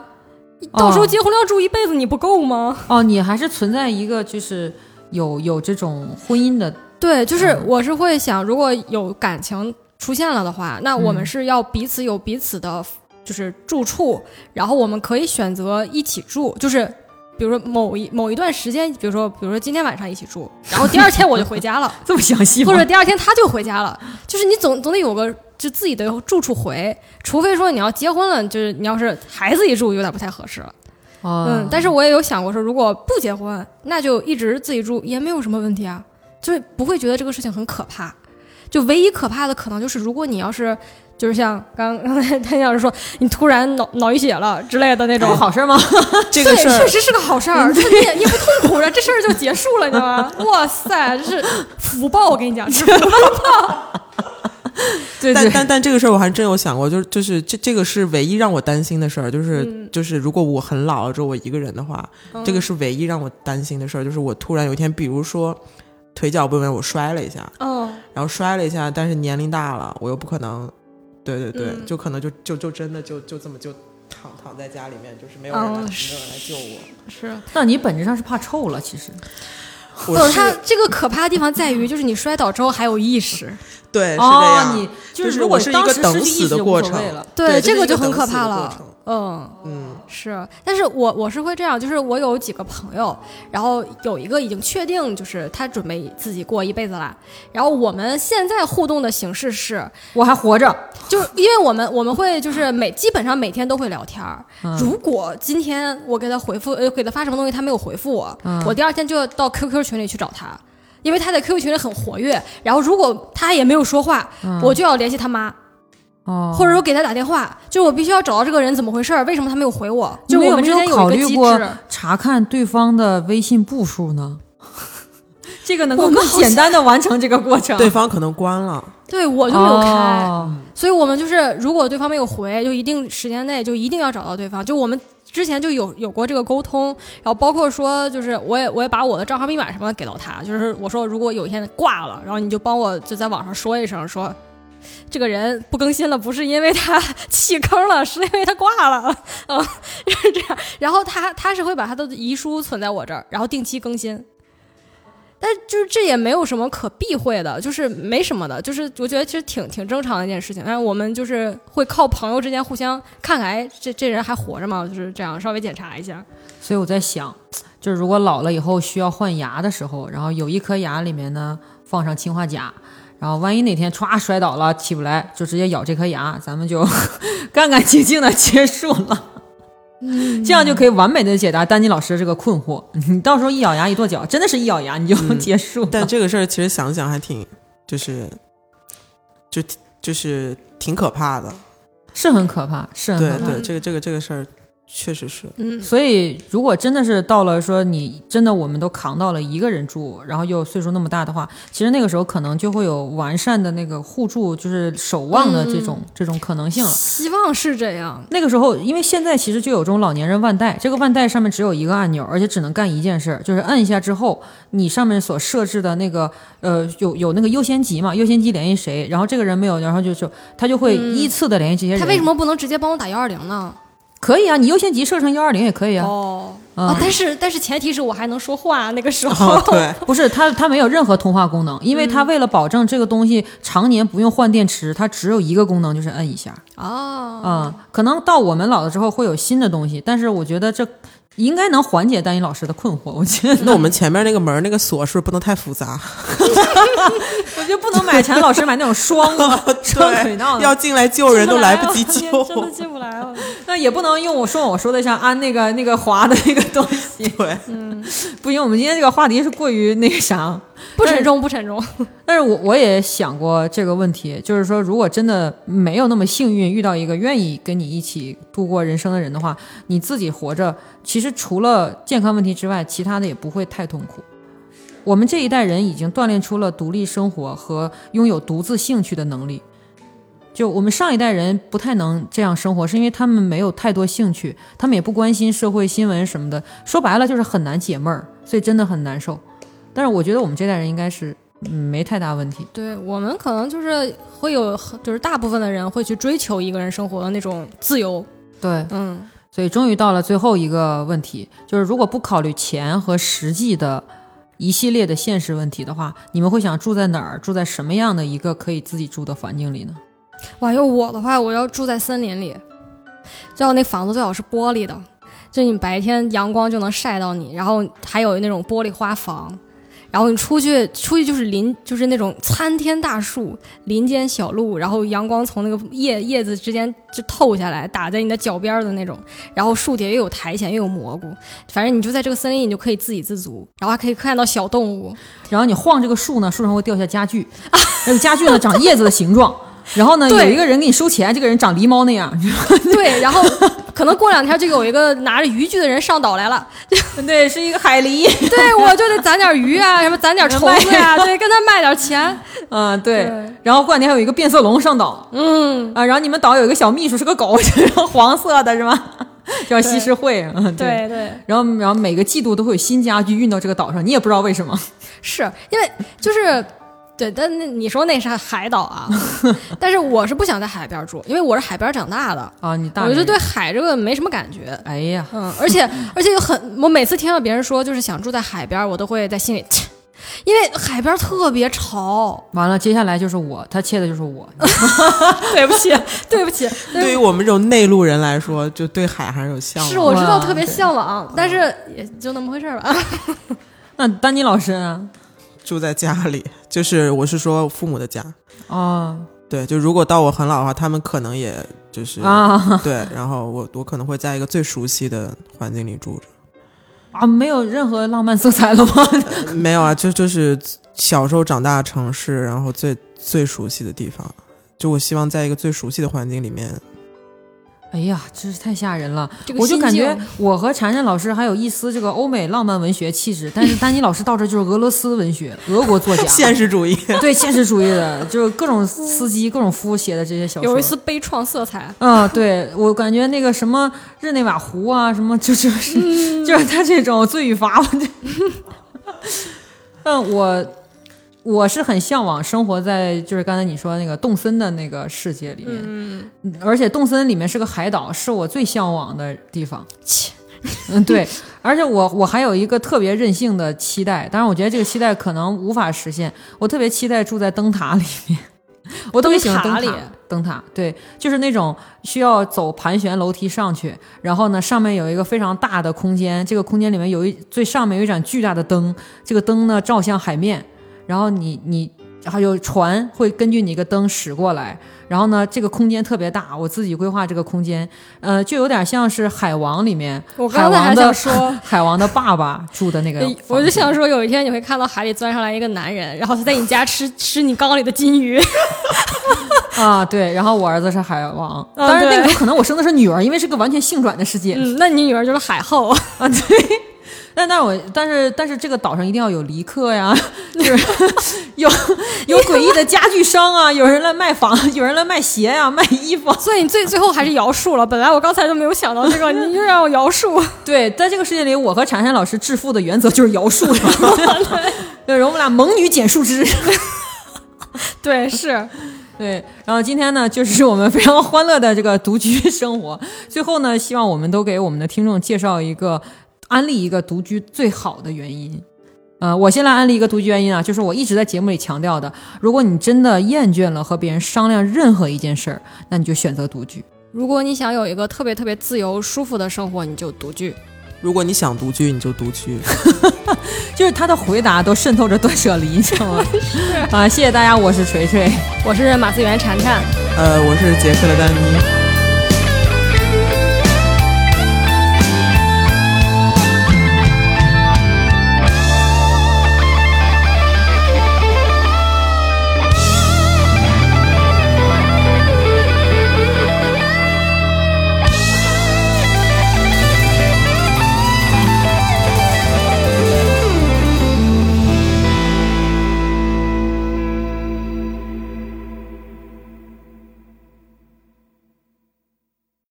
D: 哦
F: 到时候结婚了要住一辈子，你不够吗？
D: 哦，你还是存在一个就是有有这种婚姻的
F: 对，就是我是会想，如果有感情出现了的话，那我们
D: 嗯
F: 是要彼此有彼此的，就是住处，然后我们可以选择一起住，就是。比如说某一某一段时间，比如说比如说今天晚上一起住，然后第二天我就回家了，
D: 这么详细吗？
F: 或者第二天他就回家了，就是你总总得有个就自己的住处回，除非说你要结婚了，就是你要是还自己住有点不太合适了。
D: 哦
F: 嗯，但是我也有想过说，如果不结婚，那就一直自己住也没有什么问题啊，就是不会觉得这个事情很可怕。就唯一可怕的可能就是，如果你要是就是像刚刚 (laughs) 才谭老师说，你突然脑脑溢血了之类的那
D: 这
F: 种
D: 不，好事
F: (laughs)
D: 吗？
E: 哎这
F: 对，
E: 个事
F: 确
E: 儿嗯
F: 实是个好事儿，就是你也你也不痛苦了，啊这事儿就结束了，你知道
E: (laughs)
F: 吗？哇塞，这是福报，我跟你讲，这是福报。
D: 对
E: 但但但这个事儿我还真有想过，就是就是这这个是唯一让我担心的事儿，就是、
D: 嗯
E: 就是如果我很老了之后我一个人的话，这个是唯一让我担心的事儿，就是我突然有一天，比如说腿脚不稳，我摔了一下，
F: 嗯，
E: 然后摔了一下，但是年龄大了，我又不可能，对对对，
F: 嗯
E: 就可能就就就真的就就这么就躺躺在家里面，就是没有人来、
F: 哦
E: 没有
F: 是
E: 人来救我。
F: 是。
D: 那你本质上是怕臭了，其实哦
E: 我
F: 不，
E: 是
F: 它嗯这个可怕的地方在于，就是你摔倒之后还有意识，
E: 对是这
D: 哦，
E: 样，
D: 你
E: 就是
D: 如果
E: 我是一
D: 当
E: 个
D: 时
E: 等
D: 失去
E: 死
D: 意识
E: 的
D: 就无
E: 过
D: 所谓
E: 程
D: 了。
E: 对这
F: 这
E: 是一
F: 个
E: 个
F: 就很
E: 等
F: 可
E: 死
F: 怕
E: 的过
F: 了
E: 程。
F: 嗯，
E: 嗯，
F: 是，但是我我是会这样，就是我有几个朋友，然后有一个已经确定，就是他准备自己过一辈子啦。然后我们现在互动的形式是，
D: 我还活着，
F: 就是因为我们我们会就是每基本上每天都会聊天儿。
E: 嗯
F: 如果今天我给他回复，呃，给他发什么东西，他没有回复我，
D: 嗯
F: 我第二天就要到 QQ 群里去找他，因为他在 QQ 群里很活跃。然后如果他也没有说话，
E: 嗯
F: 我就要联系他妈，
D: 哦，
F: 或者说给他打电话，就是我必须要找到这个人怎么回事儿，为什么他没有回我？
D: 你
F: 就我们
D: 有没
F: 之间
D: 有考
F: 有一
D: 虑
F: 个机
D: 过
F: 制。
D: 查看对方的微信步数呢？这个能够
F: 我们
D: 更
F: 好
D: 简单的完成这个过程。
E: 对，方可能关了，
F: 对我就没有开，
D: 哦
F: 所以我们就是如果对方没有回，就一定时间内就一定要找到对方。就我们之前就有有过这个沟通，然后包括说就是我也我也把我的账号密码什么的给到他，就是我说如果有一天挂了，然后你就帮我就在网上说一声说。这个人不更新了，不是因为他弃坑了，是因为他挂了，嗯，就是这样。然后他他是会把他的遗书存在我这儿，然后定期更新。但就是这也没有什么可避讳的，就是没什么的，就是我觉得其实挺挺正常的一件事情。但是我们就是会靠朋友之间互相看看，哎，这这人还活着吗？就是这样稍微检查一下。
D: 所以我在想，就是如果老了以后需要换牙的时候，然后有一颗牙里面呢放上氰化钾，然后万一哪天歘摔倒了起不来，就直接咬这颗牙，咱们就 (laughs) 干干净净的结束了。
E: 嗯
D: 这样就可以完美的解答丹尼老师这个困惑。你到时候一咬牙一跺脚，真的是一咬牙你就 (laughs) 结束了。
E: 但嗯这个事儿其实想想还挺，就是，就就是挺可怕的。
D: 是很可怕，是很
E: 对
D: 可怕。
E: 对，这个这个这个事儿确实是，
F: 嗯，
D: 所以，如果真的是到了说你真的我们都扛到了一个人住，然后又岁数那么大的话，其实那个时候可能就会有完善的那个互助，就是守望的这种、
F: 嗯
D: 这种可能性了。
F: 希望是这样。
D: 那个时候，因为现在其实就有这种老年人腕带，这个腕带上面只有一个按钮，而且只能干一件事儿，就是按一下之后，你上面所设置的那个呃有有那个优先级嘛，优先级联系谁，然后这个人没有，然后就就他就会依次的联系这些人。
F: 嗯他为什么不能直接帮我打幺二零呢？
D: 可以啊？你优先级设成幺二零也可以啊。
F: 哦，
D: 嗯
F: 啊，但是但是前提是我还能说话，啊那个时候。(laughs)
E: 哦，对，
D: (laughs) 不是它，它没有任何通话功能，因为它为了保证这个东西常年不用换电池，它只有一个功能，就是摁一下。
F: 哦，
E: 啊
D: 嗯，可能到我们老了之后会有新的东西，但是我觉得这应该能缓解丹尼老师的困惑。我觉得，
E: 那我们前面那个门儿那个锁是不是不能太复杂？
D: (laughs) 我觉得不能买陈老师买那种双 (laughs) 啊双轨道
E: 对，
D: 的，
E: 要进来救人都来不及
F: 进
E: 救
F: 来。啊真的进不来
E: (laughs)
F: 了。
D: 那也不能用我说我说的像安那个那个滑的那个东西。
E: 对，
D: (laughs) 不行，我们今天这个话题是过于那个啥。
F: 不沉重，不沉重。 (laughs)
D: 但是我我也想过这个问题，就是说，如果真的没有那么幸运遇到一个愿意跟你一起度过人生的人的话，你自己活着，其实除了健康问题之外，其他的也不会太痛苦。我们这一代人已经锻炼出了独立生活和拥有独自兴趣的能力。就我们上一代人不太能这样生活，是因为他们没有太多兴趣，他们也不关心社会新闻什么的。说白了就是很难解闷儿，所以真的很难受。但是我觉得我们这代人应该是嗯，没太大问题。
F: 对我们可能就是会有，就是大部分的人会去追求一个人生活的那种自由。
D: 对，
F: 嗯，
D: 所以终于到了最后一个问题，就是如果不考虑钱和实际的一系列的现实问题的话，你们会想住在哪儿，住在什么样的一个可以自己住的环境里呢？
F: 哇，要我的话，我要住在森林里，最好那房子最好是玻璃的，就你白天阳光就能晒到你，然后还有那种玻璃花房，然后你出去出去就是林，就是那种参天大树、林间小路，然后阳光从那个叶叶子之间就透下来，打在你的脚边儿的那种，然后树底下又有苔藓又有蘑菇，反正你就在这个森林，你就可以自给自足，然后还可以看到小动物。 (laughs)
D: 然后你晃这个树呢，树上会掉下家 (laughs) 具，那个家具呢长叶子的形 (laughs) 状。然后呢，
F: 对
D: 有一个人给你收钱，这个人长狸猫那样，
F: 对，然后可能过两天就有一个拿着渔具的人上岛来了。
D: (laughs) 对，是一个海狸， (laughs)
F: (laughs) 对，我就得攒点鱼啊，什么攒点虫子呀、对，跟他卖点钱。 (laughs)
D: 嗯，对
F: 对。
D: 然后过两天还有一个变色龙上岛，嗯啊，然后你们岛有一个小秘书是个狗， (laughs) 就是黄色的是吧？叫西施惠，嗯，
F: 对对，
D: 然后，然后每个季度都会有新家具运到这个岛上，你也不知道为什么。
F: 是因为就是。对，但那你说那是海岛啊， (laughs) 但是我是不想在海边住，因为我是海边长大的，
D: 啊，你大
F: 我就
D: 人
F: 对，海这个没什么感觉。
D: 哎呀，
F: (laughs) 嗯，而且而且有很，我每次听到别人说就是想住在海边，我都会在心里切因为海边特别潮。
D: 完了，接下来就是我，他切的就是 (laughs) 我。
F: 对不起，对 (laughs) 不起，
E: 对于我们这种内陆人来说，就对海还是有向往。
F: 是我知道
D: 哇
F: 特别向往，但是也就那么回事 (laughs) 儿吧。
D: 那丹妮老师呢？
E: 住在家里，就是我是说父母的家。
D: 哦
E: 对，就如果到我很老的话，他们可能也就是、
D: 啊
E: 对，然后我我可能会在一个最熟悉的环境里住着。
D: 啊，没有任何浪漫色彩了吗？
E: 没有啊，就就是小时候长大的城市，然后最最熟悉的地方。就我希望在一个最熟悉的环境里面，
D: (laughs) 哎呀，真是太吓人了！
F: 这个
D: 我就
F: 心
D: 感觉
F: 境
D: 我和婵婵老师还有一丝这个欧美浪漫文学气质，但是丹妮老师到这就是俄罗斯文学，俄国 (laughs) 作家，
E: 现实主义。 (laughs)
D: 对现实主义的，就是各种司机、各种夫写的这些小说。
F: 有一丝悲怆色彩，
D: 嗯，对我感觉那个什么日内瓦湖啊，什么就就是、就是他这种罪与罚，我这。 (laughs) 但我我是很向往生活在就是刚才你说那个动森的那个世界里面，嗯、而且动森里面是个海岛，是我最向往的地方。嗯，对，而且我我还有一个特别任性的期待，当然我觉得这个期待可能无法实现。我特别期待住在灯塔里面，我特别喜欢灯塔。
F: 灯塔里
D: 灯塔对，就是那种需要走盘旋楼梯上去，然后呢上面有一个非常大的空间，这个空间里面有一最上面有一盏巨大的灯，这个灯呢照向海面，然后你你还有船会根据你一个灯驶过来，然后呢这个空间特别大，我自己规划这个空间，呃，就有点像是海王里面
F: 我
D: 海
F: 刚才还
D: 王的
F: 想说
D: (laughs) 海王的爸爸住的那个
F: 对
D: 房子，
F: 我就想说，有一天你会看到海里钻上来一个男人，然后他在你家吃吃你缸里的金鱼， (laughs)
D: 啊，对，然后我儿子是海王，
F: 啊
D: 当然那
F: 对
D: 个时候可能我生的是女儿，因为是个完全性转的世界，
F: 嗯，那你女儿就是海后， (laughs)
D: 啊，对。但但我但是但是这个岛上一定要有离客呀，就是 (laughs) 有有诡异的家具商啊，有人来卖房，有人来卖鞋呀、卖衣服。
F: 所以你最最后还是摇树了。本来我刚才都没有想到这个，你就让我摇树， (laughs)
D: (laughs) 对，在这个世界里，我和婵婵老师致富的原则就是摇树，
F: (laughs)
D: 对，然后我们俩猛女剪树枝。
F: 对，是
D: (laughs) 对，然后今天呢，就是我们非常欢乐的这个独居生活。最后呢，希望我们都给我们的听众介绍一个安利一个独居最好的原因。呃，我先来安利一个独居原因啊，就是我一直在节目里强调的，如果你真的厌倦了和别人商量任何一件事儿，那你就选择独居。
F: 如果你想有一个特别特别自由舒服的生活，你就独居。
E: 如果你想独居，你就独居。
D: 就是他的回答都渗透着断舍离，你知道
F: (laughs)
D: 吗？啊，谢谢大家，我是锤锤。
F: 我是马思源婵婵。
E: 呃，我是杰克的丹妮。